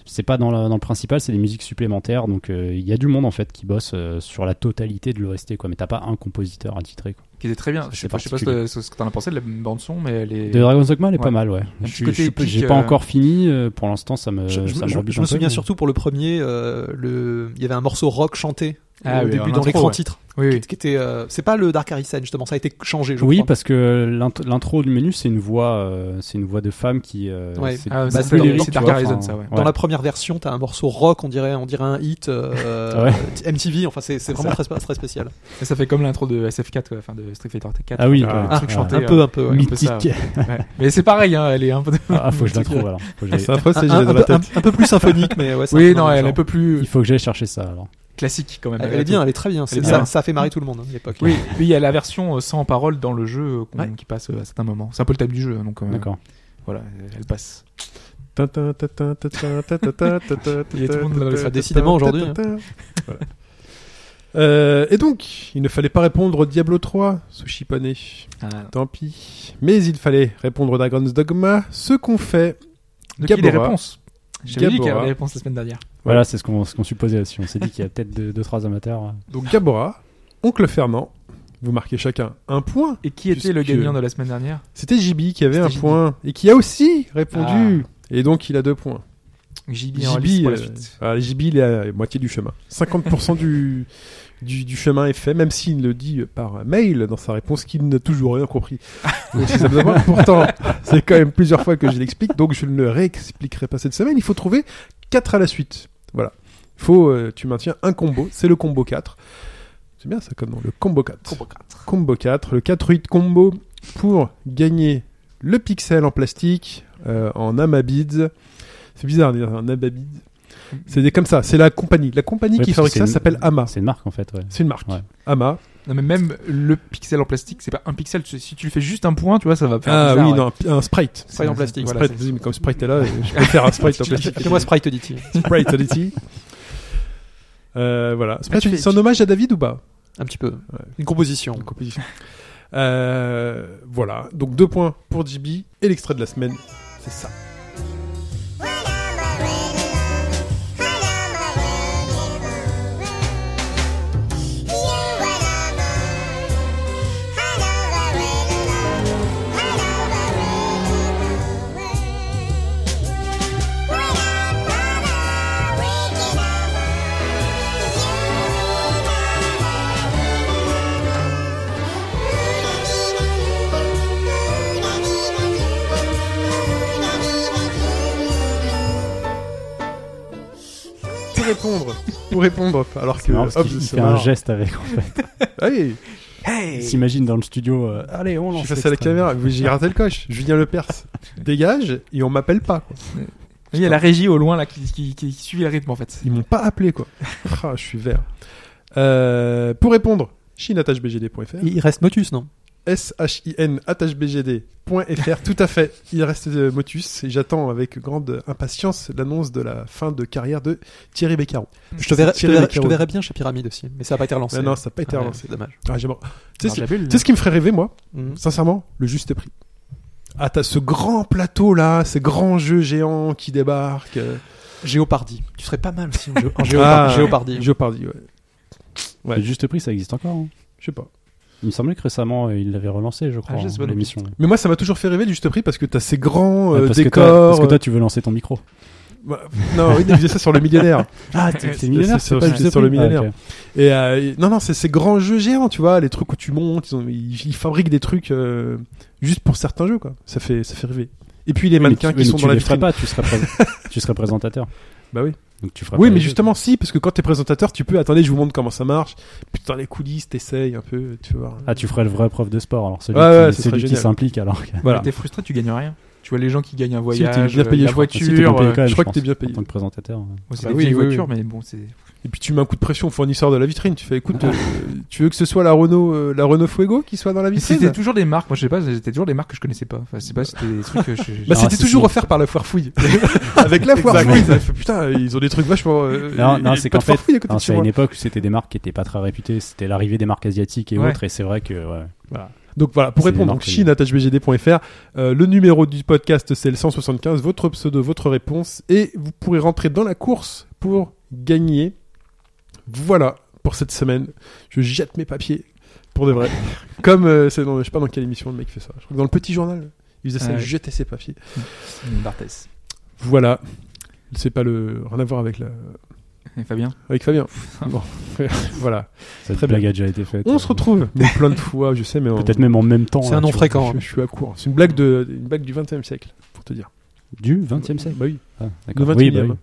D: C'est pas dans, la- dans le principal, c'est des musiques supplémentaires. Donc euh, il y a du monde en fait qui bosse euh, sur la totalité de l'OST quoi. Mais t'as pas un compositeur attitré. Quoi.
C: qui était très bien.
D: C'est
C: Je sais pas, je sais pas ce que- ce que t'en as pensé de la bande son, mais elle est.
D: De Dragon's Dogma, elle est
C: Ouais.
D: pas mal, ouais.
C: Le
D: Je
C: petit
D: suis-
C: côté
D: je suis pas- J'ai
C: épique,
D: pas
C: euh,
D: encore fini. euh, Pour l'instant, ça me,
E: je, je-
D: ça me
E: je-
D: rebute
E: je
D: un
E: me
D: peu,
E: souviens
D: mais-
E: surtout pour le premier, euh, le, il y avait un morceau rock chanté euh,
C: Ah oui, en
E: au début dans
C: intro,
E: l'écran
C: ouais.
E: titre,
C: Oui, oui.
E: qui, qui était, euh, c'est pas le Dark Harrison justement, ça a été changé. Je
D: Oui,
E: crois.
D: parce que l'int- l'intro du menu, c'est une voix, euh, c'est une voix de femme qui. euh,
E: Ouais.
D: c'est
C: Ah,
D: plus
C: c'est
E: dans- dans-
D: lyrique,
E: dans
D: tu vois,
C: Dark
D: enfin,
C: Horizon, ça, ouais.
E: dans la première version, t'as un morceau rock, on dirait, on dirait un hit euh,
D: Ouais.
E: MTV. Enfin, c'est c'est vraiment très, sp- très spécial.
C: Et Ça fait comme l'intro de SF4, quoi, enfin de Street Fighter 4.
D: Ah oui,
C: un
D: ah,
C: truc
D: ah,
C: chanté.
E: Un peu, un peu. ouais.
C: un peu ça,
D: mythique.
C: ouais. Ouais. Mais c'est pareil, hein, elle est un peu.
D: <laughs> Ah, faut que je la trouve alors. Faut que j'aille-
B: Ça, après, c'est
E: Un,
B: j'ai dans
E: un
B: la
E: peu,
B: tête.
E: un- un peu plus symphonique, mais ouais. c'est un
C: Oui,
E: peu dans
C: non,
E: le
C: elle est
E: genre.
C: un peu plus
D: Il faut que j'aille chercher ça alors.
C: classique quand même.
E: Elle, est bien, elle est très bien.
C: Elle est
E: C'est-
C: bien.
E: Ça, ça a fait marrer tout le monde hein, à l'époque.
C: Oui, puis il y a la version euh, sans parole dans le jeu euh, qu'on-
E: Ouais.
C: qui passe euh, à certains moments. C'est un peu le thème du jeu, donc euh,
D: D'accord.
C: voilà, euh, elle passe.
B: Tintin, tintin, tintin, tintin, tintin, tintin,
C: Il y a tout le monde dans le-
B: tintin,
E: décidément, aujourd'hui,
B: tintin, tintin. Voilà. Euh, et donc, il ne fallait pas répondre au Diablo 3, Sushipane. Tant pis. Mais il fallait répondre au Dragon's Dogma, ce qu'on fait.
C: Donc il y a des
B: Gabora.
C: réponses. J'avais dit qu'il y avait
B: Gabora.
C: des réponses la semaine dernière.
D: Voilà, c'est ce qu'on ce qu'on supposait. Si on s'est dit qu'il y a peut-être deux, deux, trois amateurs.
B: Donc, Gabora, Oncle Fernand, vous marquez chacun un point.
C: Et qui était le
B: Puisque-
C: gagnant de la semaine dernière
B: C'était Jibi Ah. qui avait
C: C'était
B: un
C: JB.
B: point et qui a aussi répondu. Et donc, il a deux points.
C: JB en lice
B: JB,
C: pour la
B: euh,
C: suite.
B: ah, JB, il est à la moitié du chemin. 50% du, <laughs> du, du chemin est fait, même s'il le dit par mail dans sa réponse qu'il n'a toujours rien compris.
C: <laughs>
B: Donc, si ça vous importe, pourtant, c'est quand même plusieurs fois que je l'explique, donc je ne le réexpliquerai pas cette semaine. Il faut trouver 4 à la suite. Voilà. Il faut, euh, tu maintiens un combo, c'est le combo 4. C'est bien ça comme nom, le combo 4.
E: Combo 4.
B: Combo 4, le 4-8 combo pour gagner le pixel en plastique, euh, en amabids. C'est bizarre de dire un amabid. C'est des- comme ça, c'est la compagnie. La compagnie
D: Ouais,
B: qui
D: parce
B: fabrique
D: que
B: ça
D: c'est une-
B: s'appelle Ama.
D: Ah, C'est une marque en fait. Ouais.
B: C'est une marque.
D: Ouais.
B: Ama.
C: Non mais même le pixel en plastique, c'est pas un pixel. tu- Si tu le fais juste un point, tu vois, ça va faire.
B: Ah
C: bizarre,
B: oui,
C: ouais.
B: non, un sprite.
C: C'est-
E: Sprite en
C: c'est-
E: plastique,
C: voilà,
B: Sprite,
C: c'est-
B: vas-y, mais comme Sprite est là, je préfère un
E: <laughs>
B: Sprite en plastique.
E: Appelez-moi Sprite Oddity.
B: Sprite Oddity. Euh, voilà. Sprite,
C: tu
B: Oddity,
C: fais-
B: c'est un hommage à David ou pas
E: Un petit peu. Une composition.
B: en compétition. Euh, voilà, donc deux points pour JB et l'extrait de la semaine, c'est ça. Pour répondre, pour répondre, alors que
D: Non, parce
B: hop,
D: qu'il- il
B: ça
D: fait un
B: marche.
D: geste avec. En fait.
B: Allez,
D: Il s'imagine dans le studio. euh, Allez, on
B: je
D: lance.
B: suis face à la
D: l'extrait.
B: caméra, mais j'ai raté le coche. Julien Lepers, dégage et on m'appelle pas. quoi.
C: Il y a la régie au loin là qui, qui, qui suit le rythme en fait.
B: Ils m'ont pas appelé quoi. Ah, je suis vert. Euh, pour répondre, chinatachbgd.fr.
E: Il reste Motus, non
B: shin.bgd.fr. Tout à fait. Il reste euh, Motus et j'attends avec grande impatience l'annonce de la fin de carrière de Thierry Beccaro.
E: Je te verrais, je te
B: Thierry
E: verrais- je
B: Beccaro.
E: te verrais bien chez Pyramide aussi, mais ça n'a pas été relancé.
B: Mais non, ça n'a pas été
E: Ouais,
B: relancé.
E: C'est dommage.
B: Ah, j'ai marre. Tu sais,
C: Dans
B: c'est-
C: la bulle.
B: tu sais ce qui me ferait rêver, moi
E: Mhm.
B: Sincèrement, le juste prix. Ah, t'as ce grand plateau là, ces grands jeux géants qui débarquent. euh,
E: Géopardy. Tu serais pas mal aussi en, géo- en
B: Ah,
E: Géopar- Géopardy.
B: Géopardy, ouais. Ouais.
D: Le juste prix, ça existe encore. hein.
B: Je sais pas.
D: Il me semblait que récemment, euh, il l'avait relancé, je crois,
C: Ah, je sais pas
D: hein,
C: non
D: l'émission.
B: Mais moi, ça m'a toujours fait rêver le juste prix parce que t'as ces grands euh,
D: Ouais, parce, que toi,
B: décors.
D: parce que toi, tu veux lancer ton micro.
B: Bah, non, oui, disait ça sur le millionnaire.
D: Ah,
C: t'es-
D: t'es millionnaire,
B: c'est
D: c'est pas
B: sur-
D: juste
B: c'est sur le
D: prix. Ah,
B: millénaire.
D: ok.
B: Et euh, et- non, non, c'est ces grands jeux géants, tu vois, les trucs où tu montes, ils, ont- ils- ils fabriquent des trucs euh, juste pour certains jeux, quoi. Ça fait, ça fait rêver. Et puis les
D: Oui, mais
B: mannequins
D: tu-
B: qui
D: mais
B: sont
D: tu
B: dans la
D: les ferais
B: vitrine.
D: pas, tu
B: <laughs>
D: serais, pré- tu serais présentateur.
B: Bah oui.
D: Donc tu ferais
B: oui,
D: pas
B: mais
D: les
B: justement, si, parce que quand t'es présentateur, tu peux. Attendez, je vous montre comment ça marche. Putain, les coulisses, t'essayes un peu, tu vois.
D: deux. Ah, tu ferais le vrai prof de sport, alors celui
B: Ouais,
D: qui,
B: ouais, ce
D: celui
B: serait
D: qui
B: génial.
D: s'implique, alors. que-
B: Voilà.
C: T'es frustré, tu gagnes rien. Tu vois les gens qui gagnent un
B: Si, t'es
C: voyage,
B: bien
C: euh,
B: payé,
C: la
B: je crois.
D: Si, t'es bien
C: voiture.
D: payé
C: euh,
D: quand même,
B: je crois que
D: pense,
B: t'es bien payé.
D: En tant que présentateur. hein.
C: bon, c'est
B: Bah
C: des
B: oui,
C: vieilles
B: oui,
C: voitures, mais bon, c'est.
B: Et puis tu mets un coup de pression au fournisseur de la vitrine. Tu fais, écoute, euh, tu veux que ce soit la Renault, euh, la Renault Fuego qui soit dans la
C: Mais
B: vitrine
C: c'était toujours des marques. Moi, je sais pas. C'était toujours des marques que je connaissais pas. Enfin, je sais pas. C'était des trucs que
B: <laughs>
C: je.
B: Bah,
D: Non,
B: c'était
D: c'est
B: toujours
D: ça.
B: offert par la
C: <laughs>
B: foire fouille. Avec
D: <laughs>
B: la foire
D: Exactement.
B: fouille, ça fait, putain, ils ont des trucs vachement. euh,
D: Non,
B: il-
D: non,
B: il-
D: c'est
B: pas
D: qu'en
B: de foire
D: fait,
B: fouille à côté
D: non,
B: de chez
D: c'est à
B: moi.
D: une époque où c'était des marques qui étaient pas très réputées, c'était l'arrivée des marques asiatiques et
C: Ouais.
D: autres, et c'est vrai que ouais.
B: Donc voilà, pour
D: C'est
B: répondre, donc
D: marqué.
B: chine.hbgd.fr, euh, le numéro du podcast c'est le 175, votre pseudo, votre réponse, et vous pourrez rentrer dans la course pour gagner. Voilà pour cette semaine. Je jette mes papiers, pour de
D: <laughs>
B: vrai. Comme, euh, c'est, non, je sais pas dans quelle émission le mec fait ça. Je crois que dans le petit journal, il faisait ça,
C: Ah
B: il
C: ouais.
B: jetait ses papiers.
C: Une Barthès.
B: Voilà. C'est pas le. Rien à voir avec, la...
C: Et Fabien.
B: avec
D: <laughs>
B: Fabien. Bon, <laughs> voilà.
D: Cette
B: Très
D: blague a déjà été faite.
B: On
D: euh,
B: se retrouve mais plein de fois, je sais, mais on-
D: Peut-être même en même temps.
E: C'est
D: là,
E: un nom
D: tu vois.
E: fréquent.
B: Je, je suis à court. C'est une blague de, une blague du 20 e siècle, pour te dire.
D: Du 20 e siècle.
B: Bah oui.
D: Ah,
B: Le
D: d'accord.
B: 21
D: oui, bah oui.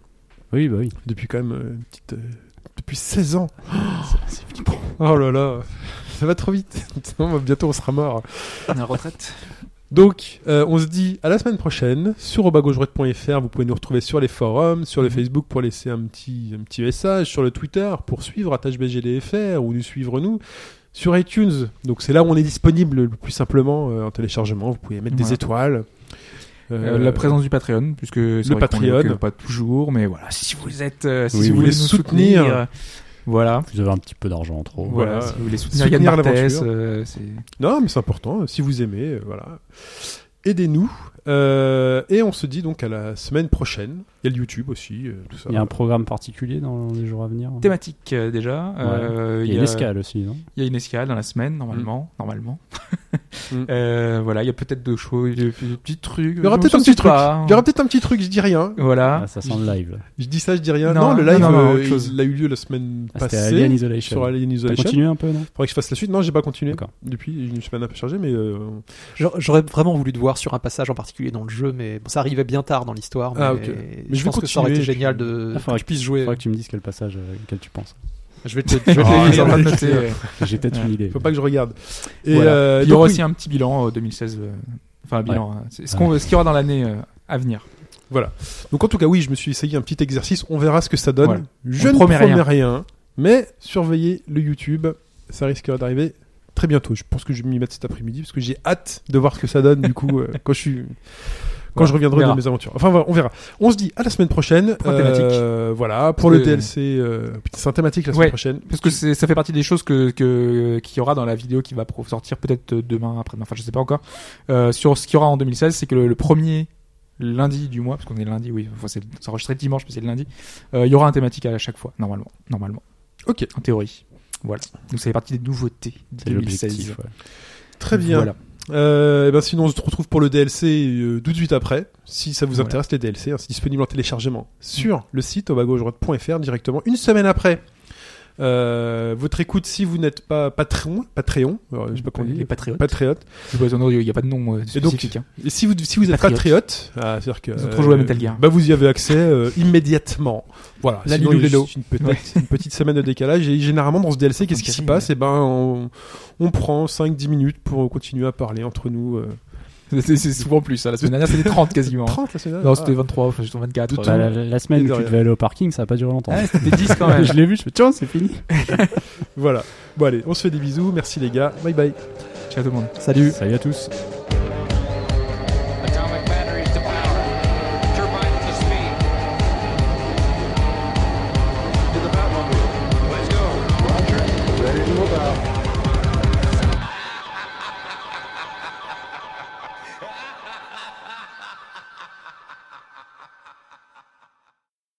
D: oui, bah oui.
B: Depuis quand même euh, une petite, euh, depuis 16 ans. Oh là là, <laughs> ça va trop <laughs> vite. Sinon, Bientôt on sera mort.
C: La retraite.
B: Donc, euh, on se dit à la semaine prochaine sur obagaugedroite.fr. Vous pouvez nous retrouver sur les forums, sur le
C: Mhm.
B: Facebook pour laisser un petit, un petit message, sur le Twitter pour suivre attache BGDFR ou nous suivre nous. Sur iTunes, donc c'est là où on est disponible le plus simplement euh, en téléchargement. Vous pouvez mettre des
C: Voilà.
B: étoiles.
C: Euh, la présence du Patreon, puisque
B: le
C: le
B: Patreon.
C: Patreon euh, pas toujours, mais voilà. Si vous êtes, euh, si
B: Oui,
C: vous,
B: oui.
C: voulez nous
B: Vous
C: soutenir,
B: soutenir.
C: euh, voilà.
D: Vous avez un petit peu d'argent en trop.
B: Ouais.
C: Voilà,
B: Voilà.
C: si vous voulez soutenir
B: Soutenir
C: Yann Barthès,
B: l'aventure.
C: euh, c'est
B: Non, mais c'est important. euh, Si vous aimez, euh, voilà. Aidez-nous. Euh, et on se dit donc à la semaine prochaine. Il y a le YouTube aussi, euh, tout ça.
D: Il y a un programme particulier dans les jours à venir.
C: thématique euh, déjà. Euh,
D: Il y a une escale aussi, non
C: Il y a une escale dans la semaine, normalement. Normalement.
B: <laughs> Mm.
C: Euh, voilà, il y a peut-être deux choses, il y a des petits trucs.
B: Il y aura
C: je
B: peut-être un
C: sais
B: petit truc.
C: pas.
B: Il y aura peut-être un petit truc, je dis rien.
C: Voilà.
D: Ah, Ça sent le live. là.
B: Je dis ça, je dis rien. Non,
C: Non,
B: le
C: non,
B: live,
C: non, non,
B: euh,
C: autre chose.
B: il a eu lieu la semaine
D: Ah,
B: passée.
D: C'était Alien Isolation.
B: sur Alien
D: T'as
B: Isolation.
D: continué un peu, non
B: Faudrait que je fasse la suite. Non, j'ai pas continué.
D: D'accord.
B: Depuis, une semaine un peu chargée, mais euh, on-
E: J'a- J'aurais vraiment voulu te voir sur un passage en particulier dans le jeu, mais bon, ça arrivait bien tard dans l'histoire. Mais,
B: Ah, ok.
E: je,
B: je vais
E: pense que ça aurait été
B: continuer,
E: génial
B: puis-
E: de
D: Ah, faudrait
E: que tu puisses jouer.
D: Faudrait que tu me dises quel passage, euh, auquel tu penses.
E: Je vais te, je vais te
C: Oh, il
E: les
C: est
E: lire.
C: en train de noter.
D: J'ai peut-être une idée.
B: faut pas que je regarde. Et
C: Voilà.
B: euh,
C: il y aura
B: donc,
C: aussi
B: oui.
C: un petit bilan euh, 2016. euh, enfin, un bilan. hein. C'est
D: Ah.
C: ce qu'on veut- ce qu'il y aura dans l'année euh, à venir.
B: Donc en tout cas, oui, je me suis essayé un petit exercice. On verra ce que ça donne.
C: Voilà.
B: Je
C: On
B: ne promets
C: promet
B: rien.
C: rien.
B: mais surveillez le YouTube. Ça risque d'arriver très bientôt. Je pense que je vais m'y mettre cet après-midi parce que j'ai hâte de voir ce que ça donne
C: <laughs>
B: du coup euh, quand je suis quand
C: Voilà,
B: je reviendrai
C: on
B: de
C: verra.
B: mes aventures. Enfin, voilà, on verra. On se dit à la semaine prochaine.
C: Pour la thématique.
B: Euh, voilà, pour le
C: que-
B: DLC. euh, putain, C'est un thématique la semaine
C: Ouais.
B: prochaine.
C: Parce que c'est- ça fait partie des choses que, que qu'il y aura dans la vidéo qui va pro- sortir peut-être demain, après-demain, enfin je sais pas encore. Euh, sur ce qu'il y aura en 2016, c'est que le, le premier lundi du mois, parce qu'on est lundi, oui, enfin, c'est c'est enregistré dimanche, mais c'est le lundi, euh, il y aura un thématique à chaque fois, normalement, normalement,
B: Ok,
C: en théorie. Voilà. Donc ça fait partie des nouveautés
D: C'est
C: 2016.
D: l'objectif. ouais.
B: très bien.
C: Voilà.
B: Euh, et ben sinon, on se retrouve pour le DLC euh, tout de suite après. Si ça vous
C: Voilà.
B: intéresse, les DLC, hein, c'est disponible en téléchargement
C: Mm.
B: sur le site obagaugeroite.fr directement une semaine après. Euh, votre écoute, si vous n'êtes pas Patreon, Patreon, alors, je sais pas comment on dit,
C: Les patriotes.
B: patriote,
C: Je vois, non, Il n'y a pas de nom euh,
B: donc,
C: spécifique. hein.
B: et si vous, si vous êtes patriote,
C: Patriote.
B: ah, c'est-à-dire que,
C: Ils ont trop joué à Metal Gear. Ah,
B: Bah vous y avez accès euh, immédiatement. Voilà,
C: La
B: sinon,
C: Lulu
B: il y a
C: Lelo.
B: juste une, petite- une petite semaine de décalage. Et généralement, dans ce DLC, qu'est-ce qui s'y
C: terrible.
B: passe Et ben, on, on prend 5-10 minutes pour continuer à parler entre nous. euh,
C: C'est c'est souvent plus. hein. La semaine dernière, c'était 30 quasiment.
B: 30 la semaine dernière.
C: <laughs> Non,
B: Ah.
C: c'était 23, enfin, c'était 24.
B: De
C: euh,
D: Bah, la, la- la semaine
B: Et de
D: où tu
B: rien.
D: devais aller au parking, ça a pas duré longtemps.
C: ouais, c'était 10
D: <laughs>
C: quand même.
D: je l'ai vu, je fais tiens, c'est fini.
B: Voilà. Bon allez, on se fait des bisous. Merci les gars. Bye bye.
C: Ciao tout le monde.
E: Salut.
D: Salut à tous.